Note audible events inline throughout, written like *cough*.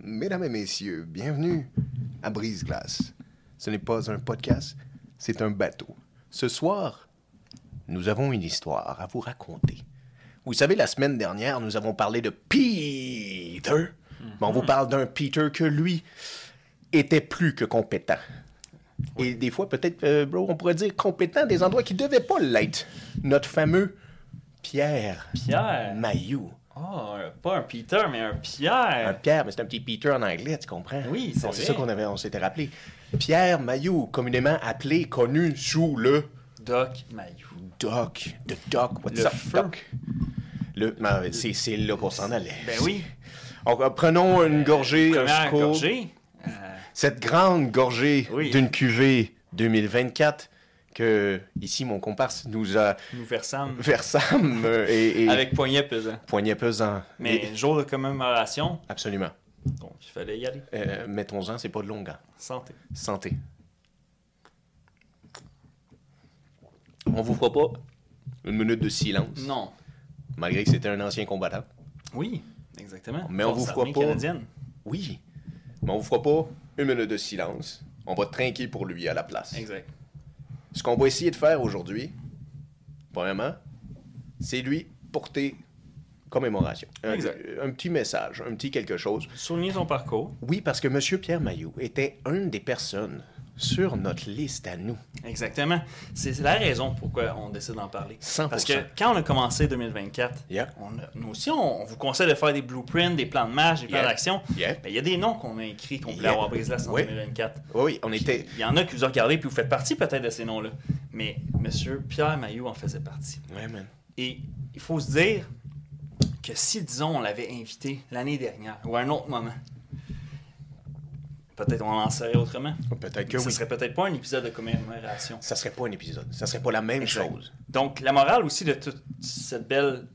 Mesdames et messieurs, bienvenue à Brise Glace. Ce n'est pas un podcast, c'est un bateau. Ce soir, nous avons une histoire à vous raconter. Vous savez, la semaine dernière, nous avons parlé de Peter. Mais on vous parle d'un Peter que lui était plus que compétent. Et des fois, peut-être, euh, bro, on pourrait dire compétent des endroits qui ne devaient pas l'être. Notre fameux Pierre Pierre. Mailloux. Oh, un- pas un Peter, mais un Pierre. Un Pierre, mais c'est un petit Peter en anglais, tu comprends? Oui, c'est c'est vrai. ça qu'on avait, on s'était rappelé. Pierre Mailloux, communément appelé, connu sous le Doc Mayou. Doc, de Doc, what's Le up, feu. Doc? Le, ben, c'est, c'est là qu'on s'en allait. Ben oui. On- euh, prenons une gorgée, un Première scoop. gorgée. Euh, Cette grande gorgée Oui. d'une cuvée 2024 que, ici, mon comparse nous a *laughs* nous versâmes versâme euh, et, et avec poignet pesant. poignet pesant. Mais Et- jour de commémoration, absolument. donc il fallait y aller. Euh, mettons-en, c'est pas de hein. longueur. Santé. Santé. On vous fera pas une minute de silence, Non. malgré que c'était un ancien combattant. Oui, exactement. Mais on Force vous fera armée pas- canadienne. Oui, mais on vous fera pas une minute de silence. On va trinquer pour lui à la place. Exact. Ce qu'on va essayer de faire aujourd'hui, premièrement, c'est lui porter commémoration. Un, Exact. un petit message, un petit quelque chose. Souligner son parcours. Oui, parce que M. Pierre Mailloux était une des personnes sur notre liste à nous. Exactement. C'est c'est la raison pourquoi on décide d'en parler. 100%. Parce que quand on a commencé 2024, Yeah. on a- nous aussi, on, on vous conseille de faire des blueprints, des plans de match, des plans Yeah. d'action. Yeah. Ben, Il y a des noms qu'on a écrits qu'on voulait Yeah. avoir brise là en Oui. 2024. Oui, on était... Il y en a que vous regardez puis vous faites partie peut-être de ces noms-là. Mais Monsieur Pierre Mailloux en faisait partie. Ouais, man. Et il faut se dire que si, disons, on l'avait invité l'année dernière ou à un autre moment, peut-être on en serait autrement. Peut-être Ce serait peut-être pas un épisode de commémoration. ça serait pas un épisode. Ça serait pas la même Exact. chose. Donc, la morale aussi de tout ce bel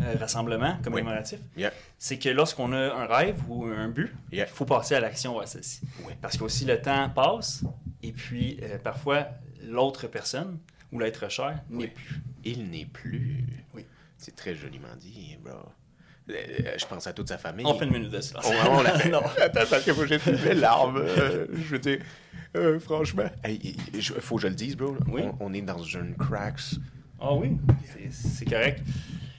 euh, rassemblement commémoratif, Yeah. c'est que lorsqu'on a un rêve ou un but, il Yeah. faut passer à l'action vers celle-ci. Ouais. Parce qu'aussi, le temps passe et puis euh, parfois, l'autre personne ou l'être cher n'est Oui. plus. Il n'est plus. Oui. C'est très joliment dit, bro. Euh, Je pense à toute sa famille. Oh, On fait une minute de silence. On, *laughs* on l'a fait. Non. Attends, parce que faut que j'ai toutes mes larmes. euh, je veux dire, euh, franchement. Hey, il- je- faut que je le dise, bro. là. Oui. On, on est dans une cracks. Ah oui, c'est- c'est correct.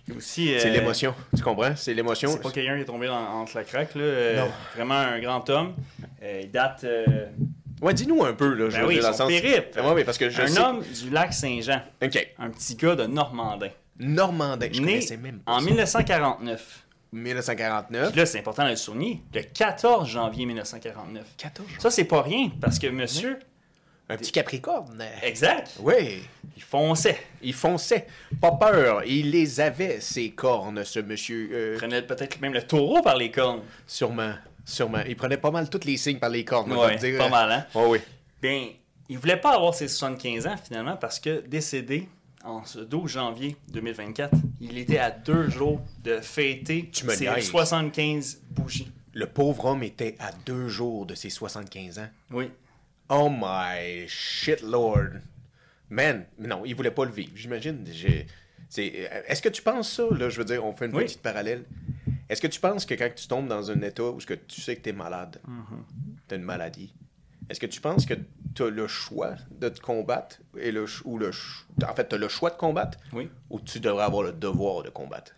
Et aussi, C'est euh, l'émotion. Tu comprends? C'est l'émotion. C'est pas quelqu'un qui est tombé dans- entre la craque. Là. Euh, Non. Vraiment un grand homme. Euh, il date. euh, Ouais, dis-nous un peu, là. je Ben veux oui, dire, dans son le sens... périple. Ouais, ouais, parce que je un sais- homme du lac Saint-Jean. OK. Un petit gars de Normandin. Normandin. Je né connaissais même pas en ça. Hein? 1949. Puis 1949. là, c'est important de le souligner. Le 14 janvier 1949. 14. Ça, c'est pas rien, parce que monsieur. Un petit Capricorne. Exact. Oui. Il fonçait. Il fonçait. Pas peur. Il les avait, ces cornes, ce monsieur. euh, Il prenait peut-être même le taureau par les cornes. sûrement. Sûrement. Il prenait pas mal toutes les signes par les cornes. on va Ouais, le dire. pas mal, hein? Ouais, oui. Bien, il voulait pas avoir ses 75 ans finalement parce que décédé en ce 12 janvier 2024, il était à deux jours de fêter Tu me ses niaises. 75 bougies. Le pauvre homme était à deux jours de ses 75 ans. Oui. Oh my shit lord. Man, non, il voulait pas le vivre, j'imagine. J'ai- c'est- Est-ce que tu penses ça, là, je veux dire, on fait une Oui. petite parallèle. Est-ce que tu penses que quand tu tombes dans un état où ce que tu sais que tu es malade, Mm-hmm. t'as une maladie, est-ce que tu penses que tu as le choix de te combattre et le, ch- ou le ch- en fait, tu as le choix de combattre Oui. ou tu devrais avoir le devoir de combattre?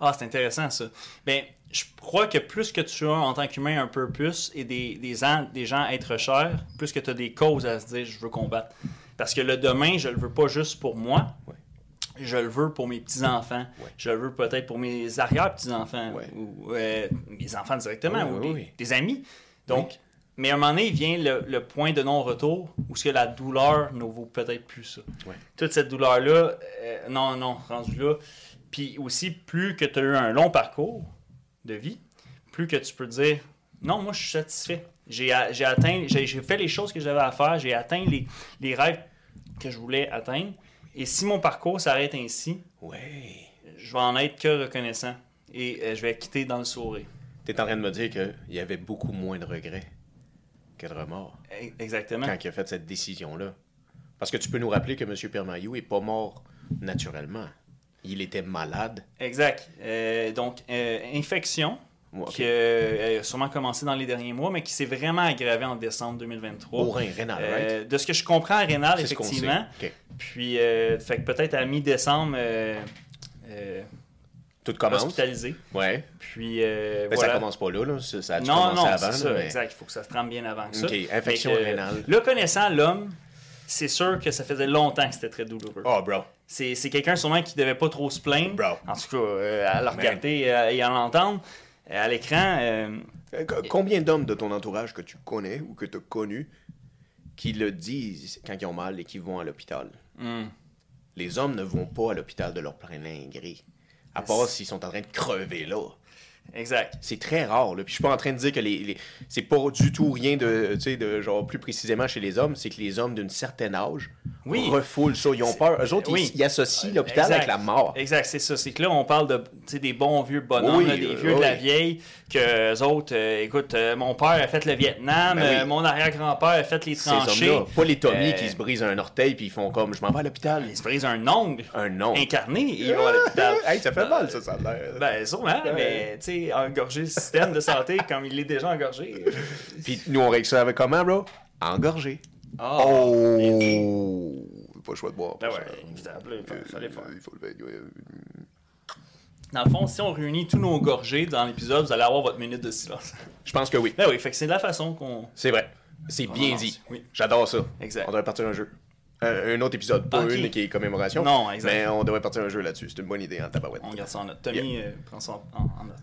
Ah, c'est intéressant ça. Bien, je crois que plus que tu as en tant qu'humain un purpose et des, des, ans- des gens à être chers, plus que tu as des causes à se dire je veux combattre. Parce que le demain, je le veux pas juste pour moi. Ouais. Je le veux pour mes petits-enfants. Ouais. Je le veux peut-être pour mes arrière-petits-enfants. Ouais. Ou euh, mes enfants directement. Oui, ou oui, des, oui. des amis. Donc, mais à un moment donné, vient le, le point de non-retour où ce que la douleur ne vaut peut-être plus ça toute cette douleur-là, euh, non, non, rendu là. Puis aussi, plus que tu as eu un long parcours de vie, plus que tu peux dire, non, moi, je suis satisfait. J'ai a- j'ai atteint, j'ai j'ai fait les choses que j'avais à faire, j'ai atteint les, les rêves que je voulais atteindre. Et si mon parcours s'arrête ainsi, Ouais. je vais en être que reconnaissant. Et euh, je vais quitter dans le sourire. Tu es en train de me dire qu'il y avait beaucoup moins de regrets que de remords. E- Exactement. quand il a fait cette décision-là. Parce que tu peux nous rappeler que M. Permaillou est pas mort naturellement. Il était malade. Exact. Euh, donc, euh, infection Ouais, ok. qui euh, elle a sûrement commencé dans les derniers mois, mais qui s'est vraiment aggravée en décembre 2023. Au rein, rénal, Euh, right? De ce que je comprends à Rénal, C'est ce qu'on sait. effectivement. Ok. Puis, euh, fait que peut-être à mi-décembre, euh, euh, Tout commence. hospitalisé. Ouais. Puis, euh, Ben, voilà. Ça commence pas là, là. Ça, ça a dû non, commencer non, avant. c'est là, ça, mais- exact. Il faut que ça se trempe bien avant que ça. Ok, infection Fait que, euh, rénale. Le connaissant, l'homme, c'est sûr que ça faisait longtemps que c'était très douloureux. Oh, bro. C'est c'est quelqu'un sûrement qui devait pas trop se plaindre. Bro. En tout cas, euh, à le regarder euh, et à l'entendre, euh, à l'écran, euh, Euh, co- Combien d'hommes de ton entourage que tu connais ou que tu as connu qui le disent quand ils ont mal et qui vont à l'hôpital? hmm, Les hommes ne vont pas à l'hôpital de leur plein gré. À Yes. part s'ils sont en train de crever là. exact. C'est très rare. Là. Puis je suis pas en train de dire que les, les- c'est pas du tout rien de, tu sais, de genre plus précisément chez les hommes, c'est que les hommes d'un certain âge Oui. refoulent ça. Ils ont peur. Eux autres, ils- Oui. Euh, ils, associent l'hôpital Exact. avec la mort. Exact, c'est ça. C'est que là, on parle de, tu sais, des bons vieux bonhommes, Oui, là, des euh, vieux de la oui. vieille, que eux autres, euh, écoute, euh, mon père a fait le Vietnam, Ben oui. euh, mon arrière-grand-père a fait les Ces tranchées. hommes-là, pas les Tommy Euh, qui se brisent un orteil puis ils font comme je m'en vais à l'hôpital. Ils se brisent un ongle Un ongle. incarné et ils vont *laughs* à l'hôpital. Hey, ça fait mal, ça, ça a l'air. Ben, sûrement, Ouais. mais tu sais, engorger le système de santé comme il est déjà *laughs* engorgé. Puis nous, on règle ça avec comment, bro? Engorgé. Ah, Oh! Pas le choix de boire. Ben pas ouais, le choix. évidemment, il euh, fa- fallait faire. Il faut le faire, ouais. Dans le fond, si on réunit tous nos gorgés dans l'épisode, vous allez avoir votre minute de silence. Je pense que oui. Ben oui, fait que c'est de la façon qu'on. C'est vrai. C'est bien non, dit. c'est- oui. J'adore ça. Exact. On devrait partir un jeu. Euh, Un, un autre épisode, pas Ok. une qui est commémoration. Non, exact. Mais on devrait partir un jeu là-dessus. C'est une bonne idée en tabarouette. On garde ça en note. Tommy euh, prend ça en, en- en note.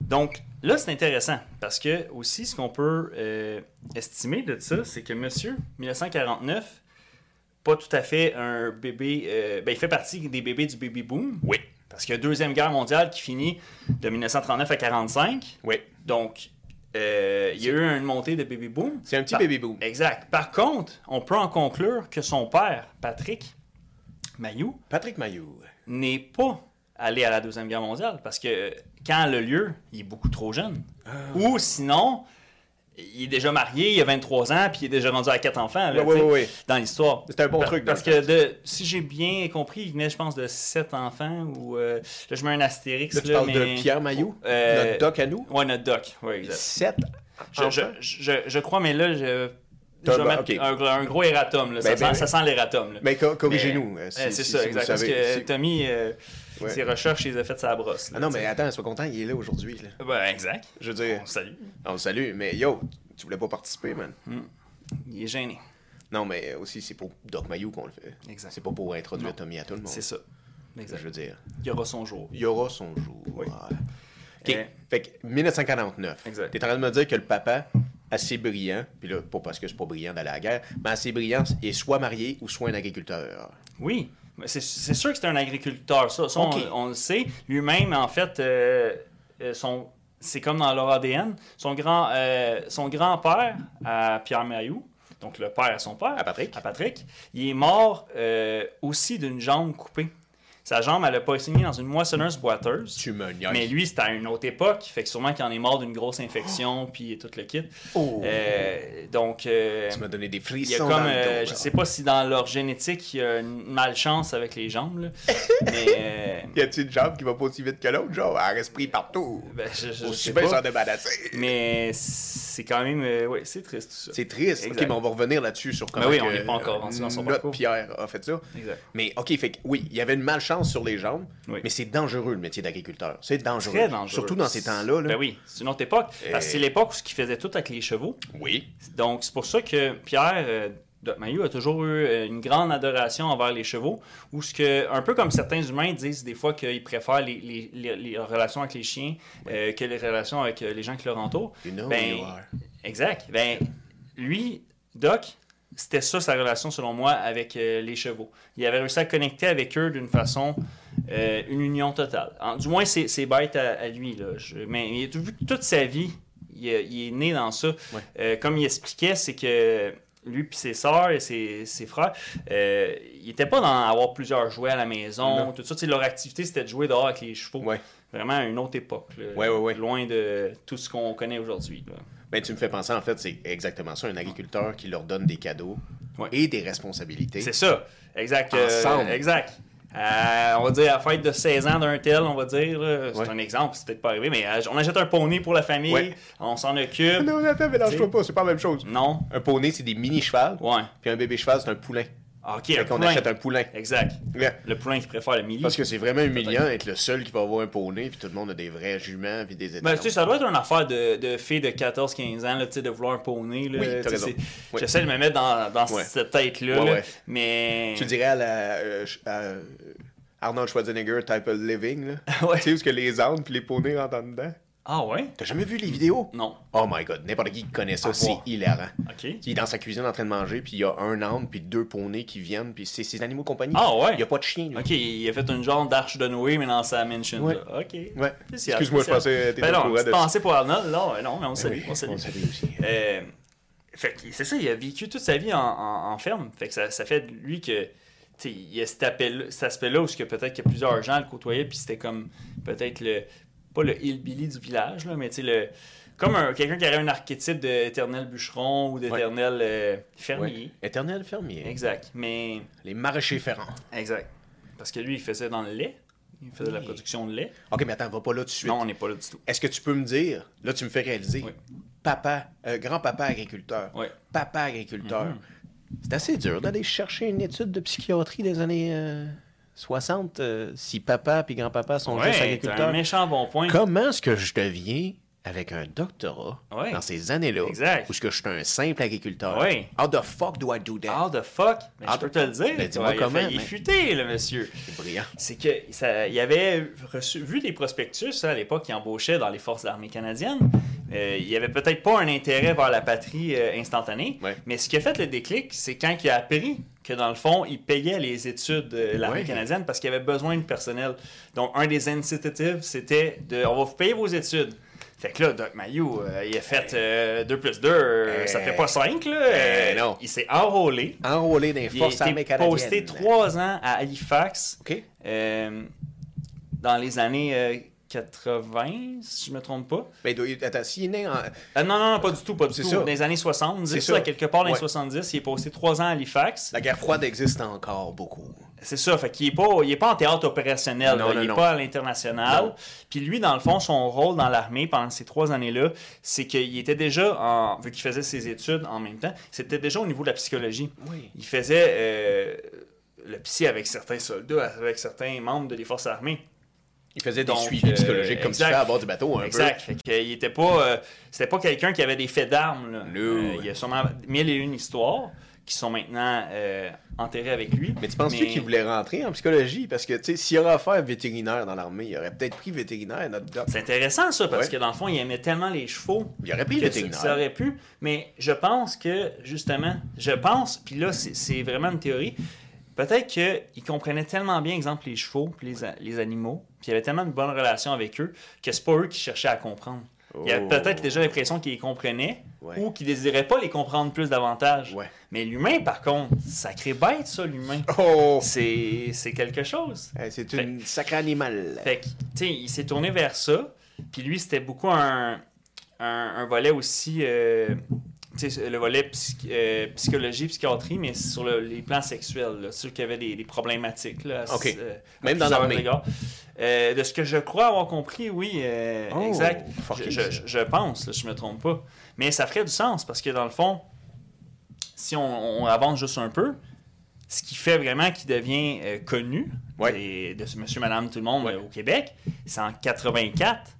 Donc, là, c'est intéressant parce que aussi, ce qu'on peut euh, estimer de ça, c'est que monsieur, 1949, pas tout à fait un bébé. euh, ben, il fait partie des bébés du baby boom. Oui. Parce qu'il y a Deuxième Guerre mondiale qui finit de 1939 à 1945. Oui. Donc, euh, il y a eu une montée de baby boom. C'est un petit Par- baby boom. Exact. Par contre, on peut en conclure que son père, Patrick Mayou, Patrick Mayou. n'est pas allé à la Deuxième Guerre mondiale parce que quand le lieu, il est beaucoup trop jeune. Ah. Ou sinon, il est déjà marié, il a 23 ans, puis il est déjà rendu à quatre enfants Ouais, là, ouais, tu sais, ouais, ouais. dans l'histoire. C'est un bon Pa- truc, dans Parce le que de, si j'ai bien compris, il venait, je pense, de sept enfants ou. euh, là, je mets un astérix. Là, tu là, parles mais- de Pierre Mayou, Euh, notre doc à nous. Ouais, notre doc. Ouais, exact. Sept. Je, je, enfants. je, je crois, mais là, je. Je Ah, T'as- vais mettre ok. un, un gros erratum. Là. ça, Ben, sent, ben, ça sent l'erratum. là. Mais co- corrigez-nous. Mais, euh, si- euh, si- c'est si ça, vous exact. savez. parce que Si- Tommy, euh, Ouais. ses recherches, il les a faites sa brosse. là, Ah non, tu mais sais. attends, sois content, il est là aujourd'hui. là. Ben, exact. Je veux dire, On salue. on le salue, mais yo, tu voulais pas participer, man. Il est gêné. Non, mais aussi, c'est pour Doc Mayou qu'on le fait. Exact. C'est pas pour introduire Non. Tommy à tout le monde. C'est ça. Je Exact. veux dire, Il y aura son jour. il y aura son jour. Oui. Voilà. OK. Euh, Fait que 1949. Exact. T'es en train de me dire que le papa, assez brillant, puis là, pas parce que c'est pas brillant d'aller à la guerre, mais assez brillant, est soit marié ou soit un agriculteur. Oui. Mais C'est c'est sûr que c'est un agriculteur, ça. Ça, on- Ok. on, le sait. Lui-même, en fait, euh, euh, son- c'est comme dans leur ADN. Son grand-père son grand à Pierre Mailloux, donc le père à son père, À Patrick. à Patrick, il est mort euh, aussi d'une jambe coupée. Sa jambe, elle a pas saigné dans une moissonneuse boiteuse. Tu me niaises. Mais lui, c'était à une autre époque, fait que sûrement qu'il en est mort d'une grosse infection, puis tout le kit. Oh. Euh, donc, euh, Tu m'as donné des il y a frissons. comme, dans le dos, euh, je là. sais pas si dans leur génétique, il y a une malchance avec les jambes, *laughs* là. mais euh, Y a-t-il une jambe qui va pas aussi vite que l'autre, genre, elle reste pris partout. ben, je, je Aussi sais bien s'en pas. débarrasser. Mais c'est quand même, euh, ouais, c'est triste tout ça. C'est triste. Exact. Ben OK, mais on va revenir là-dessus sur comment oui, on que, n'est pas encore rendu dans son notre parcours. Pierre a fait ça. Exact. Mais OK, fait que oui, il y avait une malchance sur les jambes, Oui. mais c'est dangereux le métier d'agriculteur. C'est dangereux. Très dangereux. Surtout dans ces temps-là. là. Ben oui, c'est une autre époque. Parce que c'est Et- l'époque où ce qu'ils faisaient tout avec les chevaux. Oui. Donc, c'est pour ça que Pierre euh, de Mailloux a toujours eu euh, une grande adoration envers les chevaux, ou ce que, un peu comme certains humains disent des fois qu'ils préfèrent les, les- les- les relations avec les chiens euh, que les relations avec euh, les gens qui leur entourent. You know Ben, you are. Exact. Ben, lui, Doc, c'était ça sa relation, selon moi, avec euh, les chevaux. Il avait réussi à connecter avec eux d'une façon, euh, une union totale. En- du moins, c'est c'est bête à, à lui. Là. Je- mais il a tout- vu que toute sa vie, il, a- il est né dans ça. Ouais. Euh, comme il expliquait, c'est que lui puis ses sœurs et ses, ses frères, euh, ils n'étaient pas dans avoir plusieurs jouets à la maison, Non. tout ça. Tu sais, leur activité, c'était de jouer dehors avec les chevaux. Ouais. Vraiment à une autre époque. là. Ouais, ouais, ouais. Loin de tout ce qu'on connaît aujourd'hui. là. Ben, tu me fais penser, en fait, c'est exactement ça, un agriculteur qui leur donne des cadeaux Ouais. et des responsabilités. C'est ça. Exact. euh, Ensemble. exact. euh, on va dire, à la fête de 16 ans d'un tel, on va dire. là. C'est Ouais. un exemple, c'est peut-être pas arrivé, mais euh, on achète un poney pour la famille, Ouais. on s'en occupe. Ah Non, attends, mélange-toi pas, c'est pas la même chose. Non? Un poney, c'est des mini-chevals. Ouais. Puis un bébé cheval, c'est un poulain. Ah, ok, Fait un qu'on poulain. achète un poulain. Exact. Ouais. Le poulain qui préfère le milli. Parce que c'est vraiment humiliant d'être le seul qui va avoir un poney, puis tout le monde a des vrais juments, puis des Ben, énormes. tu sais, ça doit être une affaire de, de fille de 14-15 ans, là, tu sais, de vouloir un poney. là, Oui, t'as tu sais, raison. c'est- Oui. J'essaie de me mettre dans, dans Ouais. cette tête-là. Ouais, là, ouais. Mais. Tu dirais à, la, euh, ch- à, euh, Arnold Schwarzenegger Type of Living, là. *laughs* Ouais. Tu sais, où ce que les ânes puis les poneys rentrent en dedans. Ah ouais? T'as jamais vu les vidéos? Non. Oh my god, n'importe qui qui connaît ça, À c'est voir. hilarant. Ok. Il est dans sa cuisine en train de manger, puis il y a un âne, puis deux poneys qui viennent, puis c'est ses animaux de compagnie. Ah ouais? Il n'y a pas de chien, là. Ok, il a fait une genre d'arche de Noé, mais dans sa mansion. Ouais. là. Ok. Ouais. Spécial, Excuse-moi, je spécial. pensais que t'étais ben au non, courant petite de ça. pensée pour Arnold, non, ben non, mais on salue. Oui, on salue. on salue aussi. Euh, fait que c'est ça, il a vécu toute sa vie en, en- en ferme. Fait que ça, ça fait de lui que. tu sais, Il y a cet, appel, cet aspect-là où ce que peut-être que plusieurs gens le côtoyaient, puis c'était comme peut-être le. Pas le hillbilly du village, là, mais tu sais, le. Comme un- quelqu'un qui aurait un archétype d'éternel bûcheron ou d'éternel euh, fermier. Ouais. Éternel fermier. Exact. Mais. Les maraîchers ferrants. Exact. Parce que lui, il faisait dans le lait. Il faisait de la Oui. production de lait. Ok, mais attends, va pas là tout de suite. Non, on n'est pas là du tout. Est-ce que tu peux me dire, là tu me fais réaliser, Oui. papa, euh, grand-papa agriculteur, Oui. papa agriculteur, Mhm. c'est assez dur d'aller chercher une étude de psychiatrie des années euh, 60 euh, si papa puis grand-papa sont juste Ouais, t'as un agriculteurs. méchant bon point. Comment est-ce que je deviens avec un doctorat Ouais. dans ces années-là Exact. où est-ce que je suis un simple agriculteur? Ouais. How the fuck do I do that? Ah, the fuck? Mais Ah, je peux te le dire. ben, dis-moi toi, il a comment, failli mais- fuiter, le monsieur. C'est brillant. C'est que ça, il avait reçu, vu les prospectus hein, à l'époque qui embauchait dans les forces de l'armée canadienne, euh, il n'y avait peut-être pas un intérêt vers la patrie euh, instantanée, Ouais. mais ce qui a fait le déclic, c'est quand il a appris que dans le fond, il payait les études de l'armée Ouais. canadienne parce qu'il avait besoin de personnel. Donc, un des incitatives, c'était de on va vous payer vos études. Fait que là, Doc Mayou, euh, il a fait 2 plus 2, ça fait pas 5, là. Eh, Euh, Euh, non. Il s'est enrôlé. Enrôlé dans les Il a forces armées été canadiennes. posté trois ans à Halifax. OK. Euh, dans les années euh, 80, si je me trompe pas. Ben, il doit- il- attends, s'il est né en... Euh, non, non, non, pas du tout, pas du C'est tout. ça. Dans les années 70, C'est ça. là, quelque part dans les Ouais. 70, il est posté trois ans à Halifax. La guerre froide existe encore beaucoup. C'est ça, fait qu'il est pas, il est pas en théâtre opérationnel, Non, là, non, il est non. pas à Non. l'international. Puis lui, dans le fond, son rôle dans l'armée pendant ces trois années-là, c'est qu'il était déjà, en, vu qu'il faisait ses études en même temps, c'était déjà au niveau de la psychologie. Oui. Il faisait euh, le psy avec certains soldats, avec certains membres des forces armées. Il faisait des Donc, suivis euh, psychologiques comme exact. tu fais à bord du bateau Oh, un Exact. Fait que, il était pas, euh, c'était pas quelqu'un qui avait des faits d'armes. là. No. Euh, il y a sûrement mille et une histoires qui sont maintenant euh, enterrées avec lui. peu. Mais tu penses-tu qu'il voulait rentrer en psychologie? Parce que, tu sais, s'il aurait affaire vétérinaire dans l'armée, il aurait peut-être pris vétérinaire, notre doc. C'est intéressant ça parce Ouais. que dans le fond, il aimait tellement les chevaux. Il aurait pris que ça, vétérinaire. ça aurait pu, mais je pense que, justement, je pense, puis là, c'est- c'est vraiment une théorie, peut-être qu'il comprenait tellement bien, exemple, les chevaux, puis les, a- les animaux, puis il avait tellement de bonnes relations avec eux, que c'est pas eux qui cherchaient à comprendre. Il avait Oh. peut-être déjà l'impression qu'il les comprenait, Ouais. ou qu'il désirait pas les comprendre plus davantage. Ouais. Mais l'humain, par contre, sacré bête, ça, l'humain. Oh! C'est c'est quelque chose. Eh, C'est une sacrée animal. Fait que, tu sais, il s'est tourné vers ça. Puis lui, c'était beaucoup un, un, un volet aussi, euh, tu sais, le volet psy- euh, psychologie, psychiatrie, mais sur le- les plans sexuels, là, ceux qui avaient des, des problématiques. Là, à- Ok. euh, à Même dans plusieurs l'armée. égards. Euh, de ce que je crois avoir compris, oui, euh, Oh, exact. fuck Je, it. je- je pense, là, je me trompe pas. Mais ça ferait du sens parce que dans le fond, si on, on avance juste un peu, ce qui fait vraiment qu'il devient euh, connu Ouais. des- de ce monsieur, madame, tout le monde euh, au Québec, c'est en 84,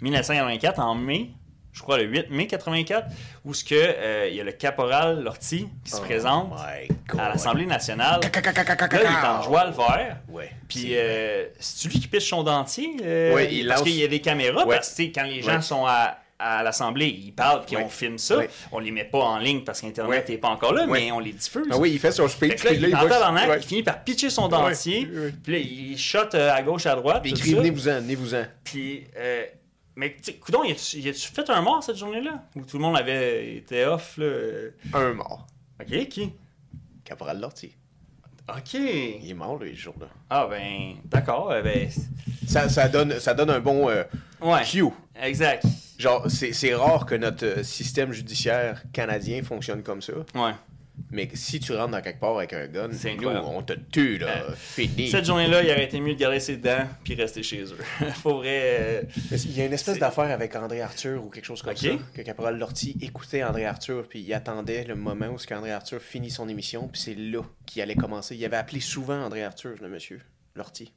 1984, en mai, je crois le 8 mai 84, où ce que, euh, il y a le caporal Lortie qui se Oh présente my à God. l'Assemblée nationale. Là, il Caca-caca-caca-caca. est en joie le vert. Ouais. Puis, euh, c'est lui qui pitche son dentier. euh, Ouais, il parce lance- qu'il y a des caméras. Ouais. Parce que tu sais, quand les gens Ouais. sont à, à l'Assemblée, ils parlent puis Ouais. on filme ça. Ouais. On les met pas en ligne parce qu'Internet Ouais. n'est pas encore là, Ouais. mais on les diffuse. Ah oui, il fait son Fait speech. que là, puis il est en voit- tabarnak, ouais. il finit par pitcher son dentier. Ouais, ouais. Puis là, il shot euh, à gauche, à droite. Puis il tout crie, ça. venez-vous-en, venez-vous-en. Puis, euh, mais tu sais, coudon, y a-tu y a-tu fait un mort cette journée-là? Où tout le monde avait été off, là. euh, Un mort. Ok, qui? Caporal Lortie. Ok. Il est mort, lui, ce jour-là. Ah, ben, d'accord. euh, ben, c'est- Ça, ça donne, ça donne un bon euh, ouais. cue. Exact. Genre, c'est c'est rare que notre euh, système judiciaire canadien fonctionne comme ça. Ouais. Mais si tu rentres dans quelque part avec un gun, C'est nous, incroyable. Euh, on te tue, là. Fini. Cette journée-là, il aurait été mieux de garder ses dents puis rester chez eux. *laughs* Pour vrai. euh, Mais Il y a une espèce C'est- d'affaire avec André Arthur ou quelque chose comme Ok. ça. Que Caporal Lortie écoutait André Arthur, puis il attendait le moment où ce qu'André Arthur finit son émission, puis c'est là qu'il allait commencer. Il avait appelé souvent André Arthur, le monsieur Lortie.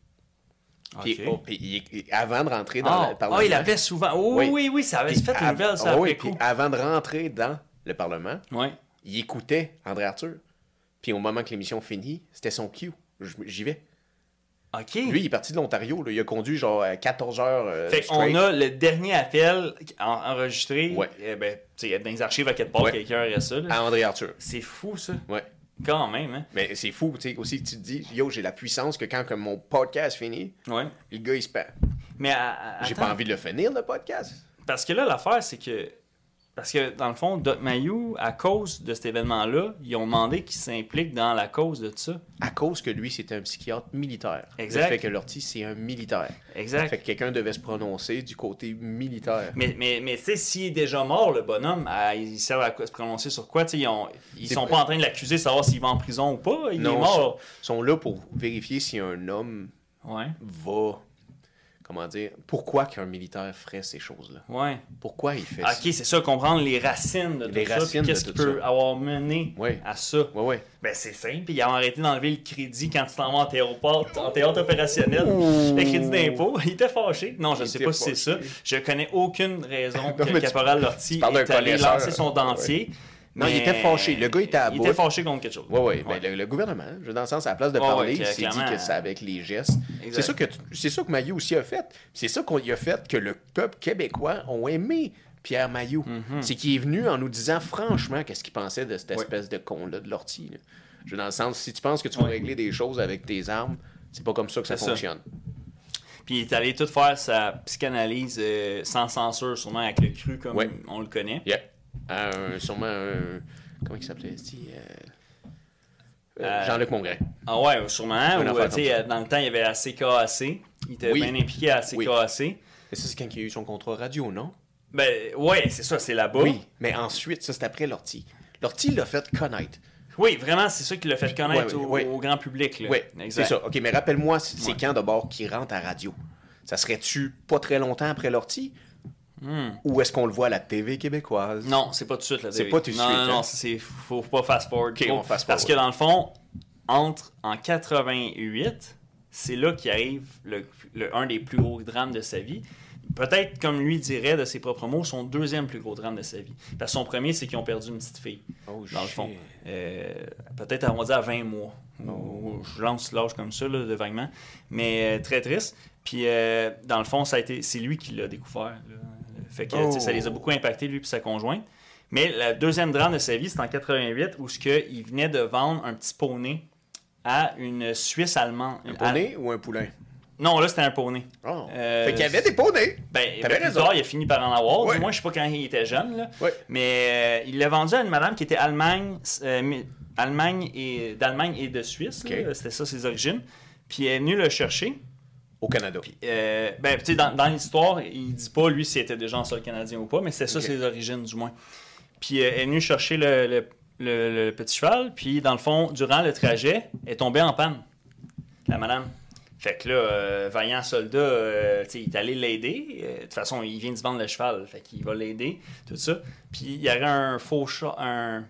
Puis, ok. oh, puis il- il- avant de rentrer dans Ah, le Parlement. ah, il appelait souvent. Oh, Oui. oui, oui, oui, ça avait puis fait une av- nouvelle, ça ah après oui, puis coup. avant de rentrer dans le Parlement, Ouais. il écoutait André Arthur. Puis au moment que l'émission finit, c'était son cue. Je- J'y vais. OK. Lui, il est parti de l'Ontario. là. Il a conduit genre à 14 heures. euh, fait straight. qu'on a le dernier appel en- enregistré. Ouais. Eh ben, tu sais, dans les archives à quelque part, Ouais. quelqu'un aurait ça. là. à André Arthur. C'est fou, ça. Ouais. Quand même, hein. Mais c'est fou, tu sais, aussi, tu te dis, yo, j'ai la puissance que quand que mon podcast finit, Ouais. le gars, il se perd. Mais à- à- J'ai attends. pas envie de le finir, le podcast. Parce que là, l'affaire, c'est que. Parce que, dans le fond, Doc Mayou, à cause de cet événement-là, ils ont demandé qu'il s'implique dans la cause de ça. À cause que lui, c'était un psychiatre militaire. Exact. Le fait que Lortie, c'est un militaire. Exact. Fait que quelqu'un devait se prononcer du côté militaire. Mais, mais, mais tu sais, s'il est déjà mort, le bonhomme, ah, il sert à quoi- se prononcer sur quoi? Tu sais, Ils, ont, ils C'est sont pas- pas en train de l'accuser de savoir s'il va en prison ou pas. Il est mort. Ils sont là pour vérifier si un homme Ouais, va. Comment dire Pourquoi qu'un militaire ferait ces choses-là ouais. Pourquoi il fait Ah, ça ok, c'est ça, comprendre les racines de Les tout ça, racines puis de Qu'est-ce qui tout peut ça. avoir mené Ouais. à ça? Ouais, ouais. Ben, c'est simple. Puis ils ont arrêté d'enlever le crédit quand tu t'en vas en théâtre, en théâtre opérationnel. Ouh. Le crédit d'impôt. *laughs* Il était fâché. Non, je Il ne sais était pas si c'est ça. fâché. Je connais *laughs* aucune raison que mais tu- Caporal Lortie parles d'un ait allé connaisseur. lancer son dentier. Non, il mais- était fâché. Le gars était à Il bout. était fâché contre quelque chose. Oui, oui. Ben, le, le gouvernement, je veux, dans le sens, à la place de Ouais, parler, ouais, il s'est dit clairement. que ça avec les gestes. Exact. C'est ça que tu- c'est ça que Maillot aussi a fait. C'est ça qu'on y a fait que le peuple québécois ont aimé Pierre Maillot. C'est qu'il est venu en nous disant franchement qu'est-ce qu'il pensait de cette Mhm. Ouais. espèce de con-là, de l'ortie. là. Je veux, dans le sens, si tu penses que tu vas Ouais. régler des choses avec tes armes, c'est pas comme ça que ça C'est ça. fonctionne. Puis il est allé tout faire sa psychanalyse euh, sans censure, sûrement avec le cru comme Ouais. on le connaît. Yeah. À un- sûrement un. Comment il s'appelait c'ti, euh, euh, Euh, Jean-Luc Mongrain. Ah ouais, sûrement. Une Ou, affaire euh, tu sais, dans le temps, il y avait la CKAC. Il était Oui. bien impliqué à la CKAC. Mais ça, c'est quand il a eu son contrat radio, non? Ben ouais, c'est ça, c'est là-bas. Oui, mais ensuite, ça c'est après l'ortie. L'ortie l'a fait connaître. Oui, vraiment, c'est ça qui l'a fait connaître Ouais, au, ouais. au grand public. là. Oui, c'est Exact. ça. OK, mais rappelle-moi, c- c'est Ouais. quand d'abord qu'il rentre à radio? Ça serait-tu pas très longtemps après l'ortie? Hmm. Ou est-ce qu'on le voit à la TV québécoise? Non, c'est pas tout de suite. là, C'est David. pas tout de non, suite, Non, hein. non, c'est faut pas fast-forward. Ok, trop, on fast-forward. Parce que dans le fond, entre en 88, c'est là qu'il arrive le, le- un des plus gros drames de sa vie. Peut-être, comme lui dirait de ses propres mots, son deuxième plus gros drame de sa vie. Parce que son premier, c'est qu'ils ont perdu une petite fille, Oh, dans le fond. shit. Euh, Peut-être, on va dire, à 20 mois. Ou- Je lance l'âge comme ça, là, de vaguement. Mais euh, très triste. Puis, euh, dans le fond, ça a été, c'est lui qui l'a découvert. là. Fait que, tu sais, ça les a beaucoup impactés, lui et sa conjointe. Mais le deuxième drame de sa vie, c'est en 88, où ce que il venait de vendre un petit poney à une Suisse allemande. Un poney ou un poulain? Non, là, c'était un poney. Oh. Euh, fait qu'il y avait des poneys! Ben, T'avais ben, plus raison. tard, il a fini par en avoir. Ouais. Moi, je sais pas quand il était jeune, là. Ouais. Mais euh, il l'a vendu à une madame qui était Allemagne, euh, mais- Allemagne et d'Allemagne et de Suisse. là. Ok. C'était ça ses origines. Puis elle est venue le chercher. Au Canada. Euh, ben, tu sais, dans, dans l'histoire, il dit pas, lui, s'il était déjà en sol canadien ou pas, mais c'est ça Ok. ses origines, du moins. Puis euh, elle est venue chercher le, le- le- le petit cheval, puis dans le fond, durant le trajet, elle est tombée en panne, la madame. Fait que là, euh, vaillant soldat, euh, tu sais, il est allé l'aider. Euh, De toute façon, il vient de se vendre le cheval, fait qu'il va l'aider, tout ça. Puis il y aurait un faux chat, un...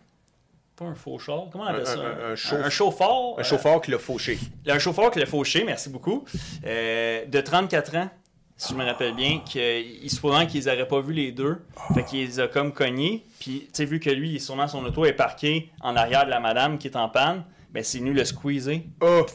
Pas un faux char, comment on appelle Un- ça? un- un chauffe- chauffeur. Un euh, chauffeur qui l'a fauché. un chauffeur qui l'a fauché, merci beaucoup, euh, de 34 ans, si je me rappelle bien, qu'il se pourrait qu'ils n'auraient pas vu les deux. Fait qu'il les a comme cognés. Puis, tu sais, vu que lui, il est sûrement son auto est parqué en arrière de la madame qui est en panne, ben c'est venu le squeezer. Oh!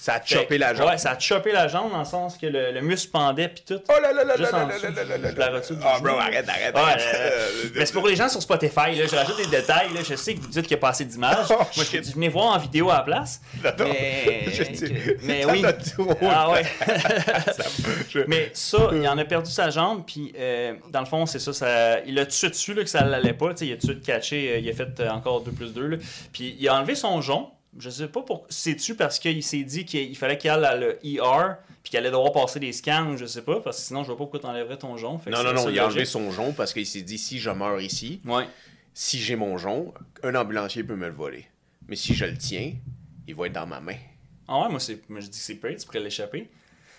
Ça a Fait- chopé la jambe. Ouais, ça a chopé la jambe dans le sens que le, le muscle pendait, puis tout. Oh là là là là Juste là en là dessous, là là je- là je là la retire du Ah, genou. bro, arrête, arrête, Ouais, arrête. *laughs* euh, mais c'est pour les gens sur Spotify, là, je rajoute des détails, là, je sais que vous dites qu'il n'y a pas assez d'images. Oh, Moi, je shit. dis, venez voir en vidéo à la place. *laughs* Non, mais *laughs* je dis- mais ça oui. m'a trop- *laughs* Ah ouais. *laughs* Je- Mais ça, il en a perdu sa jambe, puis euh, dans le fond, c'est ça, ça- il a tout de suite su là, que ça l'allait pas, tu sais, il a tout de suite catché, euh, il a fait euh, encore 2 plus 2, là. puis il a enlevé son jonc, je sais pas pourquoi, c'est-tu parce qu'il s'est dit qu'il il fallait qu'il aille à le ER, puis qu'il allait devoir passer des scans, je sais pas, parce que sinon je vois pas pourquoi t'enlèverais ton jonc. Fait que Non, c'est non, ça non, le il a enlevé logique. son jonc parce qu'il s'est dit si je meurs ici, Ouais. si j'ai mon jonc, un ambulancier peut me le voler. Mais si je le tiens, il va être dans ma main. Ah ouais, moi, c'est- moi, je dis que c'est peu, tu pourrais l'échapper.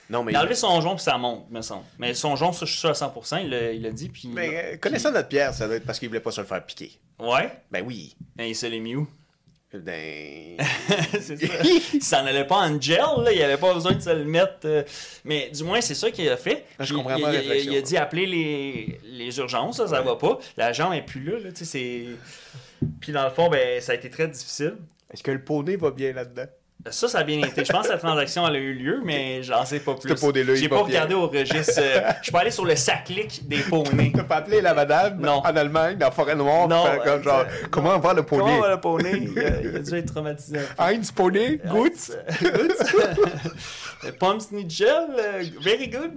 Non, mais. Il a enlevé son jonc, puis ça monte, me semble. Mais son jonc, ça, je suis sûr à 100%, il l'a, il l'a dit, puis... Mais euh, connaissant notre pierre, ça doit être parce qu'il voulait pas se le faire piquer. Ouais, Ben *laughs* oui. mais il se l'est mis où? Ben. *laughs* c'est ça. ça n'allait pas en gel, là. il avait pas besoin de se le mettre. euh, Mais du moins, c'est ça qu'il a fait. Ah, je Il- comprends il, pas la il- réflexion. il a dit appeler les, les urgences, là, ça Ouais. va pas. La jambe est plus là, là, *laughs* tu sais, c'est... Puis dans le fond, ben, ça a été très difficile. Est-ce que le poney va bien là-dedans? Ça, ça a bien été. Je pense que la transaction elle a eu lieu, mais j'en sais pas plus. Ce poney-là, il J'ai va pas bien. regardé au registre. *laughs* euh, je suis pas allé sur le sac-clic des poneys. T'as pas appelé la madame Non. en Allemagne, dans la forêt noire, Non, pour faire comme euh, genre, euh, comment va le Comment poney? va le poney? Il a, il a dû être traumatisé. un peu. Heinz poney, Goetz? *laughs* Good. *laughs* Pumps need gel, euh, very good.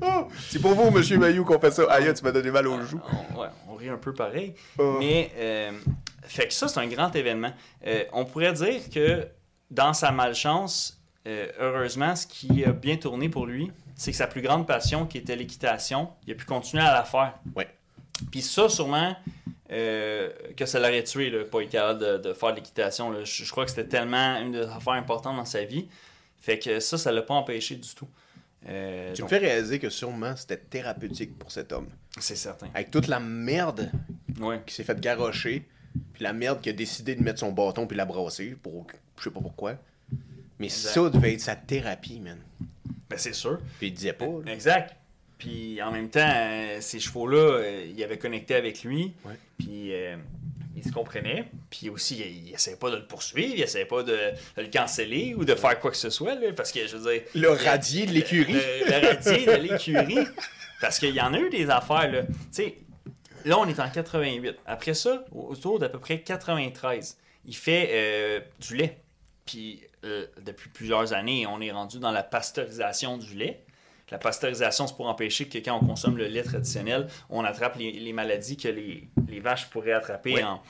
Oh, c'est pour vous, monsieur Mayou, qu'on fait ça. Aïe, tu m'as donné mal aux joues. Euh, On, ouais, on rit un peu pareil. Oh. Mais, euh, fait que ça, c'est un grand événement. Euh, on pourrait dire que dans sa malchance, euh, heureusement, ce qui a bien tourné pour lui, c'est que sa plus grande passion, qui était l'équitation, il a pu continuer à la faire. Ouais. Puis ça, sûrement, euh, que ça l'aurait tué, là, pas être capable de, de faire de l'équitation. là. Je, je crois que c'était tellement une des affaires importantes dans sa vie. Fait que ça, ça l'a pas empêché du tout. Euh, Tu me donc, fais réaliser que sûrement c'était thérapeutique pour cet homme. C'est certain. Avec toute la merde Ouais. qui s'est fait garrocher, puis la merde qui a décidé de mettre son bâton puis la brasser, pour je sais pas pourquoi. Mais Exact. ça devait être sa thérapie, man. Ben, c'est sûr. Puis il disait pas, là. Exact. Puis en même temps, euh, ces chevaux-là, euh, ils avaient connecté avec lui. Ouais. Puis euh, ils se comprenaient. Puis aussi, ils n'essayaient pas de le poursuivre, ils n'essayaient pas de, de le canceller ou de faire quoi que ce soit. là, parce que je veux dire. Le radier de l'écurie. Le, le radier de l'écurie. Parce qu'il y en a eu des affaires. Là. Tu sais, là, on est en 88. Après ça, au- autour d'à peu près 93, il fait euh, du lait. Puis euh, depuis plusieurs années, on est rendu dans la pasteurisation du lait. La pasteurisation, c'est pour empêcher que quand on consomme le lait traditionnel, on attrape les, les maladies que les, les vaches pourraient attraper Oui. en,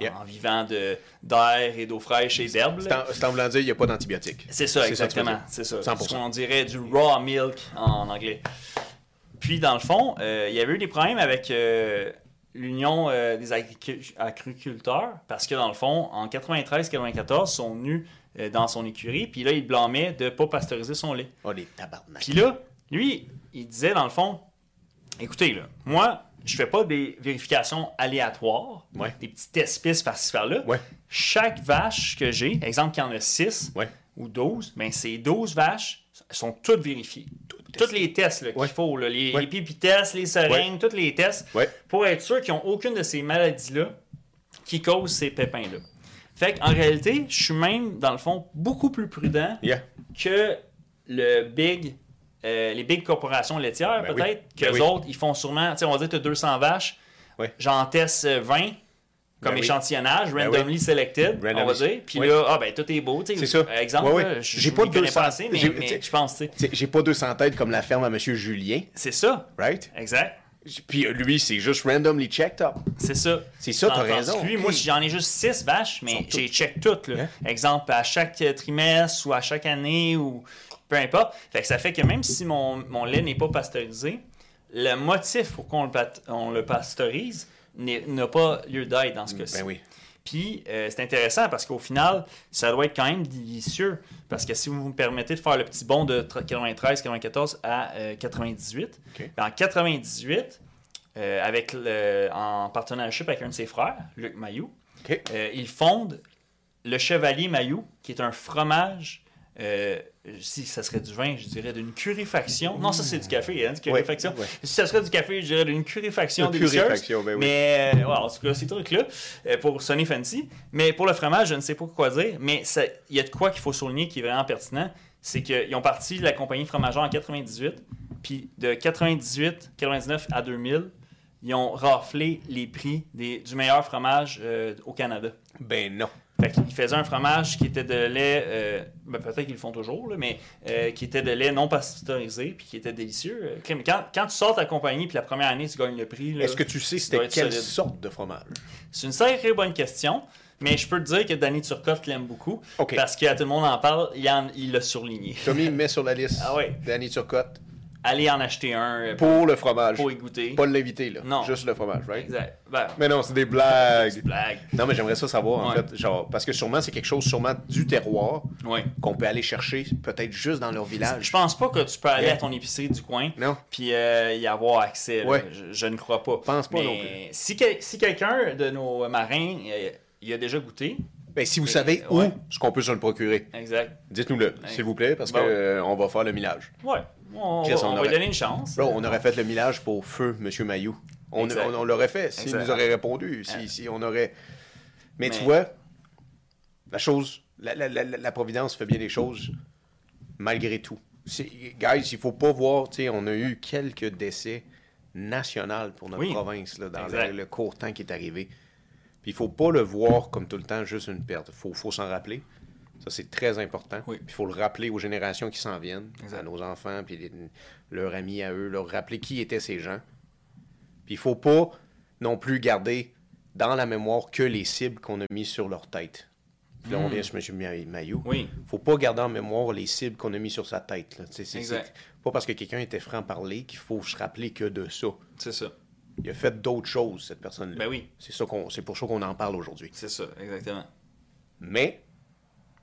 Yep. en vivant de- d'air et d'eau fraîche et d'herbes. C'est là. en, c'est en voulant dire, il n'y a pas d'antibiotiques. C'est ça, C'est ça que tu veux exactement. dire. C'est ça. 100%. Ce qu'on dirait du raw milk en anglais. Puis, dans le fond, euh, il y avait eu des problèmes avec euh, l'Union euh, des agricu- agriculteurs parce que, dans le fond, en 93-94, ils sont venus euh, dans son écurie. Puis là, il blâmait de ne pas pasteuriser son lait. Oh, les tabarnak. Puis là, lui, il disait, dans le fond, écoutez, là, moi, je fais pas des vérifications aléatoires, Ouais. des petites espices par-ci par-là. Ouais. Chaque vache que j'ai, exemple qu'il y en a 6, Ouais. ou 12, ben ces 12 vaches sont toutes vérifiées. Toutes les tests là, qu'il Ouais. faut, là, les, Ouais. les pipi-tests, les seringues, toutes les tests, Ouais. pour être sûr qu'ils n'ont aucune de ces maladies-là qui causent ces pépins-là. Fait qu'en réalité, je suis même, dans le fond, beaucoup plus prudent Yeah. que le big, euh, les big corporations laitières, Ben oui. peut-être, que Ben les oui. autres, ils font sûrement, tu sais, on va dire, tu as 200 vaches, Ouais. j'en teste euh, 20 comme Ben oui. échantillonnage, Ben randomly selected, on va Randomly- dire. Puis Oui. là, ah ben tout est beau, tu sais. C'est ça. Euh, Exemple, Ouais, ouais. là, je- J'ai je pas m'y connais 200, pas assez, mais, j'ai- mais tu sais- je pense, tu sais. T'sais, J'ai pas 200 têtes comme la ferme à monsieur Julien, C'est ça, right? exact. J- Puis euh, lui, c'est juste randomly checked up. C'est ça. C'est ça, t'as Tandis raison. que Lui, moi, j'en ai juste six vaches, mais Sont j'ai check toutes. là. Hein? Exemple, à chaque euh, trimestre ou à chaque année ou peu importe. Fait que ça fait que même si mon, mon lait n'est pas pasteurisé, le motif pour qu'on le, pat- on le pasteurise n'est- n'a pas lieu d'être dans ce cas-ci. Ben oui. Puis euh, c'est intéressant parce qu'au final, ça doit être quand même délicieux. Parce que si vous me permettez de faire le petit bond de 93-94 à euh, 98, OK. ben, en 98, euh, avec le- en partenariat avec un de ses frères, Luc Mayou, OK. euh, il fonde le Chevalier Mayou, qui est un fromage. euh, si ça serait du vin, je dirais d'une curéfaction. Non, ça c'est du café, hein, du curéfaction. Mmh. Ouais, ouais. Si ça serait du café, je dirais d'une curéfaction Une délicieuse. curéfaction, ben oui. Mais euh, ouais, en tout cas, ces trucs-là, euh, pour sonner fancy. Mais pour le fromage, je ne sais pas quoi dire, mais ça- il y a de quoi qu'il faut souligner qui est vraiment pertinent, c'est qu'ils ont parti de la compagnie fromagère en 98, puis de 98, 99 à 2000, ils ont raflé les prix des- du meilleur fromage euh, au Canada. Ben non. Fait qu'ils faisaient un fromage qui était de lait, euh, ben peut-être qu'ils le font toujours, là, mais euh, qui était de lait non pasteurisé puis qui était délicieux. Euh, crème, Quand, quand tu sors ta compagnie puis la première année tu gagnes le prix, là, Est-ce que tu sais doit c'était être quelle solide. sorte de fromage? c'est une sacrée bonne question. Mais je peux te dire que Danny Turcotte l'aime beaucoup OK. parce que tout le monde en parle, il en- il l'a surligné. Tommy met sur la liste Ah ouais. Danny Turcotte. allez en acheter un euh, pour, Pour le fromage. pour y goûter. Pas l'invité, là. Non. Juste le fromage, right? Exact. Ben, Mais non, c'est des blagues. petite blague. Non, mais j'aimerais ça savoir, en Ouais. fait. Genre, parce que sûrement, c'est quelque chose sûrement du terroir Ouais. qu'on peut aller chercher, peut-être juste dans leur village. Je pense pas que tu peux aller Ouais. à ton épicerie du coin Non? puis euh, y avoir accès. là. Ouais. Je, je ne crois pas. Pense pas Mais non plus. Si, quel- si quelqu'un de nos marins euh, y a déjà goûté, Ben, si vous Et- savez ouais. où ce qu'on peut se le procurer, exact. dites-nous-le, s'il vous plaît, parce qu'on Ben ouais. va faire le millage. Ouais. On, Chris, va, on on va aurait- lui donner une chance. Bro, on aurait fait le millage pour feu, Monsieur Mayou. On, Exact. on- on l'aurait fait s'il Exact. nous aurait répondu, si, Ouais. si on aurait. Mais, tu Mais- vois, la chose, la, la- la- la- la Providence fait bien les choses malgré tout. C'est- Guys, il faut pas voir, tu sais, on a eu quelques décès nationaux pour notre Oui. province là, dans Exact. le, le court temps qui est arrivé. Puis il faut pas le voir comme tout le temps juste une perte. Il faut, faut s'en rappeler. Ça, c'est très important. Oui. Puis il faut le rappeler aux générations qui s'en viennent, Exact. à nos enfants, puis les- leurs amis à eux, leur rappeler qui étaient ces gens. Puis il faut pas non plus garder dans la mémoire que les cibles qu'on a mises sur leur tête. Puis là, on vient sur M. Ma- Maillot. Hmm. Oui. faut pas garder en mémoire les cibles qu'on a mises sur sa tête. là. Tu sais, C'est Exact. c'est pas parce que quelqu'un était franc-parler qu'il faut se rappeler que de ça. C'est ça. Il a fait d'autres choses, cette personne-là. Ben oui. C'est ça qu'on- c'est pour ça qu'on en parle aujourd'hui. C'est ça, exactement. Mais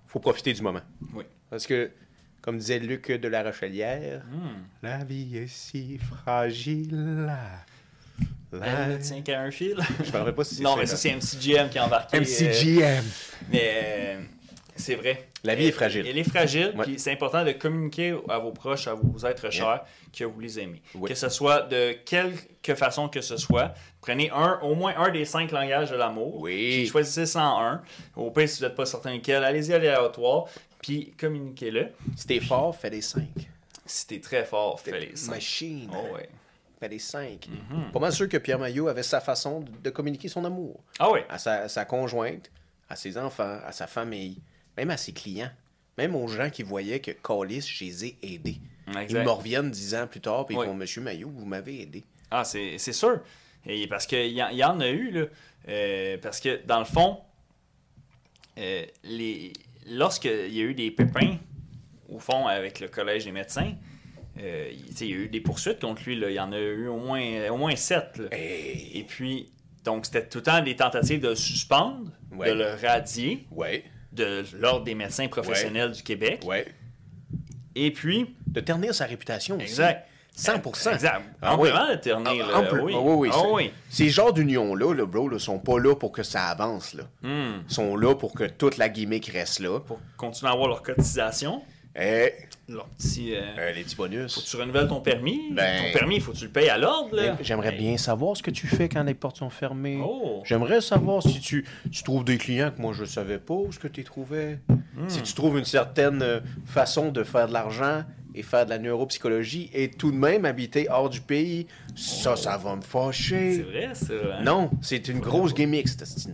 faut profiter du moment. Oui. Parce que, comme disait Luc de la Rochelière, Hmm. la vie est si fragile. Elle La... ne tient qu'à un fil. *laughs* Je parlerai pas si c'est Ben, non, mais ça, ça, c'est MCGM qui a embarqué. euh, MCGM. mais euh, c'est vrai. La vie est Elle- fragile. Elle est fragile, Ouais. puis c'est important de communiquer à vos proches, à vos êtres chers, que vous les aimez. Oui. Que ce soit de quelque façon que ce soit, prenez un, au moins un des cinq langages de l'amour. Oui. Puis choisissez 101. Au pire, si vous n'êtes pas certain lequel, allez-y aléatoire, puis communiquez-le. Si t'es fort, fais des 5. Si t'es très fort, fais les cinq. Machine. Oh, ouais. Mm-hmm. Fais des 5. Pas mal sûr que Pierre Maillot avait sa façon de- de communiquer son amour. Ah ouais. à sa, sa conjointe, à ses enfants, à sa famille, même à ses clients, même aux gens qui voyaient que Callis, je les ai aidés. Exact. Ils me reviennent dix ans plus tard, puis Oui. ils font Monsieur Maillot, vous m'avez aidé. Ah, c'est c'est sûr. Et parce qu'il y, en- y en a eu, là. Euh, parce que, dans le fond, euh, les... lorsqu'il y a eu des pépins, au fond, avec le Collège des médecins, euh, il tu sais, il y a eu des poursuites contre lui. là. Il y en a eu au moins, au moins sept. là. Hey. Et puis, donc, c'était tout le temps des tentatives de le suspendre, Ouais. de le radier Ouais, de l'Ordre des médecins professionnels du Québec. ouais. Ben Et puis, De ternir sa réputation. aussi. exact. 100%. Ben Exact. Ah oui. Amplement déterminé, Ah, là. en plus. oui. Ah oui, oui, Ah c'est- oui. Ces genres d'unions-là, le bro, là, sont pas là pour que ça avance. Là. Hmm. Ils sont là pour que toute la gimmick reste là. pour continuer à avoir leur cotisation, Eh, leur petit. euh, euh, les petits faut que bonus. tu renouvelles ton permis. Ben- Ton permis, il faut que tu le payes à l'ordre. là. Ben, J'aimerais bien savoir ce que tu fais quand les portes sont fermées. Oh! J'aimerais savoir si tu, tu trouves des clients que moi je ne savais pas où ce que tu trouvais. Hmm. Si tu trouves une certaine euh, façon de faire de l'argent et faire de la neuropsychologie et tout de même habiter hors du pays, ça, ça va me C'est fâcher. vrai, ça. hein? Non, c'est une grosse gimmick. cette esti-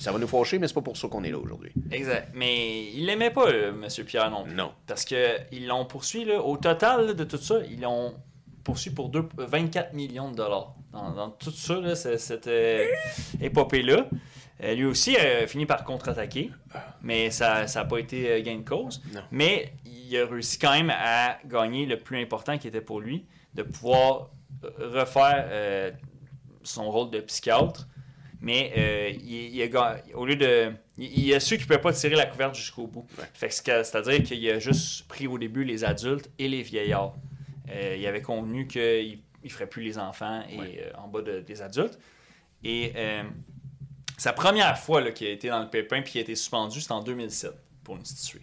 Ça va nous fâcher, mais c'est pas pour ça qu'on est là aujourd'hui. Exact. Mais il l'aimait pas, euh, M. Pierre, non. plus. Non. Parce qu'ils l'ont poursuivi, là, au total là, de tout ça, ils l'ont poursuivi pour deux- 24 millions de dollars. Dans, dans tout ça, là, c'est- cette euh, épopée-là. Euh, lui aussi a fini par contre-attaquer, mais ça n'a pas été euh, gain de cause. Non. Mais il a réussi quand même à gagner le plus important qui était pour lui, de pouvoir refaire euh, son rôle de psychiatre. Mais euh, il, il a, ga- au lieu de. Il, il a su qu'il ne pouvait pas tirer la couverte jusqu'au bout. Ouais. Fait que c'est que- C'est-à-dire qu'il a juste pris au début les adultes et les vieillards. Euh, il avait convenu qu'il ne ferait plus les enfants et Ouais. euh, en bas de- des adultes. Et euh, sa première fois là, qu'il a été dans le pépin puis qu'il a été suspendu, c'était en 2007 pour l'instituer.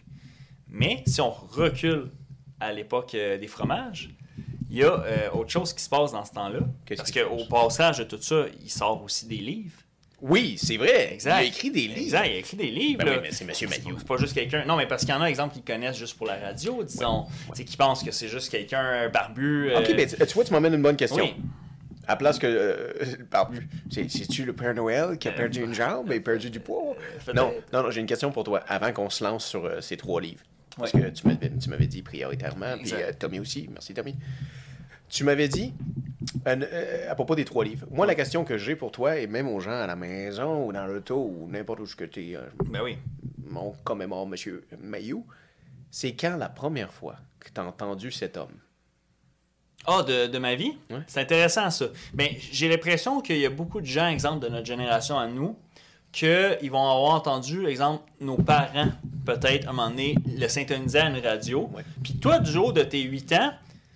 Mais si on recule à l'époque euh, des fromages, il y a euh, autre chose qui se passe dans ce temps-là. Qu'est-ce Parce qui se qu'au passage de tout ça, il sort aussi des livres. Oui, c'est vrai. Exact. Il a écrit des livres. Exact, il a écrit des livres. Ben oui, là. mais c'est Monsieur pas- Mathieu. C'est pas juste quelqu'un. Non, mais parce qu'il y en a, exemple, qui connaissent juste pour la radio, disons. Tu sais, qui pensent que c'est juste quelqu'un euh, barbu. euh, Ok, ben, tu tu vois, tu m'emmènes une bonne question. oui. À place que. euh, *laughs* barbu. C'est- C'est-tu le Père Noël qui a perdu une jambe et perdu du poids? peut-être. Non, non, non j'ai une question pour toi avant qu'on se lance sur euh, ces trois livres. Parce Ouais. que tu m'avais, tu m'avais dit prioritairement, puis Exact. euh, Tommy aussi. Merci, Tommy. Tu m'avais dit, un- euh, à propos des trois livres, moi, la question que j'ai pour toi, et même aux gens à la maison ou dans l'auto ou n'importe où ce que tu es, Ben oui. mon commémore, monsieur Mayou, c'est quand la première fois que tu as entendu cet homme? Ah, de, de ma vie? Ouais. C'est intéressant ça. Mais j'ai l'impression qu'il y a beaucoup de gens, exemple, de notre génération à nous, qu'ils vont avoir entendu, exemple, nos parents, peut-être, à un moment donné, le syntoniser à une radio. Ouais. Puis toi, du jour de tes 8 ans,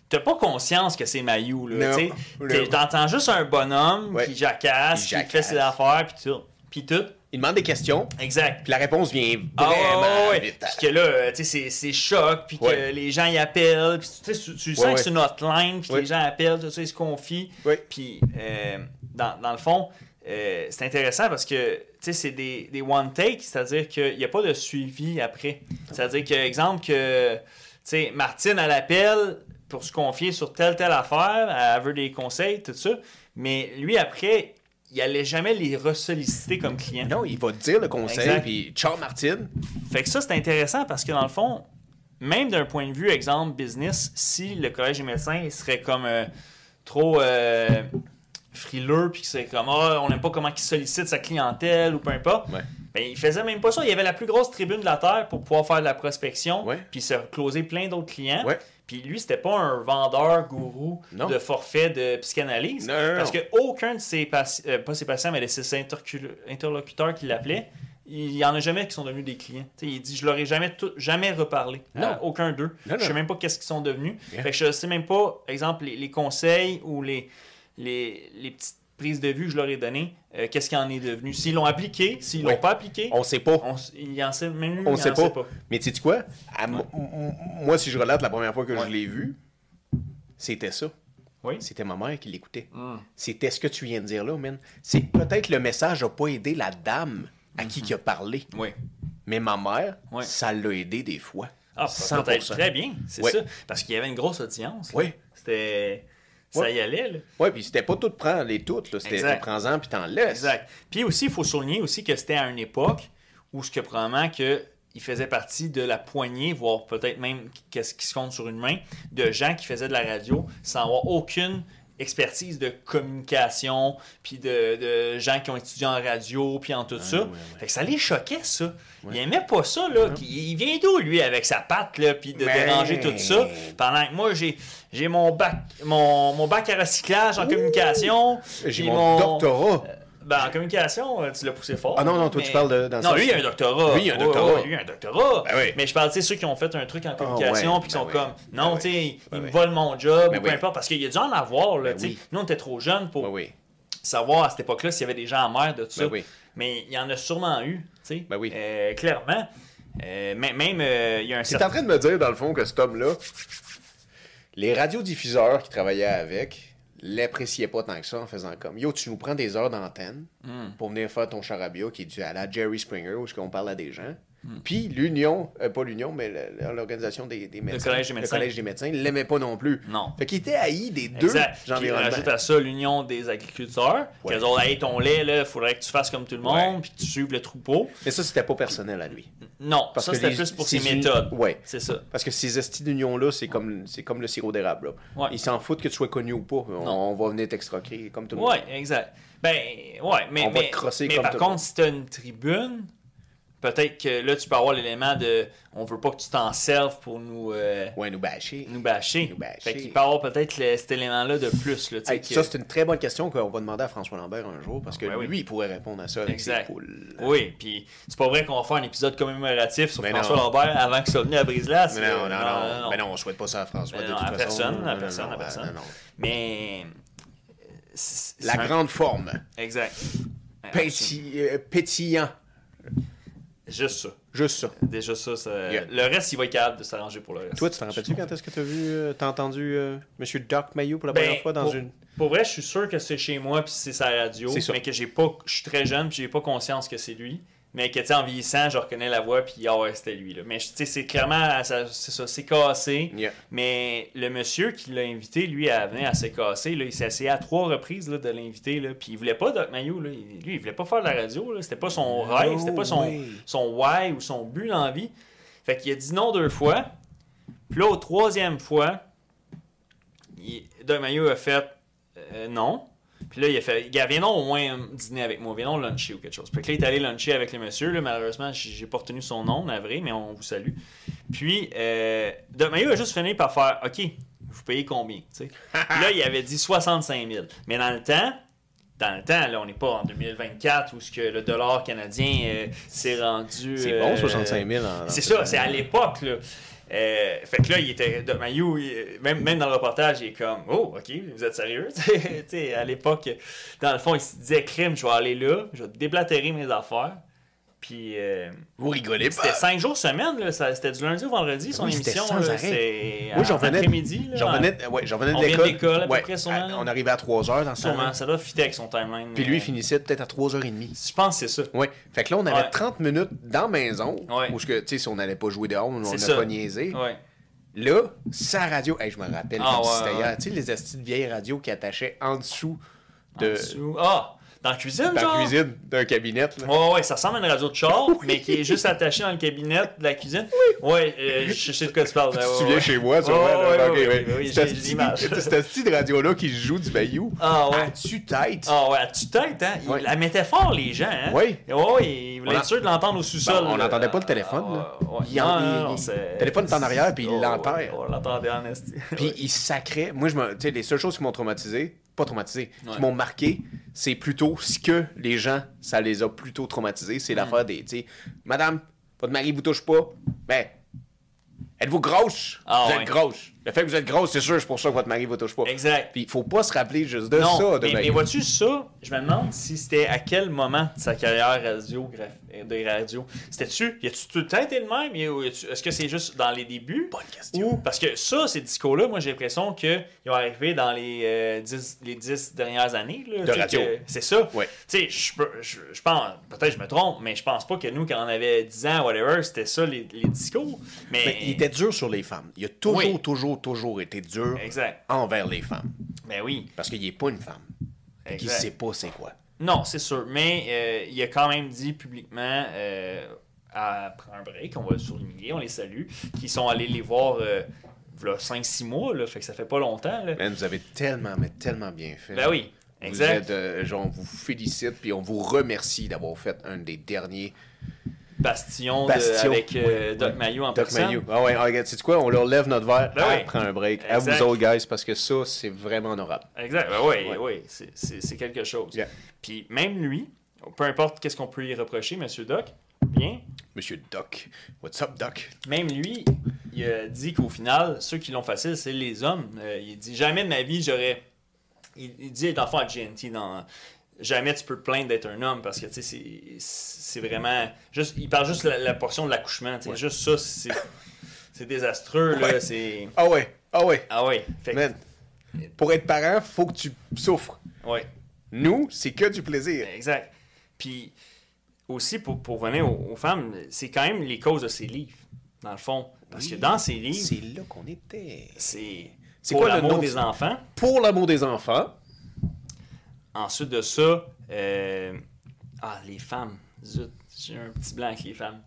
t'as pas conscience que c'est Mayou, là. Non. tu sais. Non. T'es- T'entends juste un bonhomme Ouais. qui jacasse, Il qui jacasse. fait ses affaires, puis tout. Puis tout. Il demande des questions, Exact. puis la réponse vient vraiment Ah ouais, ouais. vite. Puis que là, euh, tu sais, c'est- c'est choc, puis que Ouais. les gens y appellent, puis tu, sais, tu- tu sens Ouais, que ouais. c'est une hotline, puis que Ouais. les gens appellent, tout ça, ils se confient. Ouais. Puis, euh, dans, dans le fond, euh, c'est intéressant parce que, tu sais, c'est des, des one-take, c'est-à-dire qu'il n'y a pas de suivi après. C'est-à-dire que, exemple, que, tu sais, Martine, elle appelle pour se confier sur telle, telle affaire, elle veut des conseils, tout ça, mais lui, après, il n'allait jamais les ressolliciter comme client. Non, il va te dire le conseil, Exact. puis ciao Martine. Fait que ça, c'est intéressant parce que dans le fond, même d'un point de vue, exemple, business, si le collège des médecins il serait comme euh, trop euh, frileux, puis que c'est comme, ah, on n'aime pas comment il sollicite sa clientèle ou peu importe, Ouais. ben, il faisait même pas ça. Il y avait la plus grosse tribune de la Terre pour pouvoir faire de la prospection, Ouais. puis se closer plein d'autres clients. Ouais. Puis lui, c'était pas un vendeur gourou Non. de forfait de psychanalyse. Non, non, non. Parce que aucun de ses patients, pas ses patients, mais de ses intercu- interlocuteurs qui l'appelaient, il y en a jamais qui sont devenus des clients. T'sais, il dit, je leur ai jamais, tout- jamais reparlé. Non. À aucun d'eux. Non, non. Je sais même pas qu'est-ce qu'ils sont devenus. Yeah. Fait que je sais même pas, exemple, les, les conseils ou les, les, les petites prises de vue que je leur ai données, euh, qu'est-ce qu'il en est devenu. S'ils l'ont appliqué, s'ils l'ont Ouais. pas appliqué, On sait pas. on, s- il en sait même lui, On il sait en pas. Mais tu sais quoi? À mo- m- Moi, si je relate la première fois que Ouais. je l'ai vu, c'était ça. Oui. C'était ma mère qui l'écoutait. Mm. C'était ce que tu viens de dire là, man. C'est peut-être le message n'a pas aidé la dame à qui qui a parlé. Oui. Mais ma mère, Mm-hmm. Ouais. ça l'a aidé des fois. Ah, ça peut être 100%. très bien, c'est Ouais. ça. Parce qu'il y avait une grosse audience. là. Oui. C'était. Ça Ouais. y allait, là. Ouais, puis c'était pas tout prendre les toutes, là. C'était Exact. t'en prends-en puis t'en laisses. Exact. Puis aussi, il faut souligner aussi que c'était à une époque où ce que probablement que il faisait partie de la poignée, voire peut-être même qu'est-ce qui se compte sur une main, de gens qui faisaient de la radio sans avoir aucune expertise de communication, puis de, de gens qui ont étudié en radio, puis en tout ça. Ah, ouais, ouais. Fait que ça les choquait, ça. Il aimait pas ça, là. Puis Il vient d'où, lui, avec sa patte, là, puis de Mais- déranger tout ça, pendant que moi, j'ai j'ai mon bac mon, mon bac à recyclage en communication. J'ai puis mon, doctorat. ben, en communication, euh, tu l'as poussé fort. Ah non, non, toi, tu parles de- dans le Non, sens- lui, il a un doctorat. Lui, il a un Ouais, doctorat. ouais, lui, il a un doctorat. Ben oui. Mais je parle, tu sais, ceux qui ont fait un truc en communication, ouais, puis qui ben sont oui. comme, non, Ben tu sais, oui. ils Ben me oui. volent mon job, Ben ou peu oui. importe, parce qu'il y a dû en avoir, là, Ben tu sais. oui. Nous, on était trop jeunes pour Oui, oui. savoir à cette époque-là s'il y avait des gens en mer de tout ça. Ben oui. Mais il y en a sûrement eu, tu sais. Ben oui. Euh, clairement. Euh, mais- même, euh, il y a un T'es en train de me dire, dans le fond, que cet homme-là, les radiodiffuseurs qui travaillaient avec l'appréciaient pas tant que ça en faisant comme Yo, tu nous prends des heures d'antenne Hmm. pour venir faire ton charabia qui est dû à la Jerry Springer où on parle à des gens. Hmm. Puis l'Union, euh, pas l'Union, mais le- le- l'organisation des, des médecins. Collège des médecins. Le Collège des médecins l'aimait pas non plus. Non. Fait qu'il était haï des deux Exact. Puis, euh, environnements. rajoute à ça l'union des agriculteurs. Ouais. Qu'elles ont, hey, ton lait, là, faudrait que tu fasses comme tout le monde, Ouais. puis que tu suives le troupeau. Mais ça, c'était pas personnel à lui. Non, Parce ça que c'était les- plus pour ses ces uni- méthodes. Ouais. C'est ça. Parce que ces estis d'union-là, c'est comme, c'est comme le sirop d'érable. là. Ouais. Ils s'en foutent que tu sois connu ou pas. On, on va venir t'extroquer comme tout le monde. Ouais, exact. Ben, ouais, mais, On va mais, te crosser mais comme par tout le contre, monde. si t'as une tribune, peut-être que là, tu peux avoir l'élément de on veut pas que tu t'en serves pour nous, euh, Ouais, nous bâcher. nous bâcher. Nous bâcher. Fait qu'il peut avoir peut-être le- cet élément-là de plus. Là, tu sais, Hey, que- Ça, c'est une très bonne question qu'on va demander à François Lambert un jour parce que Ouais, oui. lui, il pourrait répondre à ça avec Exact. ses poules. Oui, puis c'est pas vrai qu'on va faire un épisode commémoratif sur Mais François non. Lambert avant qu'il soit venu à Brise-Glace. Mais non, non, Euh, non, Mais non, on souhaite pas ça à François Mais de Ben non, toute à façon. personne, à Non, non, personne, non, à personne. non, non. Mais, euh, c'est- c'est La un- grande forme. Exact. Péti- euh, pétillant. Juste ça. Juste ça. Déjà ça, ça- Yeah. le reste, il va être capable de s'arranger pour le reste. Toi, tu t'en rappelles-tu quand est-ce que tu as vu, euh, t'as entendu euh, Monsieur Doc Mayou pour la Ben, première fois dans pour, une. pour vrai, je suis sûr que c'est chez moi puis c'est sa radio, C'est ça. mais que j'ai pas, je suis très jeune puis j'ai pas conscience que c'est lui, mais que tu sais, en vieillissant, je reconnais la voix puis ah ouais, c'était lui là. Mais je- tu sais, c'est clairement, ça- c'est ça, c'est cassé. Yeah. Mais le monsieur qui l'a invité, lui, à venir à se casser, là, il s'est essayé à trois reprises là, de l'inviter. là, Puis il voulait pas Doc Mayou. Là. Il- Lui, il voulait pas faire de la radio. là. C'était pas son No rêve, c'était pas son, way. son why ou son but dans la vie. Fait qu'il a dit non deux fois. Puis là, au troisième fois, il- Doc Mayou a fait euh, non. Puis là, il a fait, gars, viens donc au moins euh, dîner avec moi, viens donc luncher ou quelque chose. Puis que là, il est allé luncher avec le monsieur, là, malheureusement, j'ai j'ai pas retenu son nom, navré, mais on vous salue. Puis, euh, Doc Mayo a juste fini par faire, OK, vous payez combien? tu sais? Puis là, il avait dit 65 000. Mais dans le temps, dans le temps, là, on n'est pas en 2024 où ce que le dollar canadien euh, s'est rendu. C'est bon, euh, 65 000. en- c'est ça, c'est à l'époque, là. Euh, fait que là, il était. De Mayou, il- même, même dans le reportage, il est comme Oh, ok, vous êtes sérieux? *laughs* Tu sais, à l'époque, dans le fond, il se disait Crime, je vais aller là, je vais déblatérer mes affaires. Puis euh, Vous rigolez pas. c'était cinq jours semaine, là, ça- c'était du lundi au vendredi, son oui, c'était émission. sans là, arrêt. C'était Moi, j'en en venais- après-midi. là, J'en venais, ouais, j'en venais de on vient de l'école. l'école, à peu Ouais, près, sûrement, à- là. on arrivait à 3 heures dans ce Sûrement, temps ça doit fitter avec son timeline. Puis lui, euh, il finissait peut-être à 3h30. Je pense que c'est ça. Ouais. Fait que là, on avait Ouais. 30 minutes dans la maison. Ouais. Où, ce que, tu sais, si on n'allait pas jouer dehors, on C'est n'a ça. pas niaisé. Ouais. Là, sa radio, hey, je me rappelle Ah, comme si ouais, c'était ouais. hier. Tu sais, les astuces de vieilles radios qui attachaient en dessous En de dessous. Ah! Dans la cuisine, dans genre? la cuisine d'un cabinet. là. Ouais, ouais, ça ressemble à une radio de char, mais qui est juste attachée dans le cabinet de la cuisine. Oui. Ouais, euh, je sais de quoi tu parles. Tu ouais, te ouais, souviens ouais. chez moi, sûrement. Ouais, là. ouais, Ok, ouais. ouais, ouais, oui, Cette j'ai- j'ai astuce- l'image. Cette astuce de radio-là qui joue du bayou. Ah ouais. Tu tête. Ah ouais, à tu tête, hein? Il Ouais. la mettait fort, les gens, hein? Oui. Ouais, ouais, ils voulaient On en- être sûrs de l'entendre au sous-sol. Ben, on là. n'entendait pas le téléphone, là. Ah, ouais, ouais. Il en- Non, non, il- non, il- c'est- le téléphone est en arrière, puis il Oh, ouais, l'enterre. On l'entendait en esti. Puis Ouais. ils sacraient. Moi, je me... tu sais, les seules choses qui m'ont traumatisé, pas traumatisé, Ouais. qui m'ont marqué, c'est plutôt ce que les gens, ça les a plutôt traumatisés. Mm. C'est l'affaire des, tu sais, Madame, votre mari vous touche pas. Ben, êtes-vous grosse? Ah, vous ouais. êtes grosse. Le fait que vous êtes grosse, c'est sûr, c'est pour ça que votre mari vous touche pas. Exact. Puis il faut pas se rappeler juste de non, ça. De mais, ma- mais vois-tu ça? Je me demande si c'était à quel moment de sa carrière radio, de radio. C'était-tu? Y a-tu tout le temps été le même? Y a- y a-tu- Est-ce que c'est juste dans les débuts? Bonne question. Ou- parce que ça, ces discours-là, moi j'ai l'impression qu'ils ont arrivé dans les, euh, 10, les 10 dernières années. là, tu sais, radio. que- C'est ça. Ouais. Tu sais, je peux- je je pense, peut-être que je me trompe, mais je pense pas que nous, quand on avait 10 ans, whatever, c'était ça les, les discours. Mais, Mais il était dur sur les femmes. Il a toujours, Oui. toujours, toujours été dur Exact. envers les femmes. Ben oui. Parce qu'il est pas une femme. Fait qu'il Exact. sait pas c'est quoi. Non, c'est sûr. Mais euh, il a quand même dit publiquement, euh, après un break, on va le souligner, on les salue, qu'ils sont allés les voir euh, 5-6 mois, là, fait que ça fait pas longtemps. Là. Man, vous avez tellement, mais tellement bien fait. Ben oui, Ben, Vous exact. êtes, euh, genre, on vous félicite puis on vous remercie d'avoir fait un des derniers Bastion, de- Bastion. avec euh, Doc Mayo en Doc personne. Mayu. Ah ouais, ah, regarde, sais quoi? On leur lève notre verre Ben oui. après un break. À Exact. vous autres, guys, parce que ça, c'est vraiment honorable. Exact. Ben oui, Ouais. oui, c'est- c'est c'est quelque chose. Yeah. Puis même lui, peu importe qu'est-ce qu'on peut lui reprocher, Monsieur Doc, bien, Monsieur Doc. What's up, Doc? même lui, il a dit qu'au final, ceux qui l'ont facile, c'est les hommes. Euh, il dit jamais de ma vie, j'aurais. Il, il dit dans le fond à GNT dans. Jamais tu peux te plaindre d'être un homme parce que tu sais, c'est c'est vraiment. Juste, il parle juste de la, la portion de l'accouchement. tu sais, Juste ça, c'est c'est désastreux. là, Ouais. c'est- Ah ouais, ah ouais. Ah ouais. Fait que- Man, pour être parent, faut que tu souffres. ouais. Nous, c'est que du plaisir. Exact. Puis aussi, pour, pour revenir aux, aux femmes, c'est quand même les causes de ces livres, dans le fond. Parce que Oui. dans ces livres, C'est là qu'on était. c'est C'est pour quoi le l'amour nom du- des enfants. Pour l'amour des enfants, Ensuite de ça, euh, ah, les femmes. Zut, j'ai un petit blanc avec les femmes.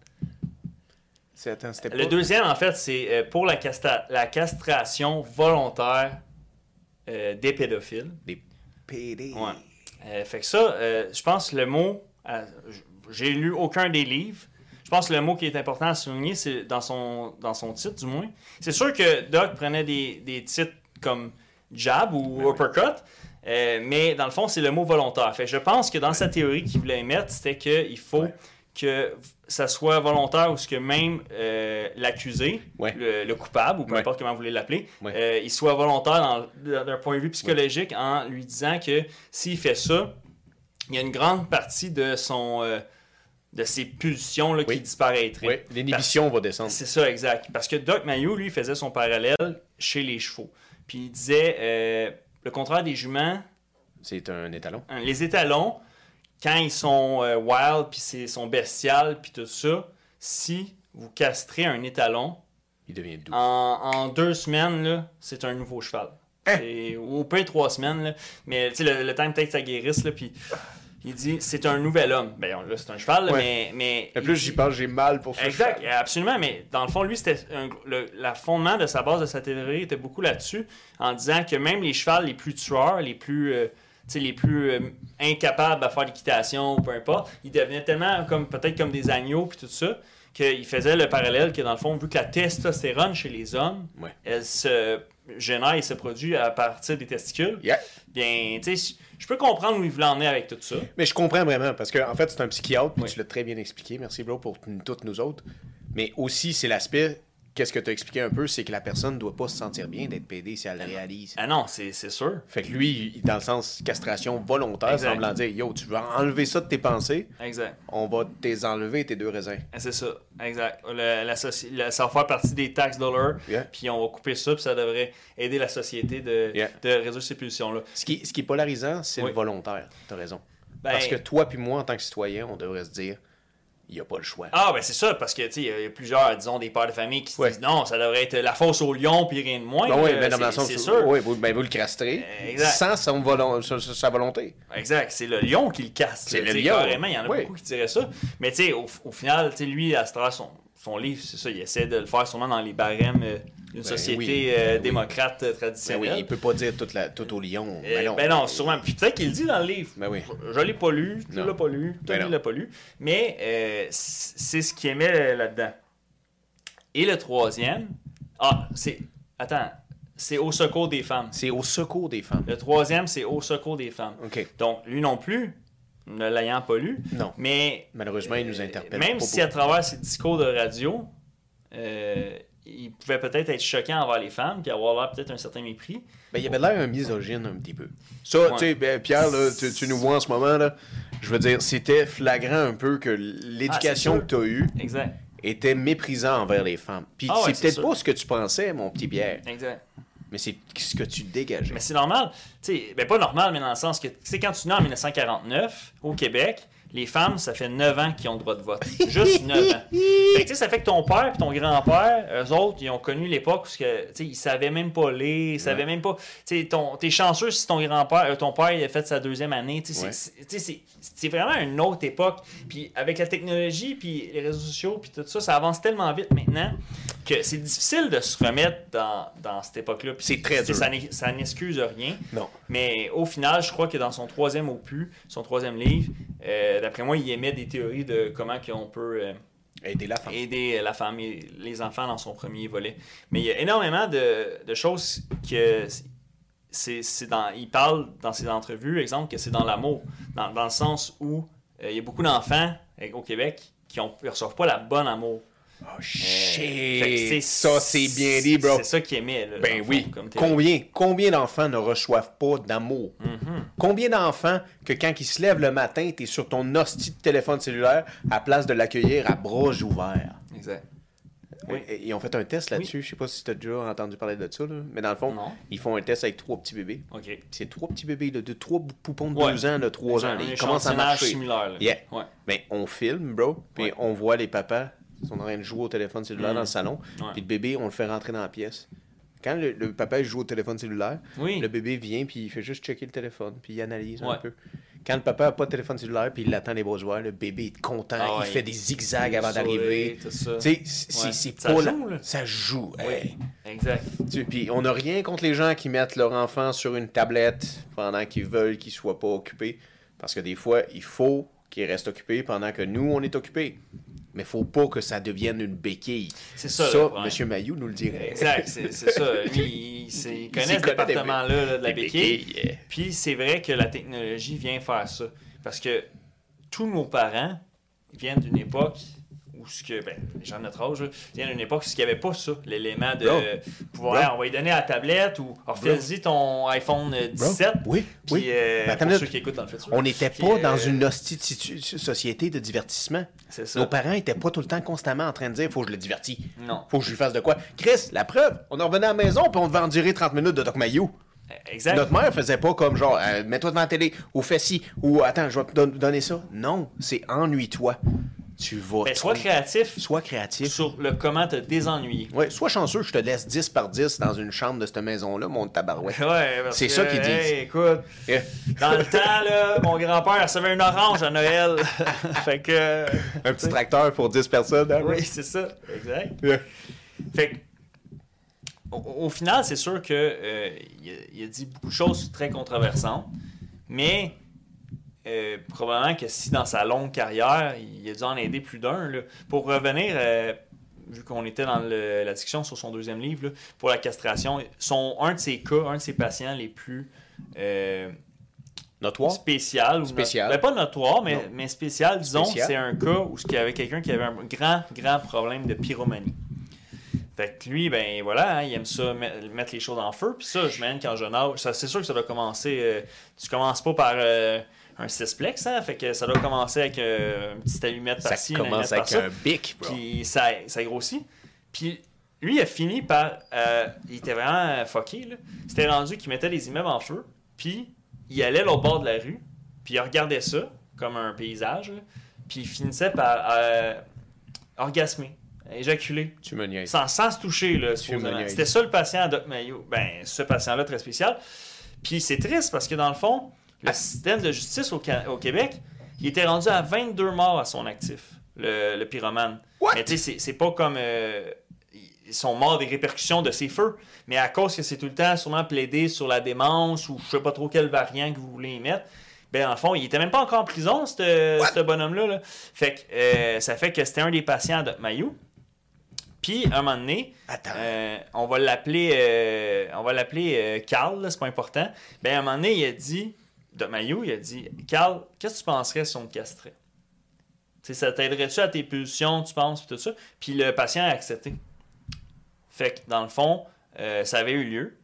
c'est attends, c'était Le pas- deuxième, en fait, c'est euh, pour la, casta- la castration volontaire euh, des pédophiles. des PD. Ouais. Euh, fait que ça, euh, je pense que le mot. euh, j- J'ai lu aucun des livres. Je pense que le mot qui est important à souligner, c'est dans son, dans son titre, du moins. C'est sûr que Doc prenait des, des titres comme jab Ben ou uppercut, euh, mais dans le fond, c'est le mot volontaire. Fait que je pense que dans sa théorie qu'il voulait mettre, c'était qu'il faut Ouais. que ça soit volontaire ou ce que même euh, l'accusé, Ouais. le, le coupable, ou peu Ouais. importe comment vous voulez l'appeler, Ouais. euh, il soit volontaire dans- d'un point de vue psychologique en lui disant que s'il fait ça, il y a une grande partie de son euh, de ses pulsions là, Oui. qui disparaîtraient. Ouais, L'inhibition va descendre. C'est ça, exact. Parce que Doc Mayo, lui, faisait son parallèle chez les chevaux. Puis il disait euh, le contraire des juments, C'est un étalon. hein, les étalons, quand ils sont euh, wild, puis c'est sont bestiales, puis tout ça, si vous castrez un étalon, Il devient doux. en, en deux semaines, là, c'est un nouveau cheval. Hein? C'est- Ou peut-être trois semaines, là. mais tu sais, le, le temps peut-être que ça guérisse. Là, puis il dit c'est un nouvel homme. Ben on- là, c'est un cheval, là, Ouais. mais, mais. En plus, il- j'y pense, j'ai mal pour ce Exact, cheval. absolument, mais dans le fond, lui, c'était un- le, la fondement de sa base de sa théorie était beaucoup là-dessus, en disant que même les chevals les plus tueurs, les plus, euh, tu sais, les plus euh, incapables à faire l'équitation ou peu importe, ils devenaient tellement comme peut-être comme des agneaux puis tout ça, qu'il faisait le parallèle que dans le fond, vu que la testostérone chez les hommes, Ouais. elle se génère ce produit à partir des testicules, Yeah. bien, tu sais, je peux comprendre où il voulait en venir avec tout ça. Mais je comprends vraiment, parce qu'en en fait, c'est un psychiatre, puis Oui. tu l'as très bien expliqué. Merci, bro, pour t- toutes nous autres. Mais aussi, c'est l'aspect, qu'est-ce que tu as expliqué un peu, c'est que la personne ne doit pas se sentir bien d'être PD si elle le réalise. Ah non, c'est c'est sûr. Fait que lui, il- dans le sens castration volontaire, Exact. semblant dire Yo, tu veux enlever ça de tes pensées, Exact. on va t'es enlever tes deux raisins. Ah, C'est ça, exact. Le- la soci- la- ça va faire partie des taxes dollars, Yeah. puis on va couper ça, puis ça devrait aider la société de, Yeah. de réduire ces pulsions-là. Ce qui, ce qui est polarisant, c'est Oui. le volontaire. T'as raison. Ben- Parce que toi, puis moi, en tant que citoyen, on devrait se dire Il n'y a pas le choix. Ah, ben c'est ça, parce que, tu sais, il y a- il y a plusieurs, disons, des pères de famille qui se Ouais. disent non, ça devrait être la fosse au lion, puis rien de moins. Ben oui, Euh, ben, dans c'est- le sens- c'est sûr. oui, vous, ben, vous le crasterez Euh, exact. sans son volon- sa- sa- sa volonté. Exact, c'est le lion qui le casse. C'est là, le tu sais, lion. Carrément, il y en a Oui. beaucoup qui diraient ça. Mais tu sais, au, au final, tu sais, lui, à ce travers son, son livre, c'est ça, il essaie de le faire sûrement dans les barèmes euh, d'une société oui, euh, ben oui. démocrate euh, Ben oui, traditionnelle. il peut pas dire toute la, tout au lion. Euh, ben non. sûrement. Puis peut-être qu'il le dit dans le livre. Ben oui. Je l'ai pas lu, tu Non. l'as pas lu, Ben Tony non. l'a pas lu. Mais euh, c- c'est ce qu'il aimait euh, là-dedans. Et le troisième. Ah, c'est. Attends. C'est au secours des femmes. C'est au secours des femmes. Le troisième, c'est au secours des femmes. OK. Donc, lui non plus, ne l'ayant pas lu. Non. Mais Malheureusement, il nous euh, interpelle. Même pas si à beaucoup. travers ses discours de radio, euh, il pouvait peut-être être choquant envers les femmes, puis avoir l'air peut-être un certain mépris. Ben, il avait l'air un misogyne un petit peu. Ça, Ouais. tu sais, ben, Pierre, là, tu, tu nous vois en ce moment, là. Je veux dire, c'était flagrant un peu que l'éducation Ah, que c'est tu as eue Exact, était méprisant envers les femmes. Puis Ah ouais, c'est c'est peut-être sûr. pas ce que tu pensais, mon petit Pierre, exact. mais c'est ce que tu dégageais. Mais c'est normal. Tu sais, ben pas normal, mais dans le sens que, tu sais, quand tu nais en 1949, au Québec, les femmes, ça fait 9 ans qu'ils ont le droit de vote. Juste 9 ans. Fait que, tu sais, ça fait que ton père et ton grand-père, eux autres, ils ont connu l'époque où ce que, tu sais, ils savaient même pas lire, ils savaient Ouais. même pas. Tu sais, ton- t'es chanceux si ton grand-père, euh, ton père, il a fait sa deuxième année. Tu sais, Ouais. c'est- c'est- tu sais, c'est- c'est vraiment une autre époque. Puis avec la technologie, puis les réseaux sociaux, puis tout ça, ça avance tellement vite maintenant que c'est difficile de se remettre dans, dans cette époque-là. Puis C'est très tu sais, dur. Ça n'ex- ça n'excuse rien. Non. Mais au final, je crois que dans son troisième opus, son troisième livre, euh, d'après moi, il émet des théories de comment qu'on peut euh, Aider la femme. aider euh, la femme et les enfants dans son premier volet. Mais il y a énormément de, de choses que c'est, c'est dans, il parle dans ses entrevues, exemple, que c'est dans l'amour, dans, dans le sens où euh, il y a beaucoup d'enfants euh, au Québec qui ne reçoivent pas la bonne amour. Oh, Euh, fait que shit. Ça, c'est bien dit, bro. C'est ça qu'il aimait. là, dans Ben le fond, oui. comme théorie. Combien, combien d'enfants ne reçoivent pas d'amour? Mhm. Combien d'enfants que quand ils se lèvent le matin, t'es sur ton hostie de téléphone cellulaire à place de l'accueillir à bras ouverts? Exact. Oui. Oui. Ils ont fait un test là-dessus. Je sais pas si t'as déjà entendu parler de ça, là. mais dans le fond, Non. ils font un test avec trois petits bébés. OK. Puis C'est trois petits bébés, là, de trois bou- poupons de Ouais. 12 ans, de 3 ans. là. Un Ils commencent à échantillonnage marcher. similaire. là. Yeah. Ouais. Mais on filme, bro, puis Ouais. on voit les papas ils sont en train de jouer au téléphone cellulaire Mhm. dans le salon, Ouais. puis le bébé, on le fait rentrer dans la pièce. Quand le, le papa il joue au téléphone cellulaire, Oui. le bébé vient, puis il fait juste checker le téléphone, puis il analyse un Ouais. peu. Quand le papa n'a pas de téléphone cellulaire, puis il l'attend les beaux joueurs, le bébé est content, Ah ouais. il fait des zigzags avant Sourire, d'arriver. tout ça. Tu sais, c'est Ouais. c'est Ça pas la- joue, là. Ça joue, hey. Exact. Tu- Puis on n'a rien contre les gens qui mettent leur enfant sur une tablette pendant qu'ils veulent qu'il soit pas occupé. Parce que des fois, il faut qu'il reste occupé pendant que nous, on est occupé. Mais faut pas que ça devienne une béquille. C'est ça, le Ça, problème. Monsieur Mayou nous le dirait. Exact, c'est c'est ça. Lui, il, il s'est- il Il s'y connaît ce connaît des département-là là, de la des béquille. béquilles, yeah. Puis c'est vrai que la technologie vient faire ça. Parce que tous nos parents viennent d'une époque où ce que, ben, les gens de notre âge là, viennent d'une époque où il n'y avait pas ça, l'élément de Bro. euh, pouvoir, Bro. on va lui donner la tablette ou alors fais-y ton iPhone euh, Bro, 17. Oui, Puis, oui. euh, Mais attends pour une ceux minute. qui écoutent dans le futur. On n'était Puis, pas dans euh, une hostie de situ- société de divertissement. C'est ça. Nos parents étaient pas tout le temps constamment en train de dire faut que je le divertis. Non. Faut que je lui fasse de quoi. Chris, la preuve, on en revenait à la maison puis on devait endurer 30 minutes de Doc Mayou. Exact. Notre mère faisait pas comme genre, Euh, mets-toi devant la télé, ou fais ci, ou attends, je vais te don- donner ça. Non, c'est ennuie-toi. Tu vas. Ben, sois créatif Sois créatif. sur le comment te désennuyer. Ouais, sois chanceux, je te laisse 10 par 10 dans une chambre de cette maison-là, mon *laughs* tabarouette. Ouais, parce C'est que, ça qu'ils disent. hey, écoute, Eh, dans le temps, là, mon grand-père recevait une orange *laughs* à Noël. fait que. Un petit tracteur pour 10 personnes. hein, Oui, c'est ça. Exact. ouais. Eh. Fait que, au, au final, c'est sûr que euh, il, a, il a dit beaucoup de choses très controversantes, mais euh, probablement que si dans sa longue carrière, il a dû en aider plus d'un. là. Pour revenir, euh, vu qu'on était dans le- la discussion sur son deuxième livre, là, pour la castration, son, un de ses cas, un de ses patients les plus euh, Notoire? spécial. ou Spécial. no- ben, pas notoire, mais, Non. mais spécial, disons, Spécial. c'est un cas où il y avait quelqu'un qui avait un grand, grand problème de pyromanie. Fait que lui, ben voilà, hein, il aime ça, met- mettre les choses en feu. Puis ça, je m'en qu'en jeune âge, ça, c'est sûr que ça doit commencer. euh, tu commences pas par euh, un cisplex, hein, fait que ça doit commencer avec euh, une petite allumette Ça par-ci, une allumette commence par avec ça. un bic, bro. Puis ça, ça grossit. Puis lui, il a fini par. euh, il était vraiment euh, fucké, là. C'était rendu qu'il mettait les immeubles en feu. Puis il allait au bord de la rue. Puis il regardait ça comme un paysage. là. Puis il finissait par euh, orgasmer, éjaculer. Tu me niaises. Sans, sans se toucher, là, supposément. maniaque. C'était ça le patient à Doc Mayo. Ben, ce patient-là très spécial. Puis c'est triste parce que dans le fond, le système de justice au, Ca- au Québec, il était rendu à 22 morts à son actif, le, le pyromane. What? Mais tu sais, c'est- c'est pas comme. euh, ils sont morts des répercussions de ces feux, mais à cause que c'est tout le temps sûrement plaidé sur la démence ou je sais pas trop quel variant que vous voulez y mettre, ben, en fond, il était même pas encore en prison, ce ce bonhomme-là. là. Fait que, euh, ça fait que c'était un des patients de Mayou. Puis, un moment donné, Attends. euh, on va l'appeler euh, on va l'appeler euh, Carl, là, c'est pas important. Ben, à un moment donné, il a dit, de Mayou, il a dit Carl, qu'est-ce que tu penserais si on te castrait Tu sais, Ça t'aiderait-tu à tes pulsions, tu penses, puis tout ça Puis le patient a accepté. Fait que, dans le fond, euh, ça avait eu lieu.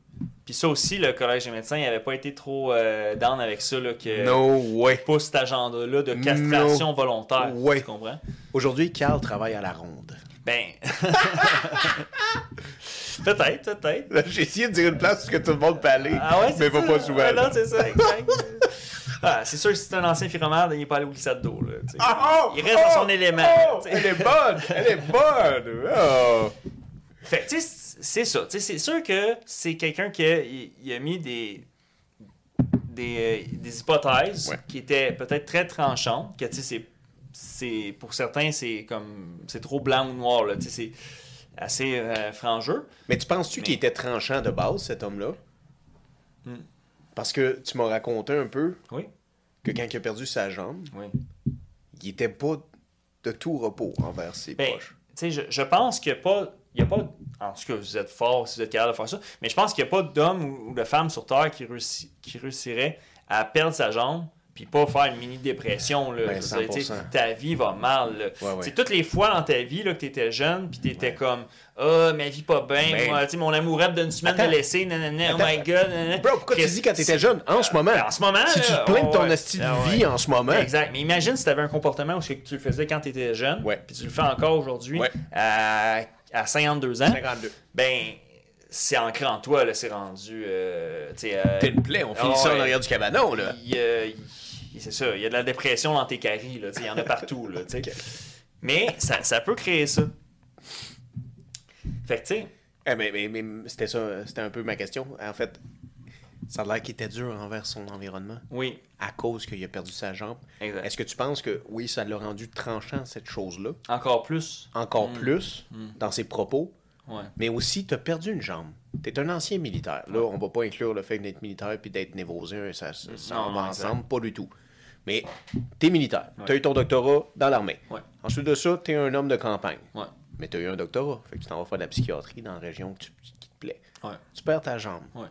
Puis ça aussi, le Collège des médecins, il avait pas été trop euh, down avec ça. Là, que, No way. pas cet agenda-là de castration volontaire. Ouais. Tu comprends? Aujourd'hui, Carl travaille à la ronde. Ben. *laughs* peut-être, peut-être. J'ai essayé de dire une place où que tout le monde peut aller, Ah ouais, mais c'est pas, ça. pas souvent. Ouais, là. non, c'est ça, exact. *laughs* Ah, c'est sûr que si c'est un ancien firomade, il n'est pas allé au glissade d'eau. là, tu sais. Ah, oh, il reste dans oh, son élément. oh, tu sais. elle est bonne, elle est bonne. Oh. Fait que, tu sais, c'est ça. Tu sais, c'est sûr que c'est quelqu'un qui a, il- il a mis des, des, euh, des hypothèses Ouais. qui étaient peut-être très tranchantes, que, tu sais, c'est- c'est- pour certains, c'est comme, c'est trop blanc ou noir, là, tu sais, c'est assez euh, franc jeu. Mais tu penses-tu Mais- qu'il était tranchant de base, cet homme-là? Hmm. Parce que tu m'as raconté un peu Oui, que quand il a perdu sa jambe, oui. il était pas de tout repos envers ses Ben, proches. tu sais, je, je pense qu'il n'y a pas. Il y a pas en tout cas, vous êtes fort si vous êtes capable de faire ça, mais je pense qu'il n'y a pas d'homme ou, ou de femme sur Terre qui, réussi- qui réussirait à perdre sa jambe puis pas faire une mini dépression. Là, Ben, Je veux dire, tu sais, 100%. ta vie va mal. Ouais, là. ouais. Tu sais, Toutes les fois dans ta vie là, que tu étais jeune puis tu étais Ouais. comme Ah, ma vie pas bien, Ben- moi, tu sais, mon amourette d'une semaine m'a Attends. laissé, nanana, oh Attends. my god. nanana. Bro, pourquoi tu Qu'est-ce- dis quand t'étais jeune? En ce moment. en ce moment, Si tu là, te plains de ton ouais. hostie de Ah ouais. vie en ce moment. Exact. Mais imagine si tu avais un comportement où ce que tu le faisais quand tu étais jeune, Ouais. puis tu le fais encore aujourd'hui Ouais. à, à 52 ans, 52. ben c'est ancré en toi, là, c'est rendu. euh, tu sais, euh, T'es une plaie, on Ah finit ça ouais. en arrière du cabanon, là. il, euh, il- c'est ça, il y a de la dépression dans tes caries, là, tu sais, il y en a partout. Là, tu sais. *laughs* Ok. Mais ça, ça peut créer ça. Fait que, tu sais, Eh, mais mais, mais c'était ça, c'était un peu ma question. En fait, ça a l'air qu'il était dur envers son environnement oui, à cause qu'il a perdu sa jambe. exact. Est-ce que tu penses que, oui, ça l'a rendu tranchant, cette chose-là, Encore plus. encore Mm. plus Mm. dans ses propos, Ouais. mais aussi, t'as perdu une jambe. T'es un ancien militaire. Là, on va pas inclure le fait d'être militaire puis d'être névrosé, ça, ça, ça Non, va non, exact. ensemble, pas du tout. Mais t'es militaire, Ouais. t'as eu ton doctorat dans l'armée. Ouais. Ensuite de ça, t'es un homme de campagne. Ouais. Mais t'as eu un doctorat, fait que tu t'en vas faire de la psychiatrie dans la région que tu- qui te plaît. Ouais. Tu perds ta jambe. Ouais.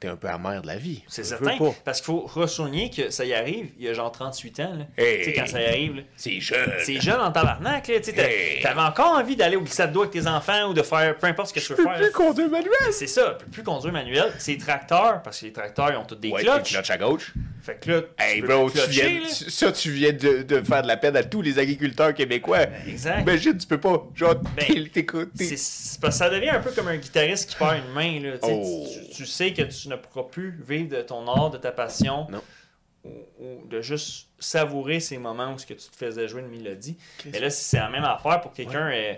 T'es un peu amer de la vie. C'est Veux, certain. veux pas. Parce qu'il faut ressouligner que ça y arrive, il y a genre 38 ans. là. Hey! Tu sais, quand ça y arrive, là, C'est jeune. c'est jeune en tabarnak. là, Tu sais, t'a- Hey! t'avais encore envie d'aller au glissade d'eau avec tes enfants ou de faire peu importe ce que tu veux peux faire. plus conduire manuel. C'est ça, tu peux plus conduire manuel. C'est tracteur, parce que les tracteurs, ils ont tous des Ouais, t'es clutches. clutch à gauche. Fait que là, tu Hey peux bro, plus tu clutcher, viens, là. tu- ça, tu viens de, de faire de la peine à tous les agriculteurs québécois. Ben, Exact. Imagine, tu peux pas. Genre, Ben, t'écoutes. C'est- c'est parce que ça devient un peu comme un guitariste qui perd une main. Là, tu, sais, Oh. tu- tu sais que tu ne pourras plus vivre de ton art, de ta passion, Non. ou, ou de juste savourer ces moments où ce que tu te faisais jouer une mélodie. Qu'est-ce- Mais là, si c'est la même affaire pour quelqu'un euh,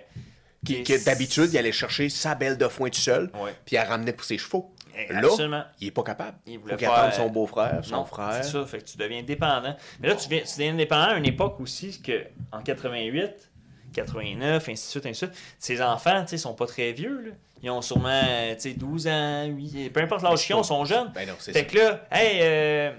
Qui, qui, d'habitude, il allait chercher sa belle de foin tout seul, Ouais. puis il la ramenait pour ses chevaux. Absolument. Là, il est pas capable. Il Il voulait faut qu'il faire- attende son beau-frère, son non, frère. C'est ça, fait que tu deviens dépendant. Mais là, tu, viens, tu deviens dépendant à une époque aussi que en 88, 89, ainsi de suite, ainsi de suite, ces enfants, tu sais, sont pas très vieux, là. Ils ont sûrement, euh, tu sais, 12 ans, 8, peu importe l'âge qu'ils ont, ils sont jeunes. Ben non, c'est Fait que là, hey, euh,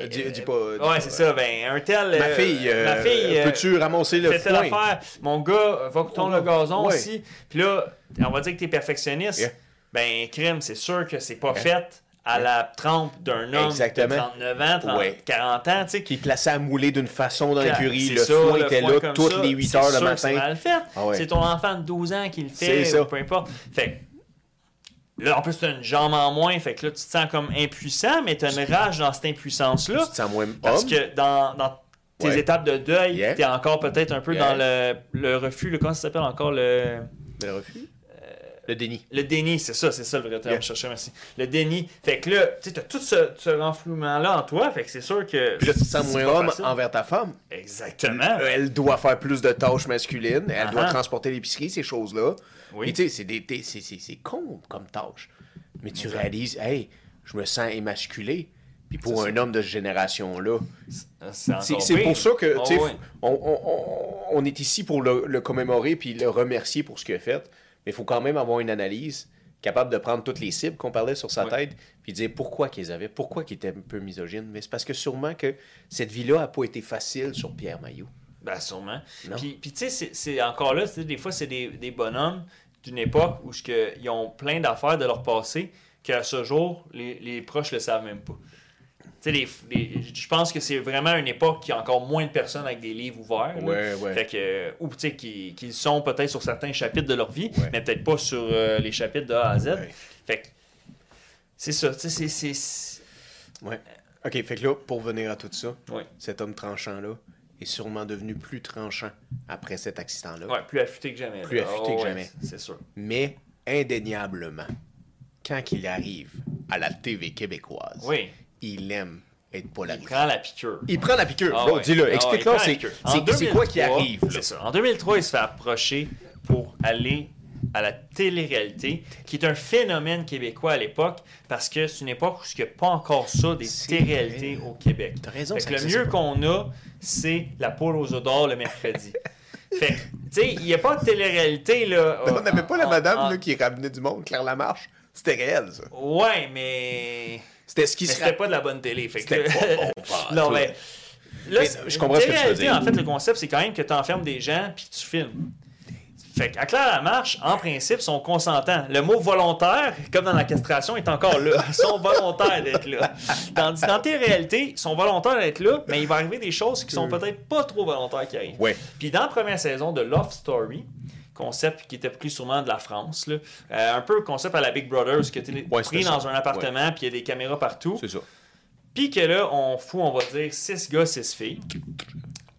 Euh, dis- euh, dis pas- dis ouais, pas, c'est ça. Ben, un tel. Ma euh, fille, euh, ma fille, euh, peux-tu ramasser le fais telle foin? Oh, affaire. Mon gars, euh, va couper le gazon Ouais. aussi. Puis là, on va dire que t'es perfectionniste. Yeah. Ben, crime, c'est sûr que c'est pas Yeah. fait à la trempe d'un homme de Exactement. 39 ans, 30, Ouais. 40 ans, tu sais. Qui est placé à mouler d'une façon dans C'est l'écurie. Le ça, foin était foin là comme toutes ça, les 8 c'est heures sûr le que C'est matin. mal fait. Ah ouais. C'est ton enfant de 12 ans qui le fait, C'est ça. ou peu importe. Fait que, là, en plus, t'as une jambe en moins, fait que là, tu te sens comme impuissant, mais t'as une rage dans cette impuissance-là. Tu te sens moins homme. Parce que dans, dans tes Ouais. étapes de deuil, Yeah. t'es encore peut-être un peu Yeah. dans le, le refus, le, comment ça s'appelle encore le, Le Ben, refus. Euh, Le déni. le déni, c'est ça, c'est ça le vrai terme, Yeah. je cherchais, merci. Le déni. Fait que là, tu sais, t'as tout ce, ce renflouement-là en toi, fait que c'est sûr que. Puis là, tu te sens c'est moins pas homme facile. Ah. envers ta femme. Exactement. Euh, Elle doit faire plus de tâches masculines. Elle doit Ah-ha. transporter l'épicerie, ces choses-là. Oui. Puis tu sais, c'est des- t'es- c'est- c'est- c'est con comme tâche. Mais tu réalises, hey, je me sens émasculé. Puis pour C'est un homme de cette génération-là, C'est c'est- encore c'est pire. pour ça que Ah tu sais, ouais. on, on- on- on est ici pour le, le commémorer puis le remercier pour ce qu'il a fait. Mais il faut quand même avoir une analyse capable de prendre toutes les cibles qu'on parlait sur sa Ouais. tête puis dire pourquoi qu'ils avaient, pourquoi qu'ils étaient un peu misogynes. Mais c'est parce que sûrement que cette vie-là n'a pas été facile sur Pierre Maillot. Ben, sûrement. Non. Puis, puis tu sais, c'est- c'est encore là, tu sais, des fois, c'est des, des bonhommes d'une époque où ce que, ils ont plein d'affaires de leur passé qu'à ce jour, les, les proches le savent même pas. Tu sais, les- les- je pense que c'est vraiment une époque qui a encore moins de personnes avec des livres ouverts. là. Ouais, ouais. Fait que, ou tu sais, qui, qui sont peut-être sur certains chapitres de leur vie, Ouais. mais peut-être pas sur euh, les chapitres de A à Z. Ouais. Fait que, c'est ça, tu sais, c'est- c'est- c'est. Ouais. OK, fait que là, pour venir à tout ça, Ouais. cet homme tranchant-là est sûrement devenu plus tranchant après cet accident-là. Ouais, plus affûté que jamais. là. Plus affûté que ouais, jamais. C'est sûr. Mais indéniablement, quand il arrive à la TV québécoise, Oui. il aime être Il polarisé. prend la piqûre. Il prend la piqûre. Ah Bon, ouais. Dis-le, Ah ouais, explique-leur, il prend la c'est- piqûre. c'est En c'est quoi qui 2003, arrive. là? C'est ça. En 2003, il se fait approcher pour aller à la télé-réalité, qui est un phénomène québécois à l'époque, parce que c'est une époque où il n'y a pas encore ça des C'est télé-réalités vrai. au Québec. T'as raison, Fait ça que le existe mieux pas. qu'on a, c'est la poule aux œufs d'or *laughs* le mercredi. fait que, tu sais, il n'y a pas de télé-réalité, là. On n'avait pas la en- madame en- là, qui ramenait du monde, Claire Lamarche. C'était réel, ça. Ouais, mais... C'était ce qui Mais se c'était pas de la bonne télé. Fait que... C'était pas *laughs* bon, non, pas mais. Là, Mais c'est- je comprends ce que tu veux réalité, dire. En fait, le concept, c'est quand même que tu enfermes des gens puis tu filmes. Fait qu'à Claire Lamarche, en principe, sont consentants. Le mot volontaire, comme dans la castration, est encore là. Ils sont volontaires d'être là. Tandis que dans tes réalités, ils sont volontaires d'être là, mais il va arriver des choses qui sont peut-être pas trop volontaires qui arrivent. Ouais. Puis dans la première saison de Love Story, concept qui était pris sûrement de la France, là, euh, un peu concept à la Big Brother, où ce que tu es Ouais, pris c'était dans ça. un appartement, puis il y a des caméras partout. C'est ça. Puis que là, on fout, on va dire, 6 gars, 6 filles.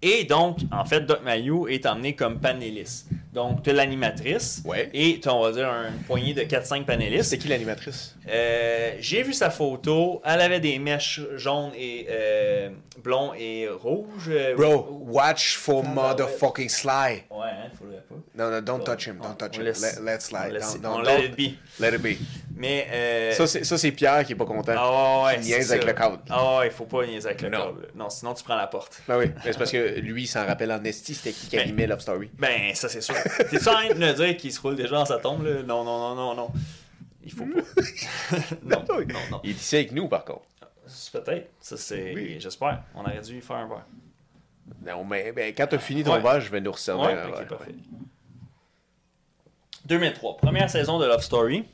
Et donc, en fait, Doc Mayou est emmené comme panéliste. Donc, tu l'animatrice. Ouais. Et t'as, on va dire, une poignée de 4-5 panélistes. C'est qui l'animatrice? Euh, J'ai vu sa photo. Elle avait des mèches jaunes et euh, blonds et rouges. Euh, Bro, watch for Ah, bah ouais. motherfucking Sly. Ouais, hein, faudrait pas. Non, non, don't touch him, don't touch On him. laisse- Let, let's on slide. laisse- Don't- don't- on let don't- it be. Let it be. Mais. euh, Ça, c'est ça, c'est Pierre qui est pas content. ah ouais, qui c'est niaise avec ça. le cadre. Ah ouais, faut pas niaiser avec le Non. câble. Non, sinon tu prends la porte. Ben oui, mais c'est parce que lui, il s'en rappelle en esti, c'était qui qui Ben. animait Love Story. Ben, ça c'est sûr. T'es sûr en train de me dire qu'il se roule déjà dans sa tombe, là? Non, non, non, non, non. Il *laughs* faut pas. non, non, non. Il est ici avec nous, par contre. C'est Peut-être. Ça c'est. Oui. J'espère. On aurait dû y faire un verre. Non, mais ben, quand t'as fini ton Ouais. verre, je vais nous resservir Ouais, un ok, verre. parfait. 2003, première saison de Love Story.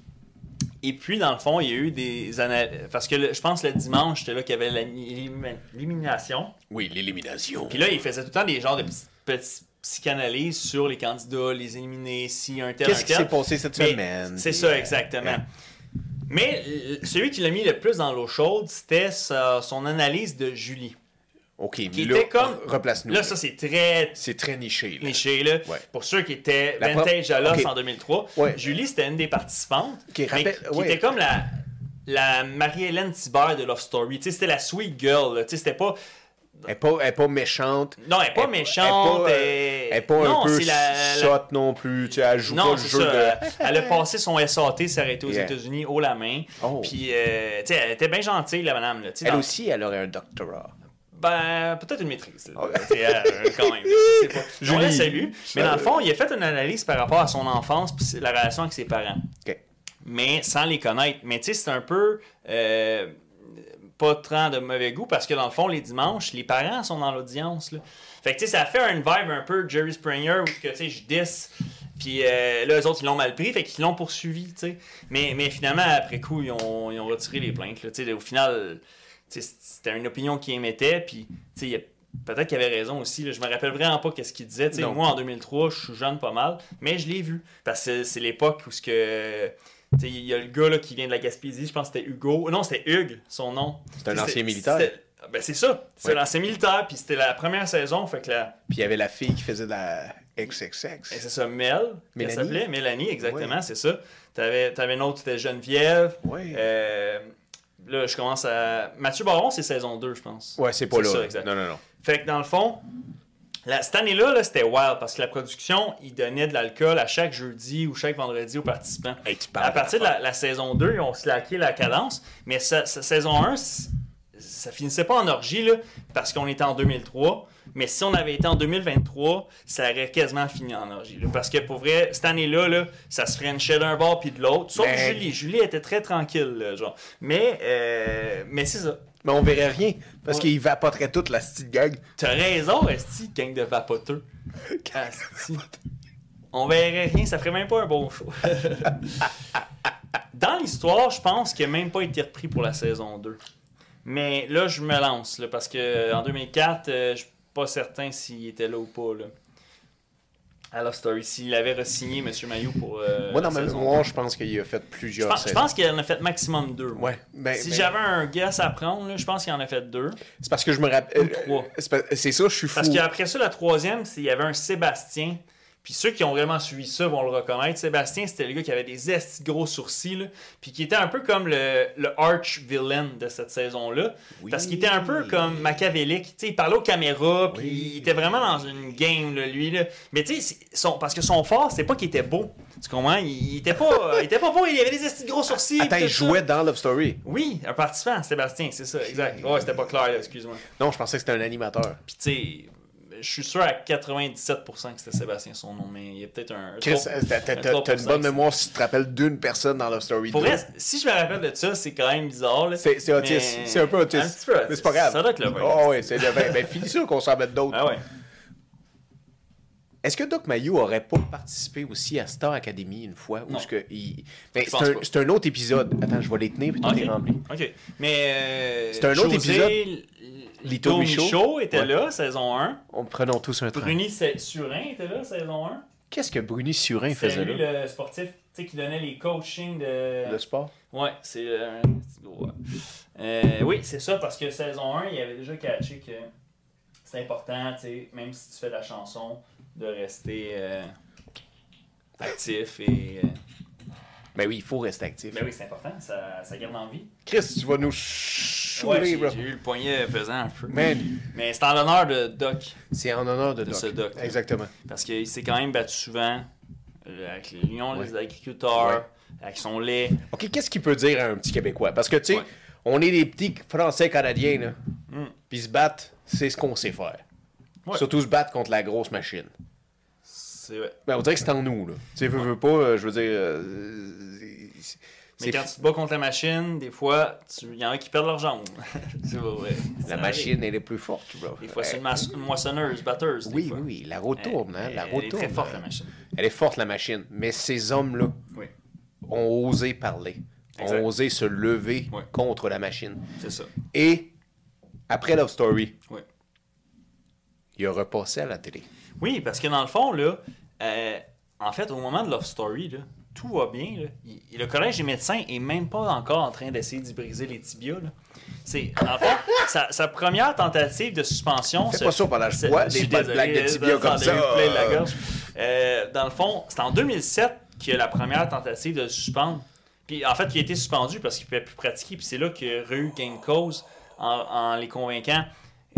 Et puis, dans le fond, il y a eu des analyses. Parce que le- je pense le dimanche, c'était là qu'il y avait l'ani- l'élimination. Oui, l'élimination. Puis là, il faisait tout le temps des genres de petits- petites psychanalyses sur les candidats, les éliminés, si un tel, un Qu'est-ce qui tel. s'est passé cette Mais semaine? C'est Puis, ça, euh, exactement. yeah. Mais l- celui qui l'a mis le plus dans l'eau chaude, c'était sa- son analyse de Julie. OK, Qui mais là, était comme- replace-nous. Là, ça, c'est très C'est très niché, là. cliché. Là. Ouais. Pour ceux qui étaient La pro- vintage à l'os Ok. en 2003, Ouais. Julie, c'était une des participantes. Qui mais rappelle- qui ouais. était comme la, la Marie-Hélène Thibert de Love Story. Tu sais, c'était la sweet girl. là. Tu sais, C'était pas... Elle est pas, elle est pas méchante. Non, elle n'est pas Elle- méchante. Elle elle- est pas, euh, elle est pas Non, un peu c'est la- la- sotte non plus. Tu sais, elle joue pas Non, le c'est jeu ça. de... Elle- Elle a passé son SAT, s'est arrêtée aux Yeah. États-Unis, haut la main. Oh. Puis, euh, tu sais, elle était bien gentille, la madame. Là, Tu sais, Elle dans- aussi, elle aurait un doctorat. Ben, peut-être une maîtrise. là. Ouais. C'est, euh, quand même. je sais pas. Julie. On la salue. Mais dans le Euh, fond, il a fait une analyse par rapport à son enfance puis c'est la relation avec ses parents. OK. Mais sans les connaître. Mais tu sais, c'est un peu. euh, pas tant de mauvais goût parce que dans le fond, les dimanches, les parents sont dans l'audience. là. Fait que tu sais, ça fait une vibe un peu Jerry Springer où que, tu sais, je dis. Puis euh, là, eux autres, ils l'ont mal pris, fait qu'ils l'ont poursuivi, tu sais. Mais, mais finalement, après coup, ils ont, ils ont retiré les plaintes. là. Tu sais, au final, tu sais, c'était une opinion qu'ils émettaient, puis tu sais, il y a- peut-être qu'il avait raison aussi. là. Je me rappelle vraiment pas qu'est-ce qu'il disait. Tu sais, Non. moi, en 2003, je suis jeune pas mal, mais je l'ai vu. Parce que c'est l'époque où ce que... tu sais, Il y a le gars là, qui vient de la Gaspésie, je pense que c'était Hugo. Non, c'était Hugues, son nom. C'est un C'était- ancien militaire. c'était- Ben c'est ça. C'est Ouais. l'ancien militaire, puis c'était la première saison, fait que la. Puis il y avait la fille qui faisait de la et XXX. C'est ça, Mel. Elle Mélanie. s'appelait Mélanie, exactement, c'est ça. T'avais, t'avais une autre, c'était Geneviève. Ouais. Euh, là, je commence à. Mathieu Baron, c'est saison 2, je pense. ouais, c'est pas c'est ça, là. exact. non, non, non. Fait que dans le fond, la- cette année-là, là, c'était wild parce que la production, ils donnaient de l'alcool à chaque jeudi ou chaque vendredi aux participants. Hey, tu parles À partir de la, la saison 2, ils ont slacké la cadence, mais sa, sa saison 1, c- ça finissait pas en orgie là, parce qu'on était en 2003. Mais si on avait été en 2023, ça aurait quasiment fini en orgie. là. parce que pour vrai, cette année-là, là, ça se frenchait d'un bord puis de l'autre. Sauf Mais- Julie. Julie était très tranquille, là, genre. Mais, euh, mais c'est ça. Mais on verrait rien. Parce Ouais. qu'il vapoterait toute la petite gang. T'as raison, Esti, gang de vapoteux. Esti. On verrait rien, ça ferait même pas un bon show. Dans l'histoire, je pense qu'il n'a même pas été repris pour la saison 2. Mais là, je me lance, là, parce que euh, en 2004, euh, je suis pas certain s'il était là ou pas. Là. À Love Story, s'il avait re-signé M. Mayou pour. euh, Moi, dans la ma saison mémoire, je pense qu'il a fait deux. je plusieurs pense, je saisons. pense qu'il en a fait maximum deux. moi. Ouais, ben, si ben, j'avais un guess à prendre, là, je pense qu'il en a fait deux. c'est parce que je me rappelle. euh, trois. C'est pas- c'est ça, je suis fou. Parce qu'après ça, la troisième, c'est- il y avait un Sébastien. Puis ceux qui ont vraiment suivi ça vont le reconnaître. Sébastien, c'était le gars qui avait des estis de gros sourcils. là, puis qui était un peu comme le, le arch villain de cette saison-là. Oui. Parce qu'il était un peu comme machiavélique. Tu sais, il parlait aux caméras. Puis Oui. il était vraiment dans une game, là, lui. Là. Mais tu sais, c'est- son- parce que son fort, c'est pas qu'il était beau. Tu comprends? Il, il était pas, euh, il était pas beau. Il avait des estis de gros sourcils. Attends, puis il tout ça. jouait dans Love Story. Oui, un participant, Sébastien, c'est ça, exact. Ouais, c'était pas clair, là, excuse-moi. Non, je pensais que c'était un animateur. Puis tu sais, je suis sûr à 97% que c'était Sébastien son nom, mais il y a peut-être un. un Chris, euh, trois- t'as- t'as un t'as- t'as une 3%. bonne mémoire si tu te rappelles d'une personne dans Love Story. Pour deux. vrai, si je me rappelle de ça, c'est quand même bizarre. là. C'est c'est autiste. Mais- C'est un peu autiste. Un petit peu autiste. Mais c'est pas grave. Ça doit être le vin. Ah ouais, c'est le vin. Ben, finis ça qu'on s'en mette d'autres. Ah ouais. Est-ce que Doc Mayou aurait pas participé aussi à Star Academy une fois? Ou Non. est-ce que il... Ben, Je c'est pense un, pas. c'est un autre épisode. Attends, je vais les tenir puis tout Ok. les remplis. Ok. Mais. euh, C'est un autre José épisode. L- Lito Lito Michaud. Michaud, était Ouais. là, saison 1. On prenons tous un train. Bruni Se- Surin était là, saison 1. Qu'est-ce que Bruni Surin C'était faisait lui là? le sportif tu sais, qui donnait les coachings de. Le sport? Ouais, c'est euh, un petit gros, ouais. Euh, oui, c'est ça, parce que saison 1, il y avait déjà catché que c'est important, tu sais, même si tu fais de la chanson, de rester euh, actif et. euh, Ben oui, il faut rester actif. Ben oui, c'est important, ça, ça garde l'envie. Chris, tu vas nous chouler, Ouais, j'ai bro. j'ai eu le poignet pesant un peu. Man, Mais c'est en l'honneur de Doc, c'est en honneur de, de Doc. ce Doc. Exactement. Parce qu'il s'est quand même battu souvent euh, avec l'Union Ouais. des agriculteurs, avec son lait. OK, qu'est-ce qu'il peut dire à un petit Québécois? Parce que, tu sais, Ouais. on est des petits Français canadiens, là. Mm. Puis se battre, c'est ce qu'on sait faire. Ouais. Surtout se battre contre la grosse machine. C'est vrai. Ben, on dirait que c'est en nous, là. Tu sais, veux, veux pas, euh, je veux dire... euh, c'est- Mais c'est- quand tu te bats contre la machine, des fois, tu- il y en a qui perdent leurs jambes. *laughs* c'est pas vrai. Ça La arrive. machine, elle est plus forte, bro. Des fois, Euh, c'est une, mas- une moissonneuse, batteuse. des Oui, fois. oui, oui, la roue tourne, hein, Elle- la elle roue est tourne. très forte, hein. la machine. Elle est forte, la machine. Mais ces hommes-là Oui, ont osé parler. Exact. Ont osé se lever Ouais. contre la machine. c'est ça. Et, après Love Story, Oui. il a repassé à la télé. Oui, parce que dans le fond, là, euh, en fait, au moment de Love Story, là, tout va bien. là. Il- il- le collège des médecins est même pas encore en train d'essayer d'y briser les tibias. là. C'est, en fait, sa, sa première tentative de suspension. Fais se- pas ça pendant que je se- bois, je des suis bonnes blagues de désolé, tibias comme j'en ai eu ça. plein de la gorge. Euh, dans le fond, c'est en 2007 qu'il y a la première tentative de le suspendre. Puis en fait, il a été suspendu parce qu'il ne pouvait plus pratiquer. Puis c'est là qu'il a eu gain de cause en, en les convaincant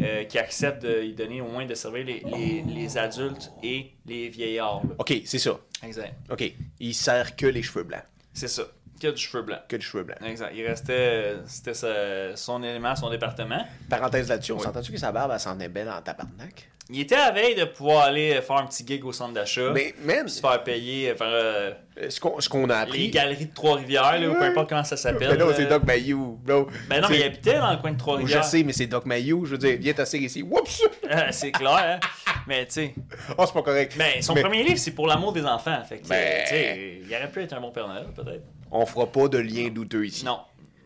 euh, qu'ils acceptent de lui donner au moins de servir les, les- les adultes et les vieillards. là. OK, c'est ça. Exact. OK. Il sert que les cheveux blancs. C'est ça. Qu'il a du cheveu blanc. Que les cheveux blancs. Exact. Il restait. euh, C'était sa- son élément, son département. Parenthèse là-dessus, on Oui. s'entend-tu que sa barbe, elle s'en est belle en tabarnak? Il était à la veille de pouvoir aller faire un petit gig au centre d'achat. Mais même, puis se faire payer, faire euh, ce qu'on ce qu'on a les appris. galeries de Trois-Rivières, là, ou peu Ouais. importe comment ça s'appelle. Mais non, là. c'est Doc Mayou, bro. Ben non, mais il habitait dans le coin de Je Trois-Rivières. sais, mais c'est Doc Mayou. Je veux dire, viens t'asseoir ici. Oups! Euh, *laughs* c'est clair, hein. Mais tu sais. Oh, c'est pas correct. Ben, son Mais premier livre, c'est pour l'amour des enfants. Fait que, Ben. tu sais, il aurait pu être un bon Père Noël, peut-être. On fera pas de lien douteux ici. Non,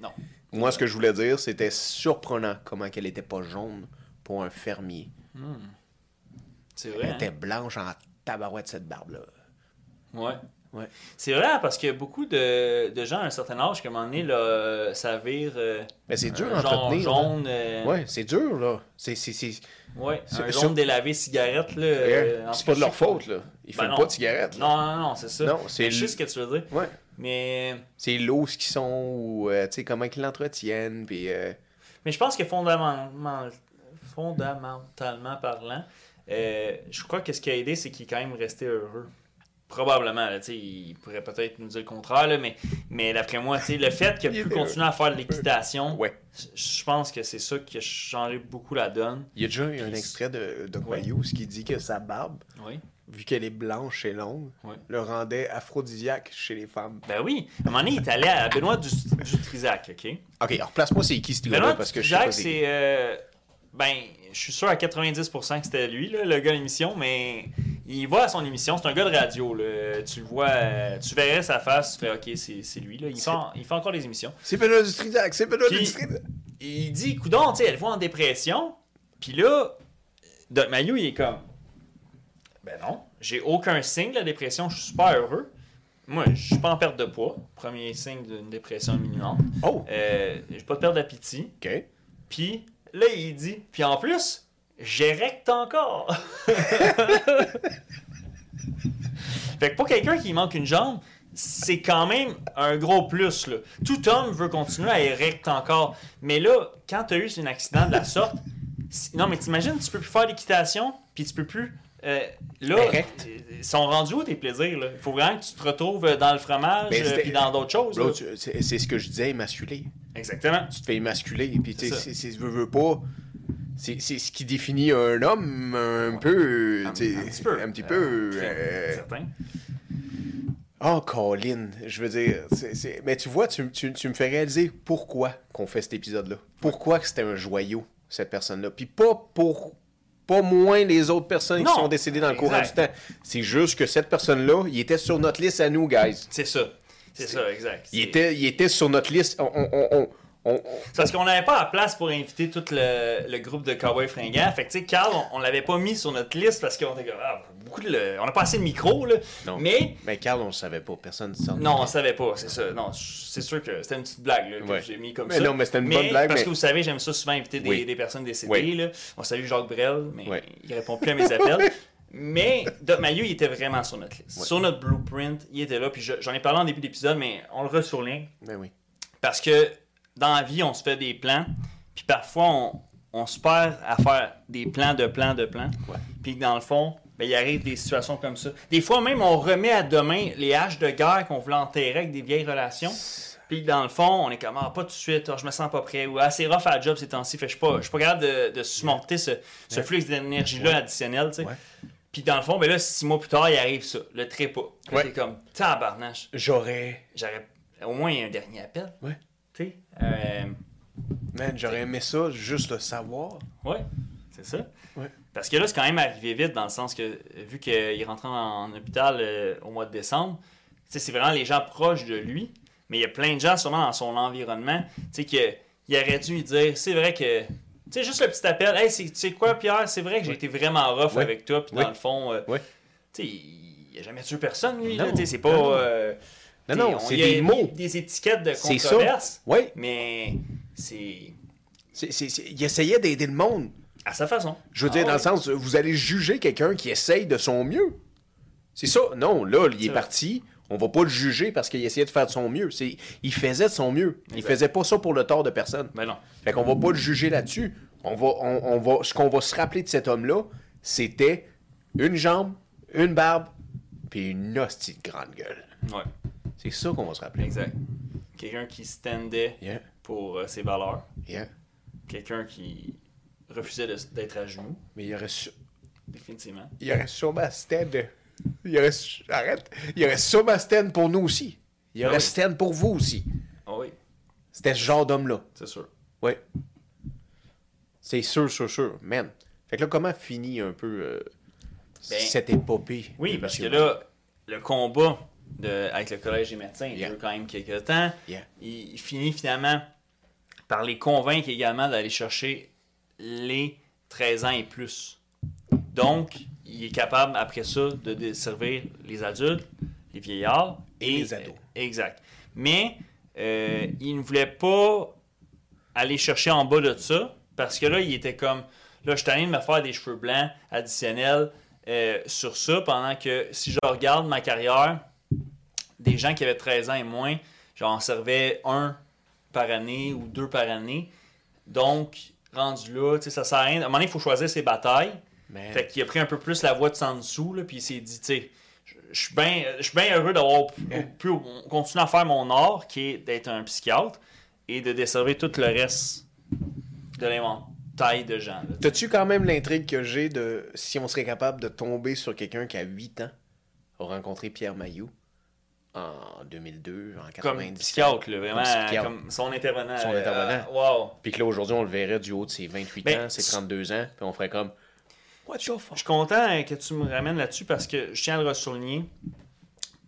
non. Moi, ce que je voulais dire, c'était surprenant comment qu'elle était pas jaune pour un fermier. C'est Elle vrai. hein. était blanche en tabarouette, cette barbe-là. Ouais. Ouais. C'est vrai, hein, parce que beaucoup de, de gens à un certain âge, comme un moment donné, là, euh, ça vire euh, Mais c'est dur à un genre entretenir. jaune. euh, là. Ouais, c'est dur, là. C'est, c'est, c'est... ouais, un C'est- jaune délavé cigarette. Là, euh, en c'est pas de plus, leur faute, là. Ils Ben font non. pas de cigarettes. là. Non, non, non, c'est ça. Non, c'est Mais Je le- sais ce que tu veux dire. Ouais. Mais, C'est l'eau, ce qu'ils sont, ou euh, tu sais, comment qu'ils l'entretiennent, puis... euh, mais je pense que fondamentalement, fondamentalement parlant, euh, je crois que ce qui a aidé, c'est qu'il est quand même resté heureux. Probablement, là, tu sais, il pourrait peut-être nous dire le contraire, là, mais, mais d'après moi, tu sais, le fait qu'il *laughs* Il a pu était continuer à faire de l'équitation, Ouais. Je- Je pense que c'est ça qui a changé beaucoup la donne. Il y a déjà un extrait de Doc Ouais. Mayou, ce qui dit que sa barbe, Oui. vu qu'elle est blanche et longue, Ouais. le rendait aphrodisiaque chez les femmes. Ben oui. À un moment donné, il est allé à Benoît du, du Trisac, OK? OK, alors place-moi c'est qui, ce Benoît gars-là, parce que je sais Dutrisac, pas c'est... c'est... euh, ben, je suis sûr à 90% que c'était lui, là, le gars à l'émission, mais il va à son émission. C'est un gars de radio, là. Tu le vois, euh, tu verrais sa face, tu fais « OK, c'est c'est lui, là. Il fait, en- il fait encore des émissions. C'est Benoît Dutrisac, c'est Benoît Puis- Dutrisac! il dit, coudon, tu sais, elle va en dépression. Puis là, Doc Mayou, il est comme, ben non, j'ai aucun signe de la dépression, je suis super heureux. Moi, je suis pas en perte de poids, premier signe d'une dépression imminente. Oh, Euh, j'ai pas de perte d'appétit. OK. Puis là, il dit, puis en plus, j'érecte encore. *laughs* fait que pour quelqu'un qui manque une jambe, c'est quand même un gros plus. Là. Tout homme veut continuer à érecte encore. Mais là, quand tu as eu un accident de la sorte, si- non, mais t'imagines, tu peux plus faire d'équitation, puis tu peux plus. euh, là, euh, Érecte. ils sont rendus où tes plaisirs? Il faut vraiment que tu te retrouves dans le fromage Ben, euh, c'était- puis dans d'autres choses. Bro, là. tu- c'est c'est ce que je disais, émasculé. Exactement. Tu te fais émasculer, puis tu C'est sais, ça. c'est- c'est- veux, veux pas... C'est c'est ce qui définit un homme un peu... Un, un tu sais, petit peu. Un petit peu... Euh, euh, certain. Oh, Colin, je veux dire, c'est- c'est- mais tu vois, tu, tu- tu me fais réaliser pourquoi qu'on fait cet épisode-là. Pourquoi que c'était un joyau, cette personne-là. Puis pas pour. Pas moins les autres personnes Non, qui sont décédées dans le courant du exact. temps. C'est juste que cette personne-là, il était sur notre liste à nous, guys. C'est ça. C'est ça, exact. Il C'est- était, il était sur notre liste. On, on- on- on- on- C'est Parce qu'on n'avait pas la place pour inviter tout le, le groupe de Cowboy Fringants. Fait que, tu sais, Carl, on, on l'avait pas mis sur notre liste parce qu'on était comme, ah, beaucoup de le- On a pas assez de micros, là. Non. Mais, Mais Carl, on le savait pas. Personne ne s'en non, on savait pas, c'est ça. Non, c'est sûr que c'était une petite blague, là, que Ouais. j'ai mis comme Mais ça. non, mais c'était une bonne blague, Parce mais- que vous savez, j'aime ça souvent inviter des, Oui. des personnes décédées, Oui. là. On salue Jacques Brel, mais Oui. il répond plus à mes *laughs* appels. Mais Doc Mayu, il était vraiment sur notre liste. Oui. Sur notre blueprint, il était là. Puis je- j'en ai parlé en début d'épisode, mais on le ressurligne. Mais Ben oui. Parce que dans la vie, on se fait des plans, puis parfois, on, on se perd à faire des plans de plans de plans. Ouais. Puis que dans le fond, ben, il arrive des situations comme ça. Des fois, même, on remet à demain les haches de guerre qu'on voulait enterrer avec des vieilles relations. Puis que dans le fond, on est comme, ah, pas tout de suite, ah, je me sens pas prêt, ou ah, c'est rough à la job ces temps-ci, fait que je suis pas, je suis pas capable de, de surmonter ce, ce flux d'énergie-là additionnel, tu sais. Ouais. Puis dans le fond, ben là, six mois plus tard, il arrive ça, le trépas. Puis Ouais. t'es comme, tabarnache, J'aurais. j'aurais au moins un dernier appel. Ouais. Tu sais, euh, Man, j'aurais aimé ça, juste le savoir. Ouais, c'est ça. Ouais. Parce que là, c'est quand même arrivé vite dans le sens que, euh, vu qu'il rentre en, en hôpital euh, au mois de décembre, tu sais, c'est vraiment les gens proches de lui, mais il y a plein de gens sûrement dans son environnement, tu sais, que il aurait dû lui dire, c'est vrai que. Tu sais, juste le petit appel, hey, c'est- tu sais quoi, Pierre, c'est vrai que j'ai Ouais. été vraiment rough Ouais. avec toi, puis Ouais. dans le fond, euh, Ouais. tu sais, il il a jamais tué personne, lui, Non. là, tu sais, c'est pas. Non, non. euh, Non, tu sais, non, on c'est y a des mis mots. Des étiquettes de C'est ça. controverse, Oui. mais c'est Il essayait d'aider le monde. à sa façon. Je veux dire, Ah dans le ouais. sens, vous allez juger quelqu'un qui essaye de son mieux. C'est ça. Non, là, il est, C'est vrai. parti. On va pas le juger parce qu'il essayait de faire de son mieux. C'est, il faisait de son mieux. Il Exact. faisait pas ça pour le tort de personne. Ben non. Fait qu'on va pas le juger là-dessus. On va, on, on va, ce qu'on va se rappeler de cet homme-là, c'était une jambe, une barbe, puis une hostie de grande gueule. Ouais. C'est ça qu'on va se rappeler. Exact. Quelqu'un qui standait Yeah, pour euh, ses valeurs. yeah. Quelqu'un qui refusait de- d'être à genoux. Mais il aurait su- Définitivement. Il y aurait sûrement Sten. Il y aurait... Arrête. Il y aurait sûrement Sten pour nous aussi. Il y Ah aurait oui. Sten pour vous aussi. Ah oui, C'était ce genre d'homme-là. c'est sûr. Oui. C'est sûr, sûr, sûr. Man. Fait que là, comment finit un peu euh, Ben, cette épopée? Oui, de parce que monsieur là, le combat de, avec le collège des médecins, il Yeah. dure quand même quelques temps. Yeah. Il, il finit finalement par les convaincre également d'aller chercher les 13 ans et plus. Donc, il est capable, après ça, de dé- servir les adultes, les vieillards Et les ados. euh, Exact. Mais euh, il ne voulait pas aller chercher en bas de ça parce que là, il était comme là, je suis allé me faire des cheveux blancs additionnels euh, sur ça pendant que si je regarde ma carrière, des gens qui avaient 13 ans et moins, j'en servais un par année ou deux par année. Donc, rendu là, tu sais, ça sert à rien. À un moment donné, il faut choisir ses batailles. Man. Fait qu'il a pris un peu plus la voie de en dessous, là, puis il s'est dit, tu sais, je- je suis bien heureux d'avoir pu- pu continuer à faire mon art, qui est d'être un psychiatre, et de desservir tout le reste de l'inventaire de gens. là. T'as-tu quand même l'intrigue que j'ai de si on serait capable de tomber sur quelqu'un qui a 8 ans a rencontré Pierre Mailloux en 2002, en Comme 90. psychiatre, là, vraiment, Comme comme, psychiatre. son intervenant. Son là, intervenant. euh, wow. Puis que là, aujourd'hui, on le verrait du haut de ses 28 Ben, ans, ses c'est- 32 ans, puis on ferait comme What the Je fuck? suis content euh, que tu me ramènes là-dessus parce que je tiens à le ressouligner.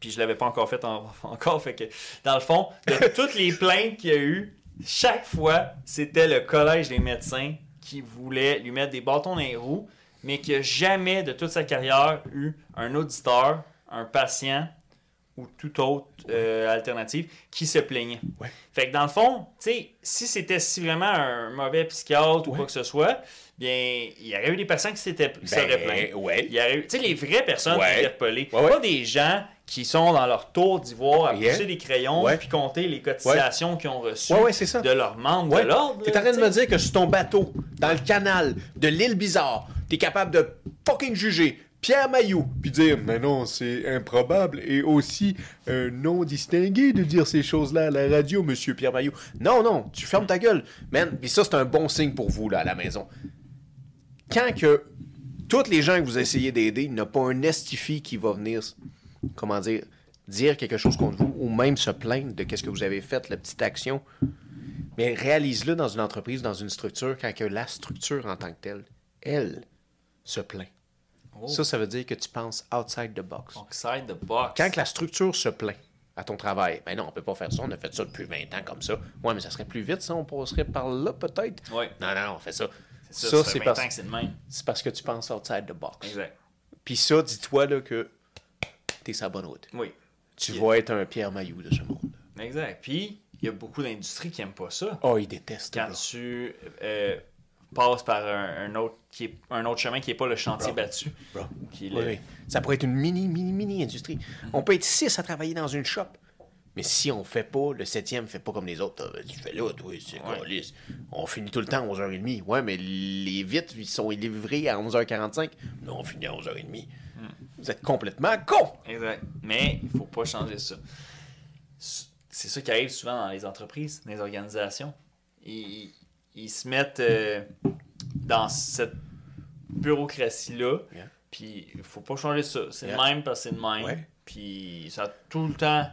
Puis je l'avais pas encore fait en- *laughs* encore. Fait que, dans le fond, de toutes les plaintes qu'il y a eu, chaque fois, c'était le collège des médecins qui voulait lui mettre des bâtons dans les roues, mais qui a jamais, de toute sa carrière, eu un auditeur, un patient ou toute autre euh, alternative qui se plaignait. Ouais. Fait que dans le fond, tu sais, si c'était si vraiment un mauvais psychiatre ou Ouais. quoi que ce soit, bien, il y aurait eu des patients qui s'étaient qui s'auraient plaints. Ben, ouais. Il y aurait eu- tu sais, les vraies personnes Ouais. qui interpellées. Ouais, ouais. Pas des gens qui sont dans leur tour d'ivoire à Yeah. pousser des crayons Ouais. puis compter les cotisations qu'ils ont reçues Ouais, ouais, c'est ça. de leurs membres Ouais. de l'ordre. T'es en là, train de tu me sais. dire que sur ton bateau, dans le canal de l'île bizarre, t'es capable de fucking juger Pierre Mailloux, puis dire Mais non, c'est improbable et aussi euh, non distingué de dire ces choses-là à la radio, monsieur Pierre Mailloux. Non, non, tu fermes ta gueule. Man, puis ça, c'est un bon signe pour vous, là, à la maison. Quand que toutes les gens que vous essayez d'aider, il n'y en a pas un estifi qui va venir, comment dire, dire quelque chose contre vous ou même se plaindre de qu'est-ce que vous avez fait, la petite action. Mais réalise-le dans une entreprise, dans une structure, quand que la structure en tant que telle, elle, se plaint. Oh. Ça, ça veut dire que tu penses outside the box. Outside the box. Quand que la structure se plaint à ton travail, ben non, on peut pas faire ça, on a fait ça depuis 20 ans comme ça. Ouais, mais ça serait plus vite, ça, on passerait par là peut-être. Ouais. Non, non, on fait ça. Ça, Ça, ça fait c'est 20 parce... ans que c'est le même. c'est parce que tu penses outside the box. Exact. Puis ça, dis-toi là, que t'es sa bonne route. Oui. Tu Yeah. vas être un Pierre Mailloux de ce monde. Exact. Puis, il y a beaucoup d'industries qui n'aiment pas ça. Oh, il déteste. Quand là. tu euh, passes par un, un autre qui est- un autre chemin qui n'est pas le chantier battu. Bro. Qui est Oui, le- oui. Ça pourrait être une mini, mini, mini industrie. On peut être six à travailler dans une shop. Mais si on fait pas, le septième fait pas comme les autres. Euh, Tu fais là, toi, c'est Ouais. câlisse. On finit tout le temps à 11h30. Ouais, mais les vitres, ils sont livrés à 11h45. Non, on finit à 11h30. Vous êtes complètement con! Exact. Mais il faut pas changer ça. C'est ça qui arrive souvent dans les entreprises, dans les organisations. Ils, ils se mettent euh, dans cette bureaucratie-là. Yeah. Puis il faut pas changer ça. C'est Yeah. le même parce que c'est le même. Ouais. Puis ça a tout le temps.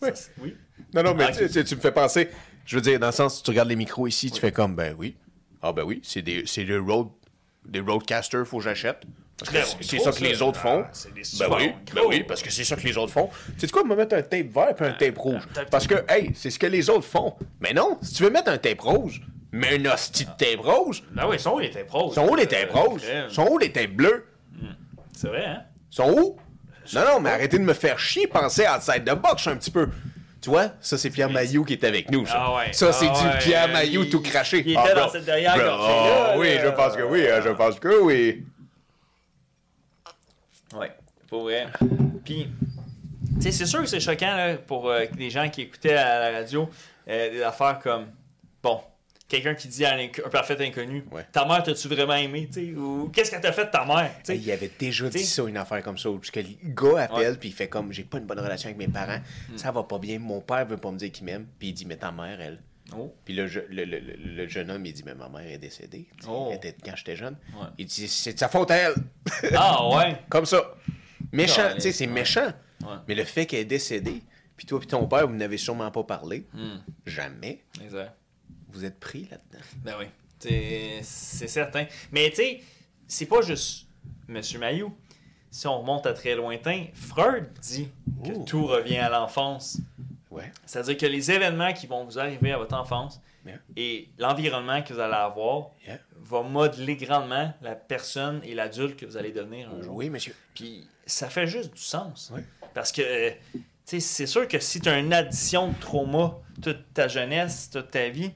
Ouais. ça- oui. Non, non, mais Ah, tu- ok. tu, tu me fais penser. Je veux dire, dans le sens, tu regardes les micros ici, tu fais comme, ben oui. Ah, ben oui, c'est des, c'est des, road, des roadcasters, faut que j'achète. Parce que Très c'est- bon c'est micro, ça que les ça. autres font. Ah, c'est des ben super oui, bons ben micros. oui, parce que c'est ça que les autres font. Tu sais quoi, me mettre un tape vert puis un tape rouge. Ah, un tape- Parce que, hey, c'est ce que les autres font. Mais non, si tu veux mettre un tape rouge, mets un hostie de tape rouge. Là, Ben oui, son haut, il était proche. Sont où les Euh, tapes roses? crème. Sont où les tapes bleues? C'est vrai, hein? Sont où? Non, non, mais arrêtez de me faire chier, pensez outside the box un petit peu. Tu vois, ça c'est Pierre Mailloux qui est avec nous. Ça, Ah ouais. ça c'est Ah du ouais. Pierre Mailloux Il- tout craché. Ah, il était dans bro. cette derrière Bro, gorgée-là, oh, oui, là. je pense que oui, hein, je pense que oui. Ouais, pour vrai. Puis, tu sais, c'est sûr que c'est choquant là, pour euh, les gens qui écoutaient à la radio euh, des affaires comme, bon, quelqu'un qui dit à l'inc- un parfait inconnu, Ouais. ta mère t'as-tu vraiment aimé, tu sais, ou qu'est-ce qu'elle t'a fait de ta mère, tu sais. Il avait déjà dit T'sais. ça, une affaire comme ça, où que le gars appelle Ouais. Hmm. puis il fait comme j'ai pas une bonne relation avec mes parents, ça va pas bien, mon père veut pas me dire qu'il m'aime, puis il dit mais ta mère elle, Oh. Puis le, je- le- le- le- le jeune homme, il dit, mais ma mère est décédée. tu sais, Oh. elle était- quand j'étais jeune. Ouais. Il dit, c'est de sa faute à elle. Ah ouais. Comme ça. Méchant, Caliste, tu sais, c'est Ah, ouais. méchant. Ouais. Mais le fait qu'elle est décédée, puis toi puis ton père, vous n'avez sûrement pas parlé. Hum, Jamais. exact. Vous êtes pris là-dedans. Ben oui. C'est c'est certain. Mais tu sais, c'est pas juste Monsieur Mayou. Si on remonte à très lointain, Freud dit que Ouh. tout revient à l'enfance. Ouais. C'est-à-dire que les événements qui vont vous arriver à votre enfance Yeah. et l'environnement que vous allez avoir Yeah. va modeler grandement la personne et l'adulte que vous allez devenir Oh. un jour. Oui, monsieur. Puis ça fait juste du sens. Oui. Parce que, euh, tu sais, c'est sûr que si tu as une addition de trauma toute ta jeunesse, toute ta vie,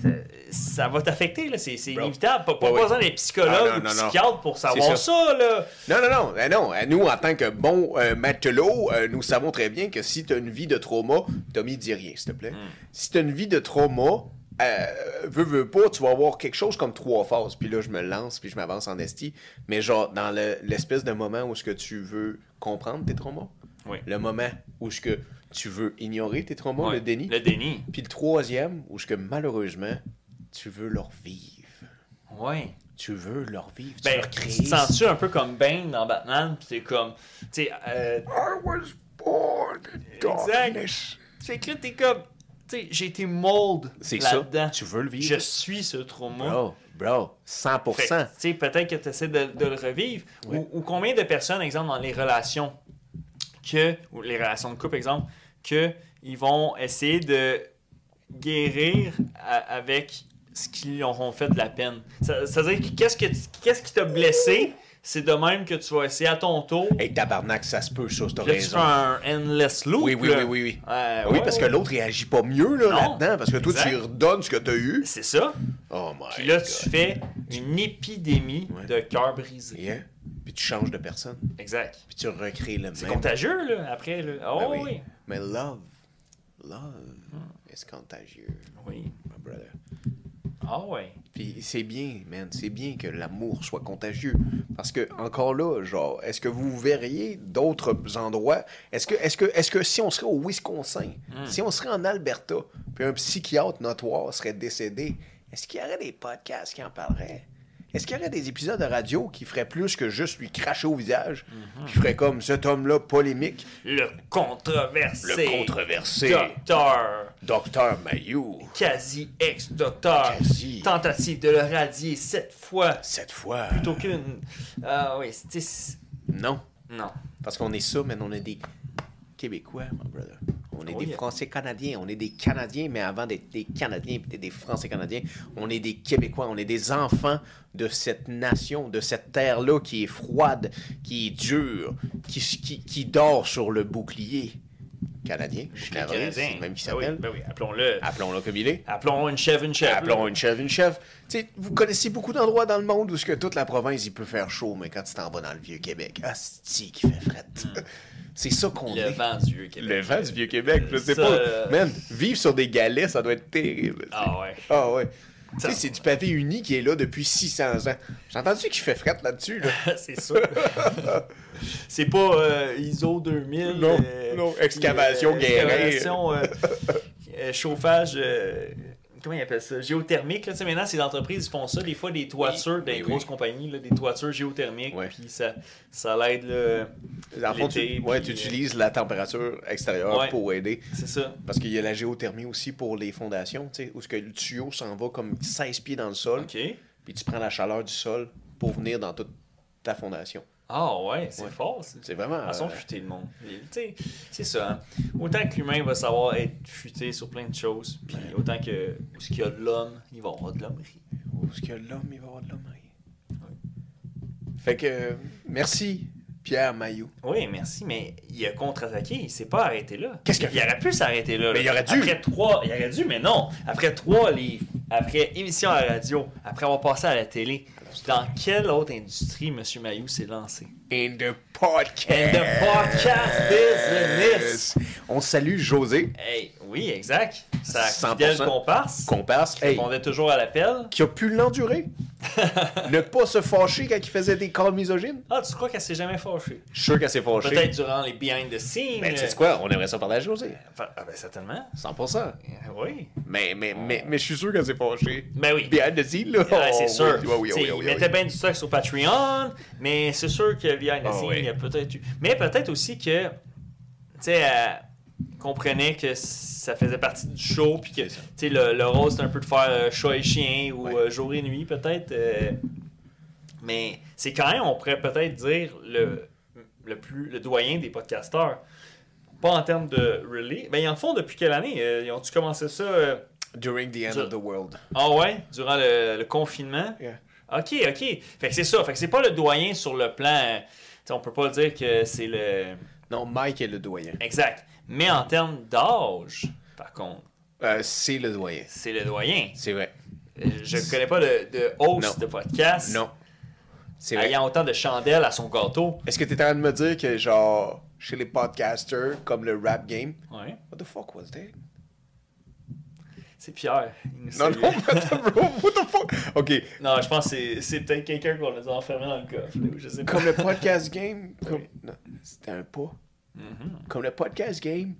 ça, ça va t'affecter, là. C'est c'est Bro. inévitable. Pas, pas Ouais, ouais. besoin d'être psychologue Ah, non, non, ou non. psychiatre pour ça. savoir ça, là. Non, non, non, eh non. eh, Nous, en tant que bons euh, matelots, euh, nous savons très bien que si tu as une vie de trauma, Tommy, dis rien, s'il te plaît. Hmm. Si tu as une vie de trauma, euh, veux, veux pas, tu vas avoir quelque chose comme trois phases. Puis là, je me lance, puis je m'avance en esti. Mais genre, dans le- l'espèce de moment où ce que tu veux comprendre tes traumas, Oui. le moment où ce que tu veux ignorer tes traumas, Ouais, le déni, Le déni. puis le troisième où ce que malheureusement, tu veux leur vivre. Ouais. Tu veux leur vivre, tu Ben, leur tu créer te sens-tu un peu comme Bane dans Batman? Puis t'es comme, tu sais, euh, I was born in darkness. Fait que là, t'es comme. Tu sais, j'ai été mold C'est là-dedans. ça. Tu Ah, veux le Je vivre. suis ce trauma. Bro, bro, 100%. Fait que, tu sais, peut-être que tu essaies de, de le revivre. Oui. Ou, ou combien de personnes, exemple, dans les relations, que, ou les relations de couple, exemple, que ils vont essayer de guérir a- avec ce qui leur ont fait de la peine. Ça- C'est-à-dire que qu'est-ce, que tu- qu'est-ce qui t'a blessé, c'est de même que tu vas essayer à ton tour. Hey, tabarnak, ça se peut, ça, t'as Là, tu fais raison. un endless loop. Oui, oui, là. oui, oui, oui. Ouais, oui, ouais, parce que ouais. l'autre réagit pas mieux là, Non. là-dedans, parce que toi, tu Exact. lui redonnes ce que t'as eu. C'est ça. Oh my Puis là, God. tu fais une épidémie Ouais. de cœur brisé. Yeah. Puis tu changes de personne. Exact. Puis tu recrées le C'est même. contagieux, là, après. Là. Oh, Ben oui. Hmm. oui. Mais love, love, is contagieux, Oui. my brother. Ah, ouais. Puis c'est bien, man, c'est bien que l'amour soit contagieux. Parce que, encore là, genre, est-ce que vous verriez d'autres endroits? Est-ce que, est-ce que, est-ce que si on serait au Wisconsin, si on serait en Alberta, puis un psychiatre notoire serait décédé, est-ce qu'il y aurait des podcasts qui en parleraient? Est-ce qu'il y aurait des épisodes de radio qui feraient plus que juste lui cracher au visage, qui feraient comme cet homme-là polémique, Le controversé. le controversé, Docteur. Docteur Mayou? Quasi ex-docteur. Quasi. Tentative de le radier sept fois. Cette fois, Plutôt qu'une. Ah, oui. c'est- c'est- non. Non. Parce qu'on est ça, mais on est des Québécois, mon brother. On est Oh, des yeah. Français canadiens, on est des Canadiens, mais avant d'être des Canadiens puis d'être des Français canadiens, on est des Québécois, on est des enfants de cette nation, de cette terre-là qui est froide, qui est dure, qui, qui, qui dort sur le bouclier canadien, généreux, c'est le même qui Ben oui, s'appelle. Ben oui, appelons-le. Appelons-le comme il est. Appelons une chèvre une chèvre. Appelons une chef, une chef. Tu sais, vous connaissez beaucoup d'endroits dans le monde où ce que toute la province, il peut faire chaud, mais quand tu t'en vas dans le vieux Québec, asti qui fait fret. C'est ça qu'on Mm. Le est. vent du vieux Québec. Le vent du vieux Québec, je sais Ça, euh, pas. Man, vivre sur des galets, ça doit être terrible. Ah, ouais. Ah ouais. Tu Ça- sais, c'est du pavé uni qui est là depuis 600 ans. J'ai entendu qu'il fait fret là-dessus, là. c'est sûr. c'est pas euh, ISO 2000. Non, euh, non, excavation, guérin. excavation, euh, euh, chauffage. euh, comment ils appellent ça Géothermique. Là, Tu sais, maintenant, ces entreprises ils font ça. Des fois, des toitures, Oui, des oui, grosses oui. compagnies, là, des toitures géothermiques. Ouais. Puis ça, ça l'aide. là. En fond, *laughs* L'été, tu ouais, puis, euh, tu utilises la température extérieure Ouais. pour aider. C'est ça. Parce qu'il y a la géothermie aussi pour les fondations, tu sais, où ce que le tuyau s'en va comme 16 pieds dans le sol. OK. puis tu prends la chaleur du sol pour venir dans toute ta fondation. Ah, ouais, c'est Ouais. fort. ça. C'est vraiment. De toute façon, euh, futer le monde. Tu sais, C'est ça. hein. Autant que l'humain va savoir être futé sur plein de choses, puis autant que où ce qu'il y a de l'homme, il va y avoir de l'hommerie. où est-ce que l'homme, il va avoir de l'homme? hein? Fait que, euh, merci, Pierre Maillot. Oui, merci, mais il a contre-attaqué, il s'est pas arrêté là. Qu'est-ce qu'il a Il aurait pu s'arrêter là. Mais il là. aurait dû. Après trois, il aurait dû, mais non. Après trois livres, après émission à la radio, après avoir passé à la télé, dans quelle autre industrie M. Mayou s'est lancé? In the podcast. In the podcast business. On salue José, Hey, oui, exact. Ça 100%. fidèle comparse, qu'on passe, qui hey, répondait toujours à l'appel. *laughs* qui a pu l'endurer. ne pas se fâcher quand il faisait des calls misogynes. Ah, tu crois qu'elle s'est jamais fâchée? Je suis sûr qu'elle s'est fâchée. Peut-être durant les behind the scenes. Mais Ben, tu sais quoi, on aimerait ça parler à José. Enfin, ah ben certainement. 100%. Euh, Oui. Mais, mais, mais, mais je suis sûr qu'elle s'est fâchée. Ben oui. Behind the scenes, là. Ouais, c'est oh, sûr. oui, oui, oui, T'sais, oui, oui, il mettait oui. bien du stock sur Patreon, mais c'est sûr que behind the Ah, scenes, oui. il y a peut-être eu. Mais peut-être aussi que, tu sais, elle comprenait que ça faisait partie du show, puis que, C'est tu ça. sais, le, le rôle, c'était un peu de faire euh, chat et chien ou Ouais. euh, jour et nuit, peut-être. euh, mais c'est quand même, on pourrait peut-être dire, le, le, plus, le doyen des podcasteurs. Pas en termes de release. Ben, ils en font depuis quelle année Euh, Ils ont-tu commencé ça euh, During the end Je- of the world. Ah ouais Durant le- le confinement OK, OK. Fait que c'est ça. Fait que c'est pas le doyen sur le plan. euh, t'sais, on peut pas dire que c'est le. Non, Mike est le doyen. Exact. Mais en termes d'âge, par contre, Euh, c'est le doyen. c'est le doyen. C'est vrai. Euh, Je connais pas de, de host Non. de podcast Non. C'est vrai. ayant autant de chandelles à son gâteau. Est-ce que t'es en train de me dire que, genre, chez les podcasters, comme le rap game, Ouais. what the fuck was that? C'est Pierre. Il nous Non, salue. non, *laughs* attends, bro, what the fuck? Ok, Non, je pense que c'est- c'est peut-être quelqu'un qu'on a dû enfermer dans le coffre. là, ou Je sais pas. comme le podcast game, comme... non, c'était un pas. Mm-hmm. Comme le podcast game.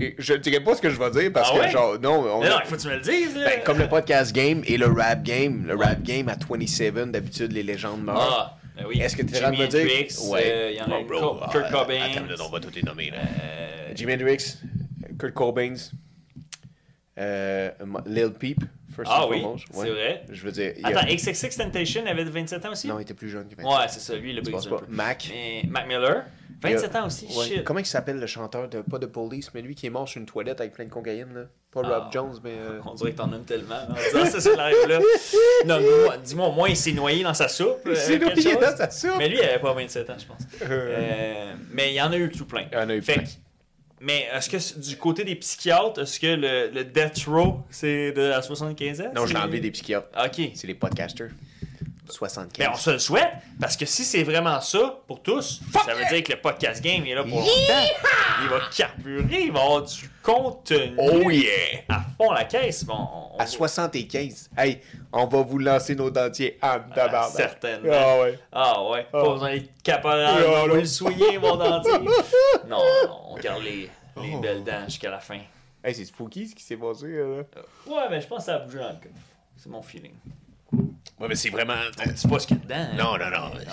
Et je ne dirais pas ce que je vais dire parce Ah que, ouais? genre, non, on Mais *laughs* non, a- il faut que tu me le dises. là. Ben, comme le podcast game et le rap game. Le rap game à 27, d'habitude, les légendes meurent. Ah, ben oui. Est-ce que tu es en train de Jimi me dire? Hendrix, euh, Il y en a Oh, eu bro, Co- ah, Kurt Cobain. attends, là, on va tous les nommer, là. euh, Jimi Hendrix, Kurt Cobain, euh, Lil Peep, first Ah and oui, foremost, c'est vrai. Je veux dire, il y a- Attends, XXX Temptation avait 27 ans aussi? non, il était plus jeune que 20. Ouais, c'est ça, lui, il a Tu brisé penses un pas? peu. Mac. Mais Mac Miller, Il y a- 27 ans aussi, Ouais. shit. Comment il s'appelle le chanteur de pas de Police, mais lui qui est mort sur une toilette avec plein de cocaïne là. Pas Rob Ah. Jones, mais euh, *laughs* On dirait que t'en aimes tellement. *laughs* hein, En disant, c'est ce *laughs* live-là. Non, mais moi, dis-moi, au moins, il s'est noyé dans sa soupe. Il *laughs* euh, s'est quelque noyé chose. dans sa soupe. Mais lui, il avait pas 27 ans, je pense. euh, Euh, mais il y en a eu tout plein. Il y en a eu Fait plein. que- Mais est-ce que c- du côté des psychiatres, est-ce que le, le death row, c'est de la 75 ans? Non, je l'ai enlevé des psychiatres. Ok. C'est les podcasters. Mais 75. on se le souhaite, parce que si c'est vraiment ça pour tous, ça veut dire que le podcast game Ben, est là pour longtemps. Il va carburer, il va avoir du contenu Oh yeah! à fond la caisse. Bon, on- on- À 75. Hey, on va vous lancer nos dentiers en tabarnak. certainement. Ah ouais. Ah ouais, pas Oh. besoin d'être caporal, Oh, on va là. le souiller, *laughs* mon dentier. Non, non, on garde les, Oh. les belles dents jusqu'à la fin. Hey, c'est spooky ce qui s'est passé là. Ouais, mais je pense que ça a bougé dans le coffre. C'est mon feeling. Ouais, mais c'est vraiment. C'est pas ce qu'il y a dedans. hein. Non, non, non. Mais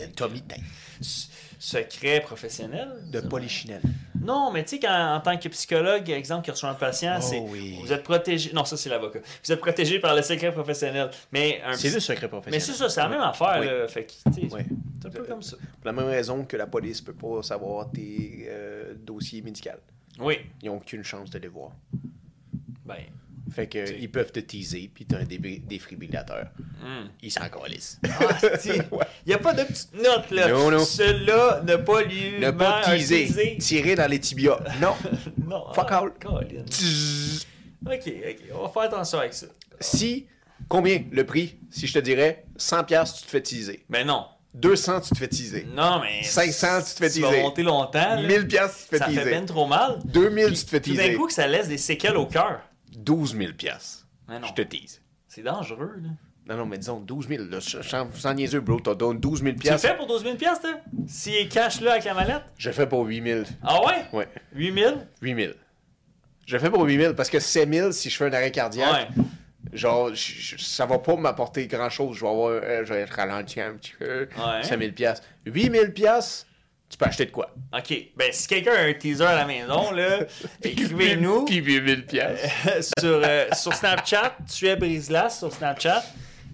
c'est Tommy Tank. S- Secret professionnel. De ça. Polichinelle. Non, mais tu sais, quand- en tant que psychologue, exemple, qui reçoit un patient, Oh c'est. oui. Vous êtes protégé. Non, ça, c'est l'avocat. Vous êtes protégé par le secret professionnel. Mais un C'est psy- le secret Mais professionnel. c'est ça, c'est la Oui. même affaire, Oui. là. Fait que, tu sais, Ouais. c'est un peu comme ça. Pour la même raison que la police peut pas savoir tes euh, dossiers médicaux. Oui. Ils n'ont aucune chance de les voir. Ben. Fait que C'est- ils peuvent te teaser, puis t'as un débri- défibrillateur. hmm. Ils s'en calissent. Ah, Il *laughs* Ouais. n'y a pas de petite note, là. Non, non. Cela ne pas lui. Ne pas un teaser. Tirer dans les tibias. Non. *laughs* non. Fuck ah, all. Colin. Tzzz. Ok, ok. On va faire attention avec ça. Si, combien le prix Si je te dirais 100 pièces, tu te fais teaser. Mais Ben non. 200, tu te fais teaser. Non, mais. 500, tu te fais Tu vas teaser. monter longtemps. là. 1000 pièces, tu te fais Ça fait teaser. ben trop mal. 2000, Puis, tu te fais Tout d'un teaser. coup, que ça laisse des séquelles au cœur. 12 000 pièces. Mais non. Je te tease. C'est dangereux, là. Non, non, mais disons 12 000. là, sans- sans, sans niaiser, bro, t'as donné 12 000 Tu le pièces. fais pour 12 000 piastres, là? S'il est cash, là, avec la mallette? Je fais pour 8 000. Ah ouais? Ouais. 8 000? 8 000. Je fais pour 8 000 parce que 7 000, si je fais un arrêt cardiaque, Ouais. genre, je- je- ça va pas m'apporter grand chose. Je vais, avoir, euh, je vais être ralenti un petit peu. Ouais. 5 000 piastres. 8 000 piastres, tu peux acheter de quoi? OK. Ben, si quelqu'un a un teaser à la *laughs* maison, là, écrivez-nous Puis 8 000 piastres. *laughs* sur, euh, sur Snapchat. Tu es Briselass sur Snapchat.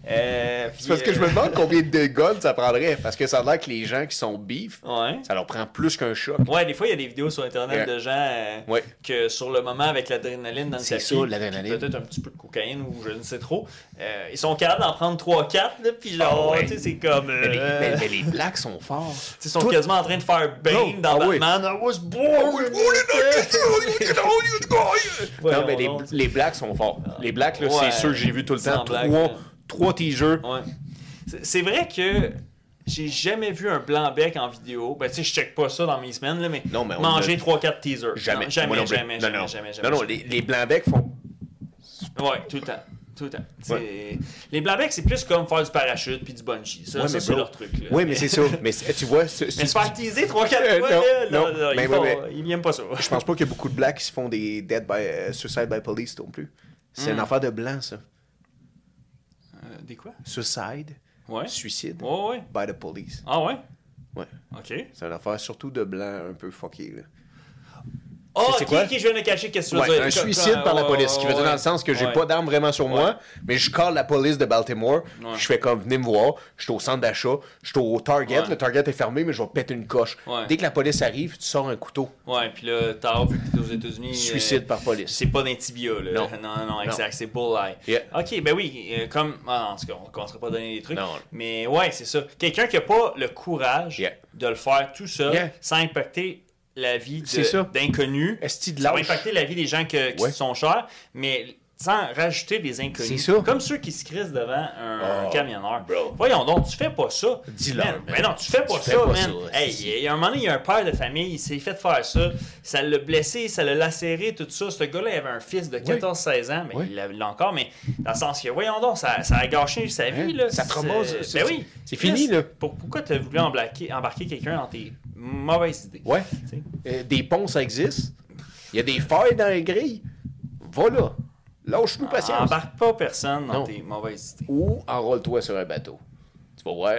Euh, C'est parce que je me demande combien *laughs* de guns ça prendrait. Parce que ça a l'air que les gens qui sont beef, Ouais. ça leur prend plus qu'un choc. Ouais, des fois, il y a des vidéos sur Internet Ouais. de gens euh, Ouais. que sur le moment, avec l'adrénaline dans le C'est tapis, ça, l'adrénaline. puis peut-être un petit peu de cocaïne ou je ne sais trop, euh, ils sont capables d'en prendre 3-4, là, puis genre, Ah ouais. tu sais, c'est comme... Mais les, euh, mais- mais les blacks sont forts. tu sais, Ils sont Tout- quasiment en train de faire Bane Bro, dans ah oui. Ah Batman. I was born with it. oh, Non, mais les, Voyons donc. les blacks sont forts. Les blacks, là, Ouais. c'est ceux que j'ai vu tout le temps. Sans blague, Trois, là. trois t-shirts. Ouais. C'est- C'est vrai que j'ai jamais vu un blanc-bec en vidéo. Ben, tu sais, je check pas ça dans mes semaines, là, mais, Non, mais on manger a- 3-4 teasers. Jamais. Non, jamais, Moi non plus. jamais, non, jamais, non. jamais, Non, non, les, les blancs becs font. Ouais, tout le temps. Tout tout le temps. C'est- Les blackbacks, c'est plus comme faire du parachute puis du bungee. Ça, Ouais, ça, mais c'est bro- leur truc. là. Oui, mais *laughs* c'est ça. Mais c'est- tu vois, ce- Mais ce- se faire teaser 3-4 Euh, fois, non, là, là, non. là, ils Ben oui, font- ils n'aiment pas ça. je pense pas qu'il y a beaucoup de blacks qui se font des dead by, euh, suicide by police non plus. C'est Mm. une affaire de blanc, ça. Euh, Des quoi? Suicide, Ouais. suicide, Ouais, ouais. by the police. Ah ouais? Ouais. OK. C'est une affaire surtout de blanc un peu fucké. Là. Ah, C'est- c'est qui, quoi? qui je viens de cacher, qu'est-ce que tu veux Ouais, un dire? Quand- suicide quand- par la ouais, police, qui veut dire ouais, dans le sens que j'ai ouais. pas d'arme vraiment sur Ouais. moi, mais je call la police de Baltimore, Ouais. je fais comme venez me voir, je suis au centre d'achat, je suis au Target, Ouais. le Target est fermé, mais je vais péter une coche. Ouais. Dès que la police arrive, tu sors un couteau. Ouais, puis là, tard, vu que t'es aux États-Unis. Suicide euh, par police. C'est pas d'un tibia, là. Non. non, non, exact. C'est bullseye. Yeah. Ok, ben oui, euh, comme. Ah, en tout cas, on ne commencera pas à donner des trucs. Non. Mais ouais, c'est ça. Quelqu'un qui n'a pas le courage Yeah. de le faire tout seul, Yeah. sans impacter la vie C'est ça. de- d'inconnus. Est-ce de Ça va lâche? impacter la vie des gens que- qui Ouais. sont chers, mais sans rajouter des inconnus. C'est ça. Comme ceux qui se crissent devant un Oh, camionneur. bro. Voyons donc, tu fais pas ça. Dis-leur, Man, man. Mais non, tu fais pas Tu ça, fais pas man. ça, Hey, c'est- il y a un moment donné, il y a un père de famille, il s'est fait faire ça. Ça l'a blessé, ça l'a lacéré, tout ça. Ce gars-là, il avait un fils de 14-16 ans, mais Ouais. il l'a- il l'a encore, mais dans le sens que, voyons donc, ça, ça a gâché sa Hein? vie. Là. Ça traumatise, C'est- c'est- Ben oui. c'est fini, Chris, là. pour- pourquoi tu as voulu embarquer, embarquer quelqu'un dans tes mauvaises idées? Ouais. Tu sais? Euh, des ponts, ça existe. Il y a des failles dans les grilles. Voilà. Lâche-nous Ah, patience. Embarque pas personne dans Non. tes *laughs* mauvaises idées. Ou enrôle-toi sur un bateau. Tu vas voir.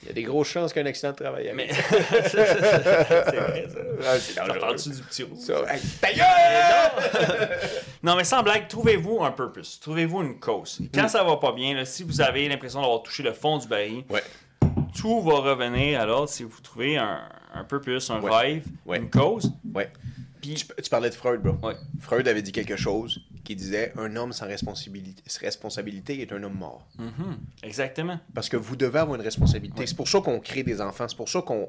Il y a des grosses chances qu'un accident de travail arrive. Mais c'est vrai ça. Ah, c'est dangereux. T'entends-tu du petit roux? Ça, hey, ta gueule! Non, mais sans blague, trouvez-vous un purpose. Trouvez-vous une cause. Quand ça va pas bien, là, si vous avez l'impression d'avoir touché le fond du baril, Ouais. tout va revenir alors si vous trouvez un, un purpose, un Ouais. rêve, Ouais. une cause. Ouais. Puis, Tu, tu parlais de Freud, bro. Ouais. Freud avait dit quelque chose qui disait un homme sans responsabilité, responsabilité est un homme mort. Mhm. exactement. Parce que vous devez avoir une responsabilité. C'est pour ça qu'on crée des enfants. C'est pour ça qu'on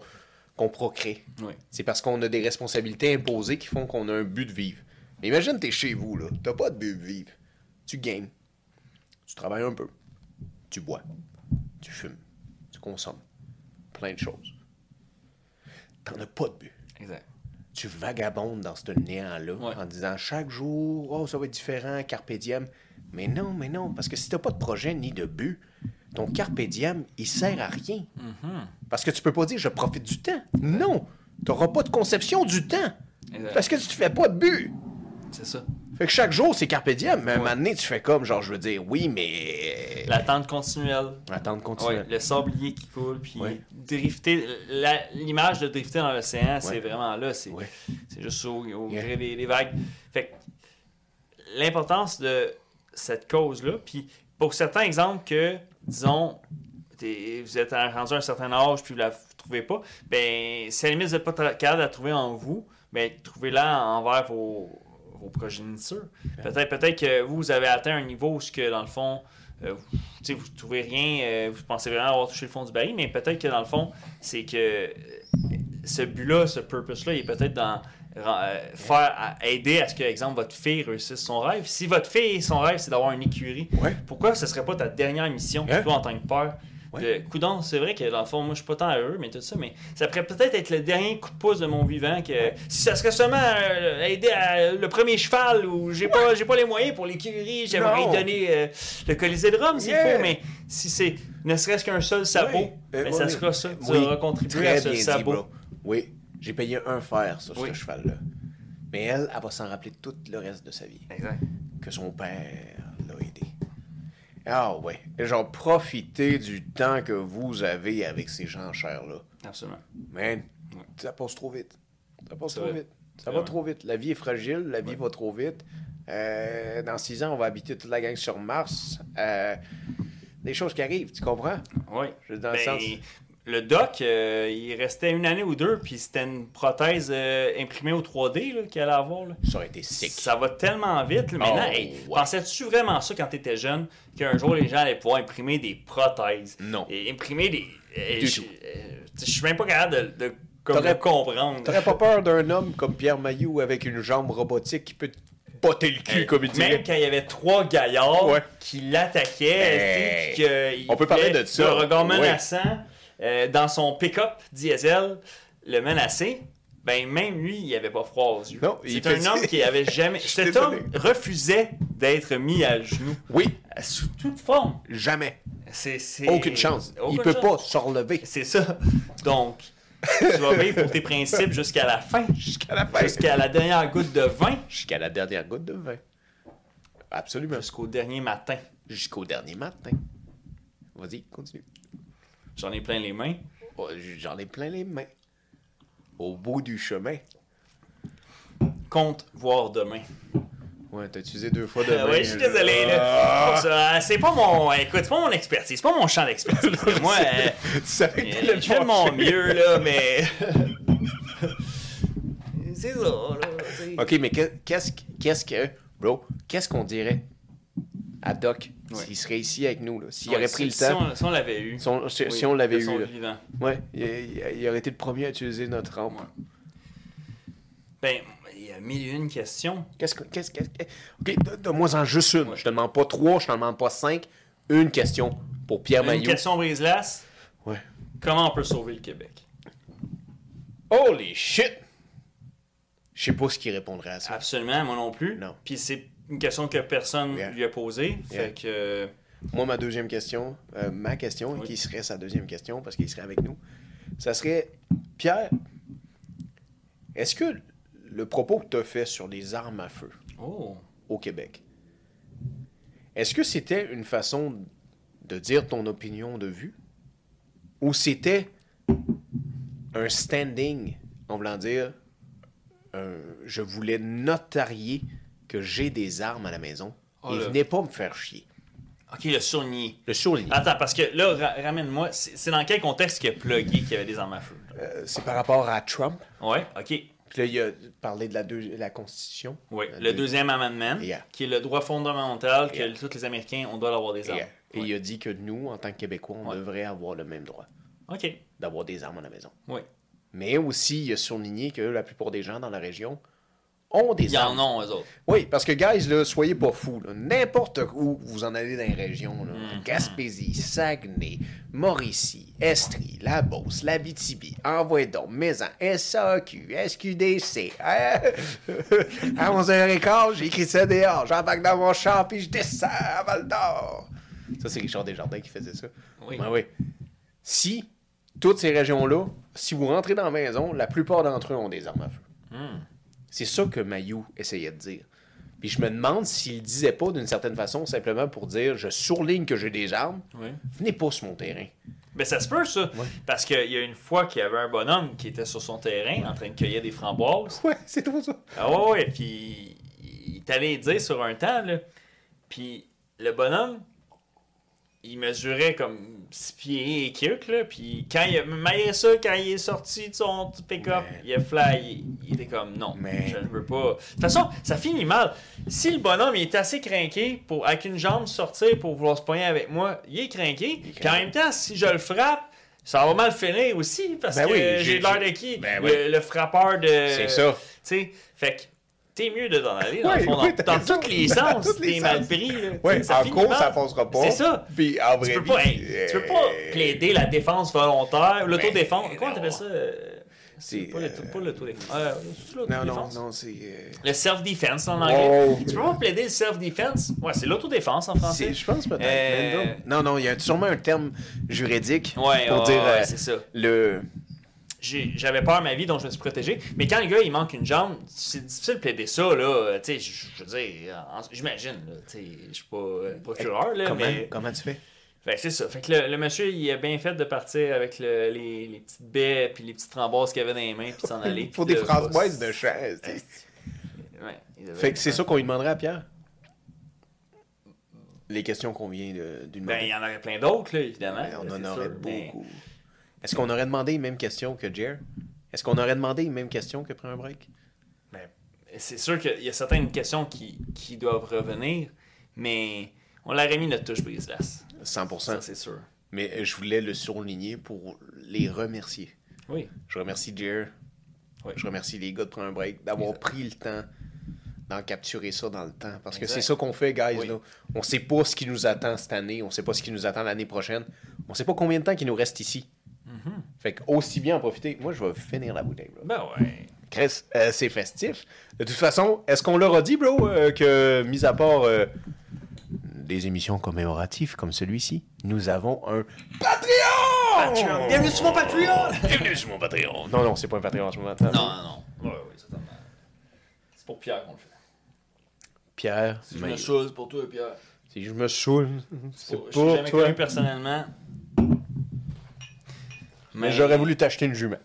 qu'on procrée. Oui. C'est parce qu'on a des responsabilités imposées qui font qu'on a un but de vivre. Mais imagine, t'es chez vous, là. T'as pas de but de vivre. Tu games. Tu travailles un peu. Tu bois. Tu fumes. Tu consommes. Plein de choses. T'en as pas de but. Exact. Tu vagabondes dans ce néant-là Ouais. en disant chaque jour, oh, ça va être différent, carpe diem. Mais non, mais non, parce que si t'as pas de projet ni de but, ton carpe diem, il sert à rien. Mm-hmm. Parce que tu peux pas dire je profite du temps. Non, t'auras pas de conception du temps. Exact. Parce que tu te fais pas de but. C'est ça. Fait que chaque jour, c'est carpe diem, mais un moment donné, tu fais comme, genre, je veux dire, oui, mais... L'attente continuelle. Attendre continue. Ouais, le sablier qui coule, puis Ouais. drifter, la- l'image de drifter dans l'océan, c'est Ouais. vraiment là, c'est Ouais. c'est juste au, au Yeah. gré des, des vagues. Fait que l'importance de cette cause-là, puis pour certains exemples que, disons, t'es- vous êtes à- rendu à un certain âge, puis vous la trouvez pas, ben, si à la limite vous n'êtes pas tra- capable de la trouver en vous, ben, trouvez-la envers vos, vos progénitures. Ben. Peut-être peut que vous, vous avez atteint un niveau où, ce que, dans le fond, euh, vous- tu sais, vous ne trouvez rien, euh, vous pensez vraiment avoir touché le fond du baril, mais peut-être que dans le fond, c'est que euh, ce but-là, ce purpose-là, il est peut-être dans ra- euh, faire à- aider à ce que, exemple, votre fille réussisse son rêve. Si votre fille, son rêve, c'est d'avoir une écurie, Ouais. pourquoi ce serait pas ta dernière mission, Hein? toi, en tant que père? Ouais. De, coudon, c'est vrai que dans le fond, moi je suis pas tant heureux, mais tout ça, mais ça pourrait peut-être être le dernier coup de pouce de mon vivant que si ça serait seulement euh, aider à le premier cheval ou j'ai pas j'ai pas les moyens pour l'écurie, j'aimerais Non. donner euh, le colisée de Rome s'il Yeah. faut, mais si c'est ne serait-ce qu'un seul sabot, Oui. Euh, ben, oui, ça oui. sera ça. Tu Oui, auras contribué à ce bien dit, sabot. bro. Oui, j'ai payé un fer sur Oui. ce cheval-là. Mais elle, elle va s'en rappeler tout le reste de sa vie. Exact. Que son père l'a aidé. Ah ouais, genre profitez du temps que vous avez avec ces gens chers-là. Absolument. Man, Ouais. ça passe trop vite. Ça passe C'est trop vrai. vite. Ça C'est va vrai. trop vite. La vie est fragile, la vie va trop vite. Euh, dans six ans, on va habiter toute la gang sur Mars. Euh, des choses qui arrivent, tu comprends? Oui. Je- dans le sens- Ben, Le doc, euh, il restait une année ou deux, puis c'était une prothèse euh, imprimée au 3D là, qu'il allait avoir. là. Ça aurait été sick. Ça va tellement vite. là. Maintenant, Oh, hey, ouais. pensais-tu vraiment ça quand tu étais jeune, qu'un jour les gens allaient pouvoir imprimer des prothèses? Non. Et imprimer des. euh, Du je- tout. euh, je suis même pas capable de, de, comme T'aurais- de comprendre. T'aurais pas peur d'un homme comme Pierre Mailloux avec une jambe robotique qui peut te botter le cul, Hey, comme il dit. Même quand il y avait trois gaillards Ouais. qui l'attaquaient, Hey. tu sais, puis que il On peut parler voulait de ça. Le regard Ouais. menaçant euh, dans son pick-up diesel, le menacer. ben même lui, il avait pas froid aux yeux. Non, il C'est un faisait- homme qui avait *laughs* jamais. Je suis Cet étonné. homme refusait d'être mis à genoux Oui, euh, sous toute forme. jamais. C'est, c'est- Aucune chance. Aucune il peut chance. pas se relever. C'est ça. Donc, tu vas vivre pour tes principes jusqu'à la fin, Jusqu'à la fin. jusqu'à la dernière goutte de vin, Jusqu'à la dernière goutte de vin. Absolument. jusqu'au dernier matin. Jusqu'au dernier matin. Vas-y, continue. J'en ai plein les mains. Oh, J'en ai plein les mains. Au bout du chemin. Compte voir *laughs* demain. Ouais, t'as utilisé deux fois de Euh, *laughs* ouais, je suis désolé. là. Ah! Pour ça, euh, c'est pas mon. Écoute, c'est pas mon expertise, c'est pas mon champ *laughs* d'expertise. Moi, euh, *laughs* Tu savais que t'allais euh, le je fais de mon faire. mieux, là, *laughs* mais. c'est ça, là. c'est- Ok, mais que- qu'est-ce que- qu'est-ce que. Bro, qu'est-ce qu'on dirait à Doc Ouais. s'il serait ici avec nous, là, s'il Ouais, aurait si- pris le si temps, on- Si on l'avait eu. si on, si- Oui, si on l'avait de son eu, là. vivant. Ouais, il, il- il aurait été le premier à utiliser notre arme. Ben, il y a mille et une questions. Qu'est-ce que. Qu'est-ce que. Ok, don- donne-moi en juste une. Ouais. Je te demande pas trois, je te demande pas cinq. Une question pour Pierre Une Maillot. question brise-glace. Ah, ben, Ouais. Comment on peut sauver le Québec? Holy shit! Je sais pas ce qu'il répondrait à ça. Absolument, moi non plus. Non. Puis c'est une question que personne Yeah. lui a posée. Yeah. Fait que. Moi, ma deuxième question, euh, ma question, Oui. qui serait sa deuxième question, parce qu'il serait avec nous, ça serait Pierre, est-ce que le propos que tu as fait sur les armes à feu Oh. au Québec, est-ce que c'était une façon de dire ton opinion de vue ou c'était un standing en voulant dire euh, je voulais notarier que j'ai des armes à la maison Oh et là. venez pas me faire chier? Ok, le surnier. Le surligné. Attends, parce que là, ra- ramène-moi, c'est c'est dans quel contexte qu'il a plugué qu'il y avait des armes à feu? Euh, c'est par rapport à Trump. Ouais, ok. Puis là, il a parlé de la, deux- la Constitution. Ouais. La Le deux- deuxième amendement, Yeah. qui est le droit fondamental que Yeah. tous les Américains, on doit avoir des Et, armes. et Ouais. il a dit que nous, en tant que Québécois, on Ouais. devrait avoir le même droit Ok, d'avoir des armes à la maison. oui. Mais aussi, il a souligné que la plupart des gens dans la région ont des Ils en armes. ont, eux autres. Oui, parce que, guys, là, soyez pas fous. là. N'importe où vous en allez dans les régions, là, Gaspésie, Saguenay, Mauricie, Estrie, La Beauce, l'Abitibi, Envoyedon, Maison, SAQ, SQDC. hein? *laughs* à 11h15, j'écris ça dehors. J'embarque dans mon champ puis je descends à Val-d'Or. Ça, c'est Richard Desjardins qui faisait ça. Oui. Ben oui. Si toutes ces régions-là, si vous rentrez dans la maison, la plupart d'entre eux ont des armes à feu. Hmm. C'est ça que Mayou essayait de dire. Puis je me demande s'il le disait pas d'une certaine façon, simplement pour dire je surligne que j'ai des armes, Oui. venez pas sur mon terrain. Mais Ben, ça se peut, ça. Parce qu'il y a une fois qu'il y avait un bonhomme qui était sur son terrain en train de cueillir des framboises. *laughs* Ouais, c'est trop ça. Ah ouais, ouais, puis il est allé dire sur un temps, là. Puis le bonhomme, il mesurait comme 6 pieds et quelques, là. Puis quand il a maillé ça, quand il est sorti de son petit pick-up, Mais- il a fly. Il était comme non, Mais- je ne veux pas. De toute façon, ça finit mal. Si le bonhomme il est assez craqué pour, avec une jambe, sortir pour vouloir se poigner avec moi, il est craqué. Il est Puis en craqué. même temps, si je le frappe, ça va mal finir aussi parce Ben que oui, j'ai- j'ai de l'air de j'ai- qui Ben le, oui. le frappeur de. C'est ça. Tu sais, fait que t'es mieux de t'en aller dans, Ouais, le fond, dans- ouais, t'as dans raison. tous les Dans sens. tous les T'es mal sens. pris. là. Tu sais, Ouais, en finit cours, mal. ça passera pas. C'est ça. Puis en vrai Tu peux, pas, vie, hey, tu peux pas euh, plaider la défense volontaire, l'autodéfense. Ben, Comment non. t'appelles ça euh, C'est, Pas l'auto- euh, pas l'autodéfense. Euh, c'est Non, non, l'autodéfense? non, c'est. euh, Le self-defense en anglais. Oh. Tu peux pas plaider le self-defense. Ouais, c'est l'autodéfense en c'est- français. Je pense peut-être. Euh, mais Non, non, non, il y a sûrement un terme juridique Ouais, pour ouais, dire ouais, euh, c'est ça. le. J'ai- j'avais peur de ma vie, donc je me suis protégé. Mais quand le gars, il manque une jambe, c'est difficile de plaider ça, là. Tu sais, je je veux dire, en- j'imagine, là. Tu sais, je suis pas euh, procureur, là, *laughs* comment, mais... comment tu fais Fait que c'est ça. Fait que le, le monsieur, il a bien fait de partir avec le- les, les petites baies puis les petites framboises qu'il avait dans les mains puis de s'en aller. Pour Puis des là, framboises bah, de chaise. tu sais. c'est- Ouais, il devait- Fait que c'est ça qu'on lui demanderait à Pierre. Les questions qu'on vient de, de lui demander. Ben, il y en aurait plein d'autres, là, évidemment. Ben, on là, en c'est aurait sûr, mais- beaucoup. Est-ce qu'on aurait demandé les mêmes questions que Jer? Est-ce qu'on aurait demandé les mêmes questions que Prends un break? Ben, c'est sûr qu'il y a certaines questions qui, qui doivent revenir, mais on l'aurait mis notre touche brise Ça, 100%. c'est sûr. Mais euh, je voulais le surligner pour les remercier. Oui. Je remercie Jer. Oui. Je remercie les gars de Prends un break d'avoir pris le temps d'en capturer ça dans le temps. Parce que Exact. c'est ça qu'on fait, guys. Oui. là. On sait pas ce qui Mhm. nous attend cette année. On sait pas ce qui nous attend l'année prochaine. On sait pas combien de temps qu'il nous reste ici. Fait que aussi bien en profiter. Moi, je vais finir la bouteille, bro. Ben ouais. Chris, euh, c'est festif. De toute façon, est-ce qu'on leur a dit, bro, euh, que, mis à part euh, des émissions commémoratives comme celui-ci, nous avons un Patreon! Patreon. Bienvenue sur mon Patreon! Bienvenue sur mon Patreon! Non, non, c'est pas un Patreon en ce moment. Non, non, non. Ouais, ouais, certainement. C'est pour Pierre qu'on le fait. Pierre, Si je me Maillot. chose pour toi, Pierre. si je me saoule, c'est Pour- Je l'ai pour jamais toi. connu personnellement. Mais j'aurais voulu t'acheter une jument.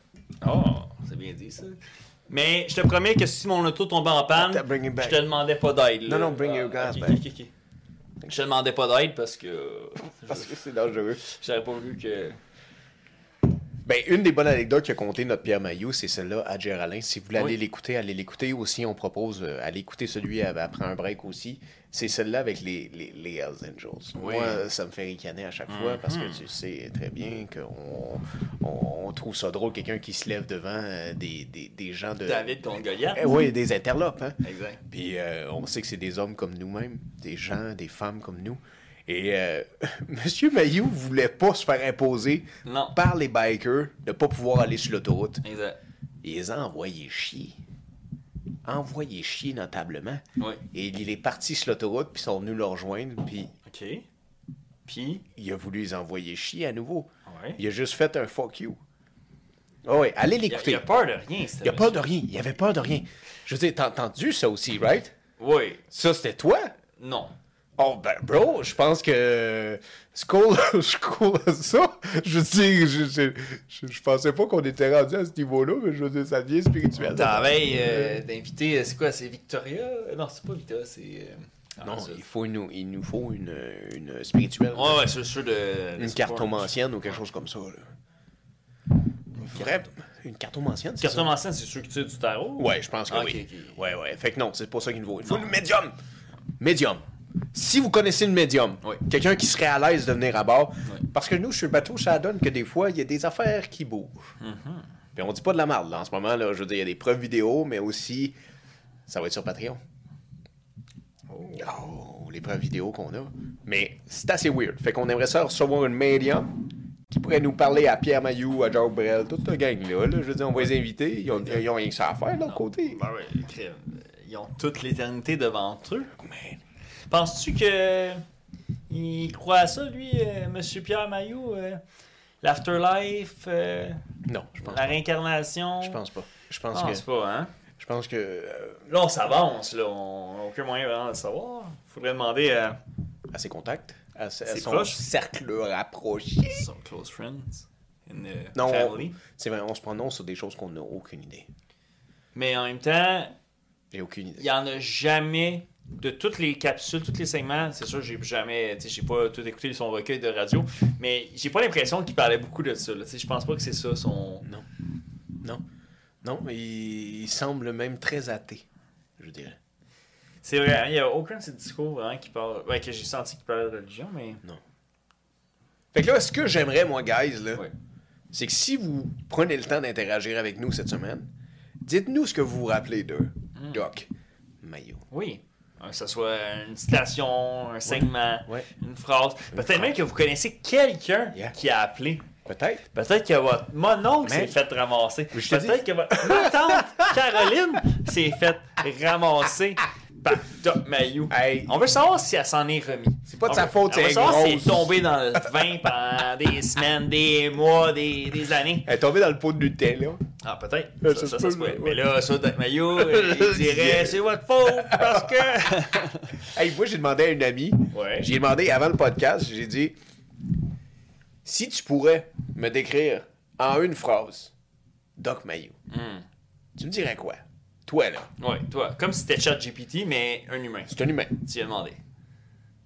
Oh, c'est bien dit ça. Mais je te promets que si mon auto tombait en panne, Attends, bring it je back. te demandais pas d'aide. là. ben- Non, non, bring your ben. Ah, gas ok, back. ok, ok, ok. Je te demandais pas d'aide *laughs* parce que. Parce que c'est dangereux. J'aurais pas voulu que. Ben, une des bonnes anecdotes qu'a compté notre Pierre Maillot, c'est celle-là à Géraldin. Si vous voulez Oui. aller l'écouter, allez l'écouter. Aussi, on propose, euh, allez écouter celui à- après un break aussi. C'est celle-là avec les, les, les Hells Angels. Oui. Mhm. Moi, ça me fait ricaner à chaque fois parce que tu sais très bien qu'on on, on trouve ça drôle, quelqu'un qui se lève devant euh, des, des, des gens de... David contre Goliath. Eh oui, des interlopes, hein? Exact. Puis euh, on sait que c'est des hommes comme nous-mêmes, des gens, des femmes comme nous. Et euh, *laughs* Monsieur Maillot voulait pas se faire imposer Non. par les bikers de pas pouvoir aller sur l'autoroute. Exact. Il les a envoyés chier. Envoyés chier notablement. Oui. Et il est parti sur l'autoroute, puis ils sont venus le rejoindre, puis Ok. Puis. il a voulu les envoyer chier à nouveau. Ouais. Il a juste fait un fuck you. Ah ouais, allez Il a, il l'écouter. a peur de rien, c'était. Il a pas de rien. Il avait peur de rien. Je veux dire, t'as entendu ça aussi, right? Oui. Ça, c'était toi? Non. Oh ben bro, je pense que c'est *laughs* cool, c'est cool à ça. Je veux dire, je, je, je, je pensais pas qu'on était rendu à ce niveau-là, mais je veux dire, ça devient spirituel. T'as veille euh, d'inviter, c'est quoi, c'est Victoria? Euh, Non, c'est pas Victoria, c'est. euh, ah, Non, ça. il, faut une- il nous faut une, une spirituelle, Ouais, ouais, c'est sûr de. une cartomancienne ou quelque chose comme ça. Là. Vrai, une cartomancienne, c'est ça? Cartomancien, c'est sûr que tu as du tarot? Ouais, je pense que Ah, ok, oui. ok. Ouais, ouais. Fait que non, c'est pas ça qu'il nous faut. Il faut le médium. Médium. Si vous connaissez le médium, Ouais. quelqu'un qui serait à l'aise de venir à bord, Ouais. parce que nous, sur le bateau, ça donne que des fois, il y a des affaires qui bougent. Mm-hmm. Puis on dit pas de la marde, là, en ce moment, là. Je veux dire, il y a des preuves vidéo, mais aussi, ça va être sur Patreon. Oh, les preuves vidéo qu'on a. Mais c'est assez weird. Fait qu'on aimerait ça recevoir une médium qui pourrait nous parler à Pierre Mailloux, à Jacques Brel, toute la gang, là. là. Je veux dire, on va les inviter. Ils ont, ils ont rien que ça à faire, de l'autre côté. Ben ouais, crème. Ils ont toute l'éternité devant eux. Man. Penses-tu que. Il croit à ça, lui, euh, Monsieur Pierre Maillot? euh, L'afterlife, euh, Non, je pense la pas. réincarnation? Je pense pas. Je Je pense pense que. pas, hein? Je pense que. euh, Là, on s'avance, là. On n'a aucun moyen vraiment de le savoir. Faudrait demander à à ses contacts, à, s- à Ses son proches. cercle rapproché. son close friends and euh, Non, on- family. c'est vrai, on se prononce sur des choses qu'on n'a aucune idée. Mais en même temps, J'ai aucune idée. il n'y en a jamais de toutes les capsules, tous les segments. C'est sûr, j'ai jamais, tu sais, j'ai pas tout écouté son recueil de radio, mais j'ai pas l'impression qu'il parlait beaucoup de ça. là. Tu sais, Je pense pas que c'est ça son. Non. Non, il, il semble même très athée, je dirais. C'est vrai, hein, il n'y a aucun de ses discours vraiment qui parle. Ouais, que j'ai senti qu'il parlait de religion, mais. Fait que là, ce que j'aimerais, moi, guys, là, Ouais. c'est que si vous prenez le temps d'interagir avec nous cette semaine, dites-nous ce que vous vous rappelez de Mm. Doc Mayo. Oui. Hein, Que ce soit une citation, un segment, Ouais. une phrase. Peut-être même que vous connaissez quelqu'un Yeah. qui a appelé. Peut-être. Peut-être que votre mon oncle Mais- s'est fait ramasser. Mais je te Peut-être que votre ma tante Caroline s'est fait ramasser par Doc Mayou. Hey. On veut savoir si elle s'en est remis. C'est pas de On sa veut- faute, On veut c'est savoir si elle grosse. est tombée dans le vin pendant des semaines, des mois, des, des années. Elle est tombée dans le pot de Nutella. Ah, peut-être. Euh, Ça, ça ça, se ça peut, se pourrait. ouais. Mais là, ça, *laughs* Doc Mayou, euh, il dirait c'est votre faute parce que. *laughs* Hey, moi, j'ai demandé à une amie. Ouais. J'ai demandé avant le podcast, j'ai dit si tu pourrais me décrire en une phrase Doc Mayou, tu me dirais quoi Toi, là, Hmm. Ouais, toi, comme si c'était ChatGPT, mais un humain. c'est un humain. Tu lui as demandé.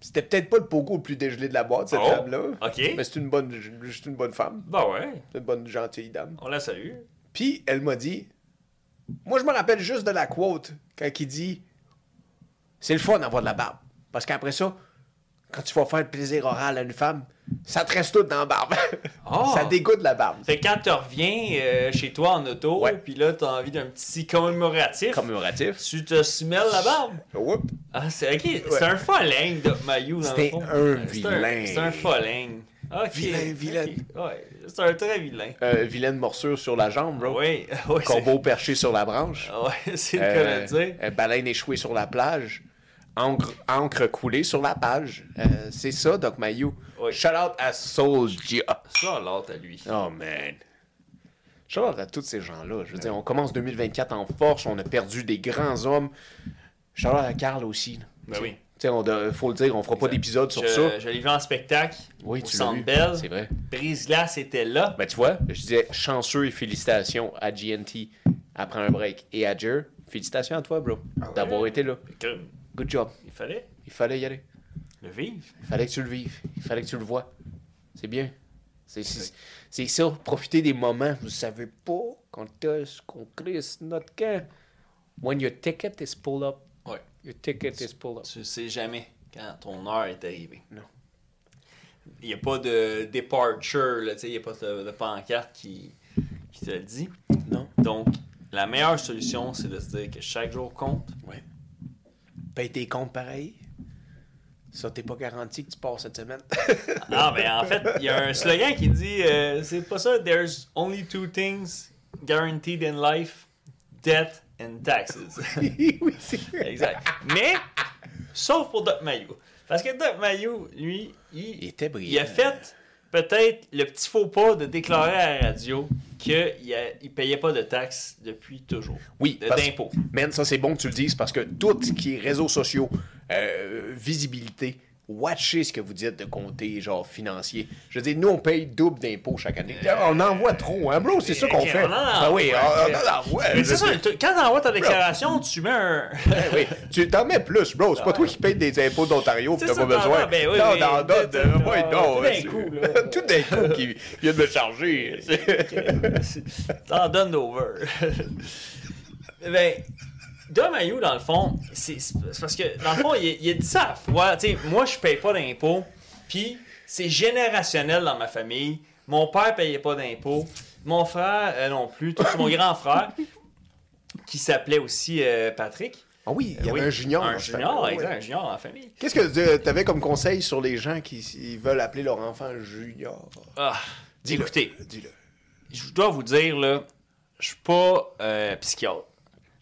C'était peut-être pas le pogo le plus dégelé de la boîte, cette Oh, dame-là. ok. Mais c'est une bonne, c'est une bonne femme. Bah ouais, C'est une bonne, gentille dame. on la salue. Puis elle m'a dit Moi, je me rappelle juste de la quote quand il dit C'est le fun d'avoir de la barbe. Parce qu'après ça, quand tu vas faire le plaisir oral à une femme, ça te reste tout dans la barbe. Oh! *laughs* ça dégoûte la barbe. Fait que quand tu reviens euh, chez toi en auto, Ouais. puis là, t'as envie d'un petit commémoratif, Commémoratif. tu te smelles la barbe. Oups. Ah, c'est ok. C'est un foling de maillot dans le C'était fond. un Euh, c'est vilain. C'est un foling. Ok. Vilain, ok. vilaine. Ouais. C'est un très vilain. Euh, vilaine morsure sur la jambe, bro. Oui, oui. *laughs* Corbeau perché sur la branche. Oui, Ah, c'est le Euh, cas de le dire. euh, baleine échouée sur la plage. Encre, encre coulée sur la page. Euh, c'est ça, Doc Mayou. Oui. Shout out à Soulja. Ça, l'autre à lui. Oh man. Shout out à tous ces gens-là. Je veux dire, on commence 2024 en force, on a perdu des grands hommes. Shout out à Carl aussi. là. Ben oui. Tu sais, on de- faut le dire, on fera pas Exact. d'épisode sur je, ça. Je l'ai vu en spectacle. Oui, au tu l'as Centre vu. Bell. C'est vrai. Brise Glace était là. Ben, tu vois, je disais chanceux et félicitations à GNT après un break et à Jer. Félicitations à toi, bro, Ah ouais? d'avoir été là. Que- Good job. Il fallait Il fallait y aller. le vivre. Il fallait que tu le vives. Il fallait que tu le vois. C'est bien. C'est- C'est c'est ça, profiter des moments. Vous savez pas quand est-ce qu'on crée notre camp. When your ticket is pulled up, Ouais. your ticket is pulled up. Tu sais jamais quand ton heure est arrivée. Non. Il n'y a pas de departure, là, tu sais, il n'y a pas de, de pancarte qui, qui te le dit. Non. Donc, la meilleure solution, c'est de se dire que chaque jour compte. Ouais. Paye tes comptes pareil. Ça, t'es pas garanti que tu pars cette semaine. *laughs* Ah, ben en fait, il y a un slogan qui dit euh, c'est pas ça, there's only two things guaranteed in life debt and taxes. *laughs* oui, c'est vrai. exact. Mais, sauf pour Doc Mayou. Parce que Doc Mayou, lui, il, Il était brillant. il a fait peut-être le petit faux pas de déclarer à la radio qu'il ne payait pas de taxes depuis toujours. Oui, De- parce- d'impôts. Man, ça c'est bon que tu le dises parce que tout ce qui est réseaux sociaux, euh, visibilité, watchez ce que vous dites de compter, genre financier. Je veux dire, nous on paye double d'impôts chaque année. Euh, on envoie trop, hein, bro? C'est ça qu'on Ok, fait. on en Ah oui, on, envoie. on en envoie. Mais Je c'est ça, veux le dire, truc, quand t'envoies ta déclaration, tu mets un. eh oui, tu t'en mets plus, bro. C'est pas toi qui payes des impôts d'Ontario pis C'est t'as ça, pas t'en besoin. vas, ben oui, non, mais- non, t'as- t'as- non, oui, non. tout d'un ouais, coup, c'est- là. *laughs* Ben Tout d'un coup, qui vient de me charger. *laughs* T'en donnes over. ben, Dom Ayou, dans le fond, c'est c'est parce que, dans le fond, il, a- il a dit ça à la fois. Tu sais, moi, je paye pas d'impôts, puis c'est générationnel dans ma famille. Mon père payait pas d'impôts, mon frère euh, non plus, tout mon grand frère, qui s'appelait aussi euh, Patrick. Ah oui, il y Euh, avait oui, un junior. Un je sais pas. junior, Ouais. exact, un junior en famille. Qu'est-ce que tu avais comme conseil sur les gens qui ils veulent appeler leur enfant junior? Ah, écoutez, Dis-le. je dois vous dire, là, je suis pas euh, psychiatre.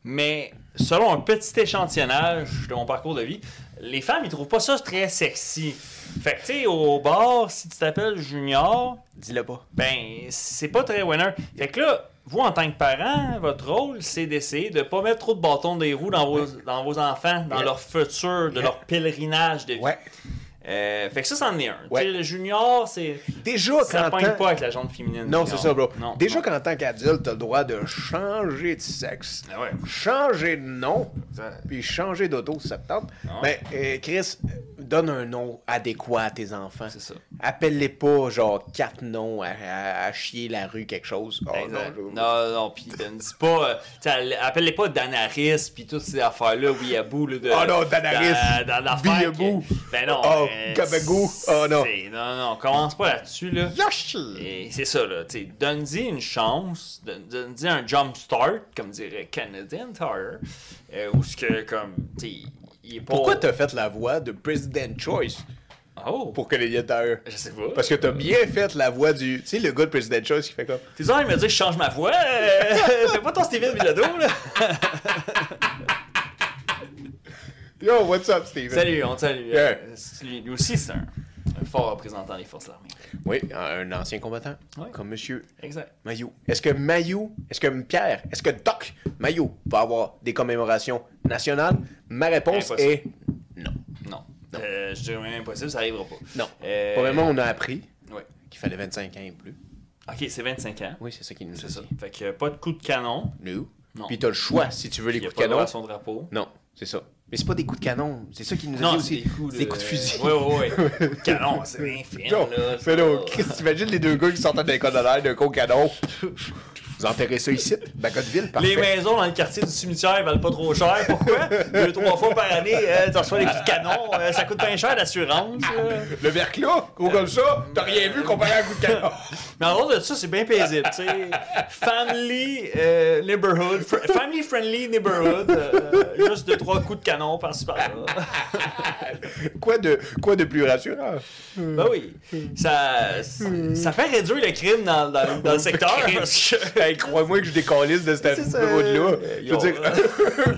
Mais selon un petit échantillonnage de mon parcours de vie, les femmes, ils trouvent pas ça très sexy. Fait que, tu sais, au bar, si tu t'appelles Junior, Dis-le pas. ben, c'est pas très winner. Fait que là, vous, en tant que parent, votre rôle, c'est d'essayer de pas mettre trop de bâtons des roues dans vos, dans vos enfants, dans Yeah. leur futur, de Yeah. leur pèlerinage de vie. Ouais. Euh, fait que ça, c'en est un. Tu Ouais. sais, le Junior, c'est... Déjà, Ça quand pogne pas avec la jambe féminine. Non, c'est ça, bro. Non, Déjà non. qu'en tant qu'adulte, t'as le droit de changer de sexe. Ah ouais. Changer de nom, Ça- puis changer d'auto si ça te tente. Ah Mais ouais. euh, Chris, donne un nom adéquat à tes enfants. C'est ça. Appelle-les pas, genre, quatre noms à, à- à chier la rue, quelque chose. Oh, Exact. non, je- non, non, pis ne dis pas. euh, tu sais, elle- appelle-les pas Danaris, pis toutes ces affaires-là, Weeaboo, là. De, Oh non, Danaris, dans- dans l'affaire Weeaboo, que- Ben non. oh, euh, Gabagou, oh non. c'est- Non, non, on commence pas là-dessus, là. Yoshi! Et c'est ça, là. tu sais, Donne-y une chance, don- donne-y un jump start, comme dirait Canadian Tire, euh, ou ce que, comme, tu sais, il est pas. Pourquoi t'as fait la voix de President Choice Oh! pour que les Yetaires Je sais pas. Parce que t'as bien fait la voix du. Tu sais, le gars de President Choice qui fait comme. T'es sûr, il me dit que je change ma voix. euh, *laughs* Fais pas ton Steven Bilodeau, là. *laughs* Yo, what's up, Steven? Salut, on te salue. Yeah. Euh, c'est- lui, lui aussi, c'est un, un fort représentant des forces armées. Oui, un ancien combattant. Ouais. Comme monsieur Exact. Mayou. Est-ce que Mayou, est-ce que Pierre, est-ce que Doc Mayou va avoir des commémorations nationales? Ma réponse Impossible. est non. Non. Non. Euh, je dirais même impossible, ça arrivera pas. Non. Euh, Probablement, on a appris Oui. qu'il fallait 25 ans et plus. Ok, c'est 25 ans. Oui, c'est ça qu'il nous a C'est ça. dit. Fait que euh, pas de coup de canon. Nous. Non. Puis t'as le choix si tu veux les Il y a coups de pas de droit canon. à son drapeau. Non, c'est ça. Mais c'est pas des coups de canon. C'est ça qu'il nous a dit Non, aussi. c'est des coups de... C'est des coups de fusil. Oui, *laughs* oui, oui. Coups de canon, c'est bien fin, Yo, là. fais donc, Chris, t'imagines les deux gars qui sortent d'un école de l'air d'un gros canon. Vous enterrez ça ici, Bacotteville, parfait. Les maisons dans le quartier du cimetière valent pas trop cher. Pourquoi? Deux, trois fois par année, euh, tu reçois des coups de canon. euh, ça coûte bien cher l'assurance. là. Le verclos, gros comme ça, t'as rien vu comparé à un coup de canon. Mais en dehors de ça, c'est bien paisible. tu sais. Family euh, neighborhood. fr- family friendly neighborhood. euh, juste deux, trois coups de canon par-ci par-là. *laughs* *laughs* Quoi de, quoi de plus rassurant? ben oui. Ça, ça fait réduire le crime dans, dans- dans le secteur. parce *laughs* que- Hey, crois-moi que je décalisse de cette C'est ça. route-là. Euh, Je veux dire,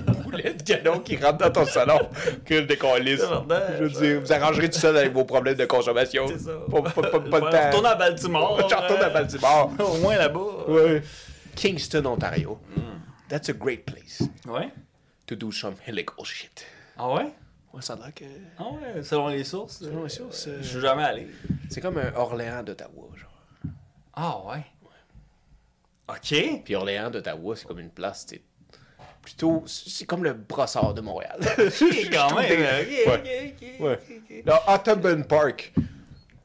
un *laughs* boulet de canon qui rentre dans ton salon, que je décalisse. Tabarnak. Je veux dire, vous arrangerez tout seul avec vos problèmes de consommation. C'est ça. Pas, pas, pas, pas Voilà, de Retourne temps. à Baltimore. *laughs* Je retourne à euh, Baltimore. Au moins là-bas. Ouais. Hmm. Kingston, Ontario. That's a great place Ouais. to do some illegal shit. Ah ouais? Ouais, ça a l'air que... Ah ouais, selon les sources. Selon les sources, euh, Je suis jamais allé. C'est comme un Orléans d'Ottawa, genre. Ah ouais. OK. Puis Orléans d'Ottawa, c'est comme une place, tu sais, Plutôt, c'est comme le brossard de Montréal. Ok, quand même. Ouais. euh, Ok, *laughs* ok, Ouais. ok, ok. Le Ottoman Park.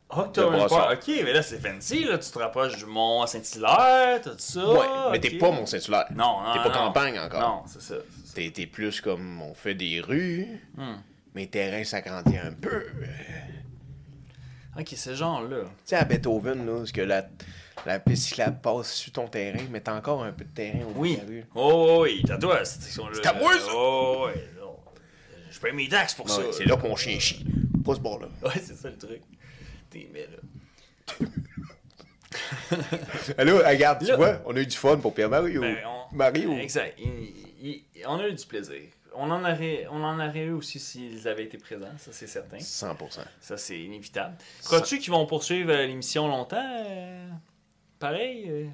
October Le Park, brassard. Ok, mais là c'est fancy, là tu te rapproches du Mont Saint-Hilaire, tout ça. Ouais, mais t'es ok. pas Mont-Saint-Hilaire. Non, non. T'es pas non. campagne encore. Non, c'est ça. c'est ça. T'es, t'es plus comme on fait des rues, Hmm. mais terrain s'agrandit un peu. Tu Ok, ce genre-là. sais, à Beethoven, là, parce que la, la piste cyclable passe sur ton terrain, mais t'as encore un peu de terrain au bout Oui. de la rue. Oh oui, t'as toi cette section-là. C'est à moi, ça. Oh oui, non. Je paye mes taxes pour ça. Ouais, c'est là qu'on chien chie. Pas ce bord-là. Ouais, c'est ça le truc. T'es mais là. Allô, regarde, tu Là- vois, on a eu du fun pour Pierre-Marie Ben, ou on- Marie ou... Exact. Il- il- on a eu du plaisir. On en aurait, on en aurait eu aussi s'ils avaient été présents, ça c'est certain. 100%. Ça c'est inévitable. Crois-tu qu'ils vont poursuivre euh, l'émission longtemps euh, Pareil. euh,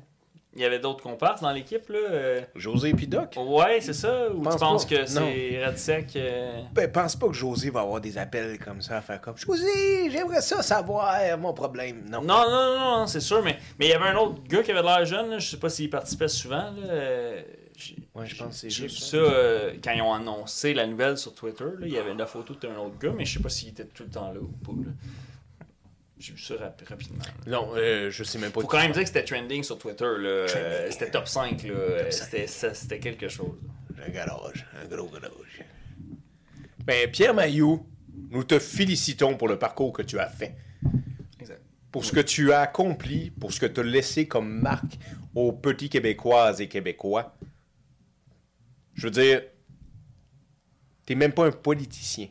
Il y avait d'autres comparses dans l'équipe là. euh, José et Doc? Ouais, c'est ça. Ou Pense tu penses pas. que c'est Radsec euh, Ben, pense pas que José va avoir des appels comme ça à faire comme José, j'aimerais ça savoir mon problème. Non. Non, non, non, non, c'est sûr, mais mais il y avait un autre gars qui avait de l'air jeune. là, je sais pas s'il participait souvent. Là, euh, j'ai- Ouais, je pense que c'est J'ai vu juste. ça euh, quand ils ont annoncé la nouvelle sur Twitter. là, il y avait la photo d'un autre gars, mais je sais pas s'il était tout le temps là ou pas. là. J'ai vu ça rap- rapidement. là. Non, euh, je sais même pas. Faut quand même dire que c'était trending sur Twitter. là, euh, Trending. C'était top 5. là, euh, cinq. C'était ça- c'était quelque chose. Un garage, un gros garage. Ben, Pierre Mailloux, nous te félicitons pour le parcours que tu as fait, Exact. pour ce que tu as accompli, pour ce que tu as laissé comme marque aux petits Québécoises et Québécois. Je veux dire, t'es même pas un politicien.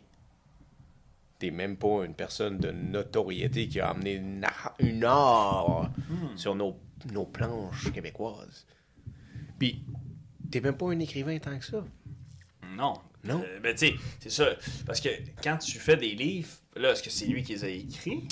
T'es même pas une personne de notoriété qui a amené une, ar- une or Hmm. sur nos, nos planches québécoises. Puis, t'es même pas un écrivain tant que ça. Non. Non. Euh, ben, tu sais, c'est ça. Parce que quand tu fais des livres, là, est-ce que c'est lui qui les a écrits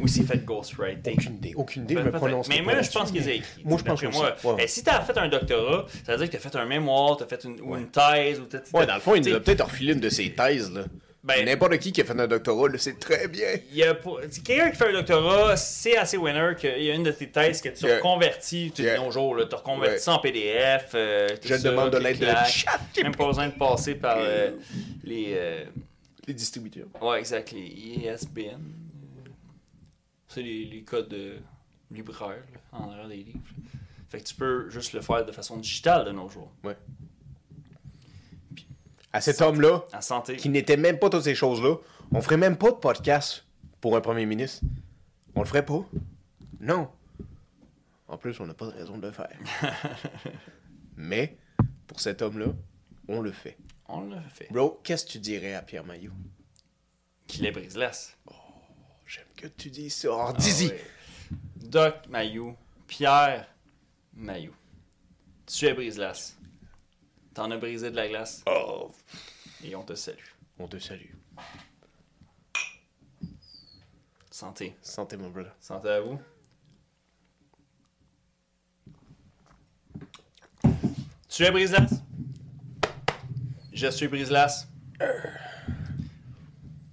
ou s'il fait le ghostwriting? Aucune idée, aucune idée, Ben, je me peut-être. prononce Mais pas moi, je là-dessus, pense qu'ils mais- ont écrit. Moi, je pense D'après aussi. moi, Ouais. eh, si t'as fait un doctorat, ça veut dire que t'as fait un mémoire, t'as fait une, ou une thèse, ou t'as- t'as- Ouais, dans le fond, il t'sais, nous a peut-être refilé une de ses thèses, là. Ben- N'importe qui qui a fait un doctorat, le sait très bien. il y a pour- t'sais, Quelqu'un qui fait un doctorat, c'est assez winner qu'il y a une de tes thèses que tu Yeah. reconvertis, tu dis Yeah. nos jours, là, tu reconvertis Ouais. ça en PDF. euh, tout Je ça, demande de l'aide de clic-clac. ChatGPT. Même pas besoin de passer par euh, les. euh, Les distributeurs. ouais, exact, les ISBN. C'est les, les codes de libraire là, en arrière des livres. Fait que tu peux juste le faire de façon digitale de nos jours. Ouais. À cet homme-là, En santé. qui n'était même pas toutes ces choses-là, on ferait même pas de podcast pour un premier ministre. On le ferait pas. Non. En plus, on n'a pas de raison de le *laughs* faire. Mais, pour cet homme-là, on le fait. On l'a fait. Bro, qu'est-ce que tu dirais à Pierre Maillot? Oh, Qu'il est briseless. J'aime que tu dis ça. Oh, dis-y. Ah ouais. Doc Mayou. Pierre Mayou. Tu es briseless. T'en as brisé de la glace Oh, et on te salue. on te salue. Santé. Santé, mon brother. Santé à vous. Tu es briseless. Je suis briseless.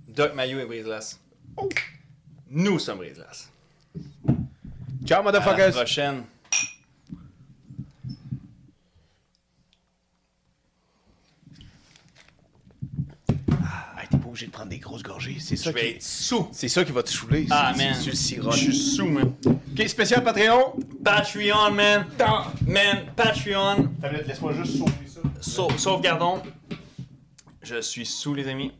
Doc Mayou est briseless. Nous sommes briseless. Ciao, À la motherfuckers! prochaine. Ah, t'es beau, obligé de prendre des grosses gorgées. C'est Je ça, vais qui... être sous. c'est ça qui va te saouler. Ah, c'est- man. c'est le Je sirop. suis sous, man. Ok, spécial Patreon. Patreon, man. Man, Patreon. Tablette, laisse-moi juste sauver ça. Sau- sauvegardons. Je suis sous, les amis.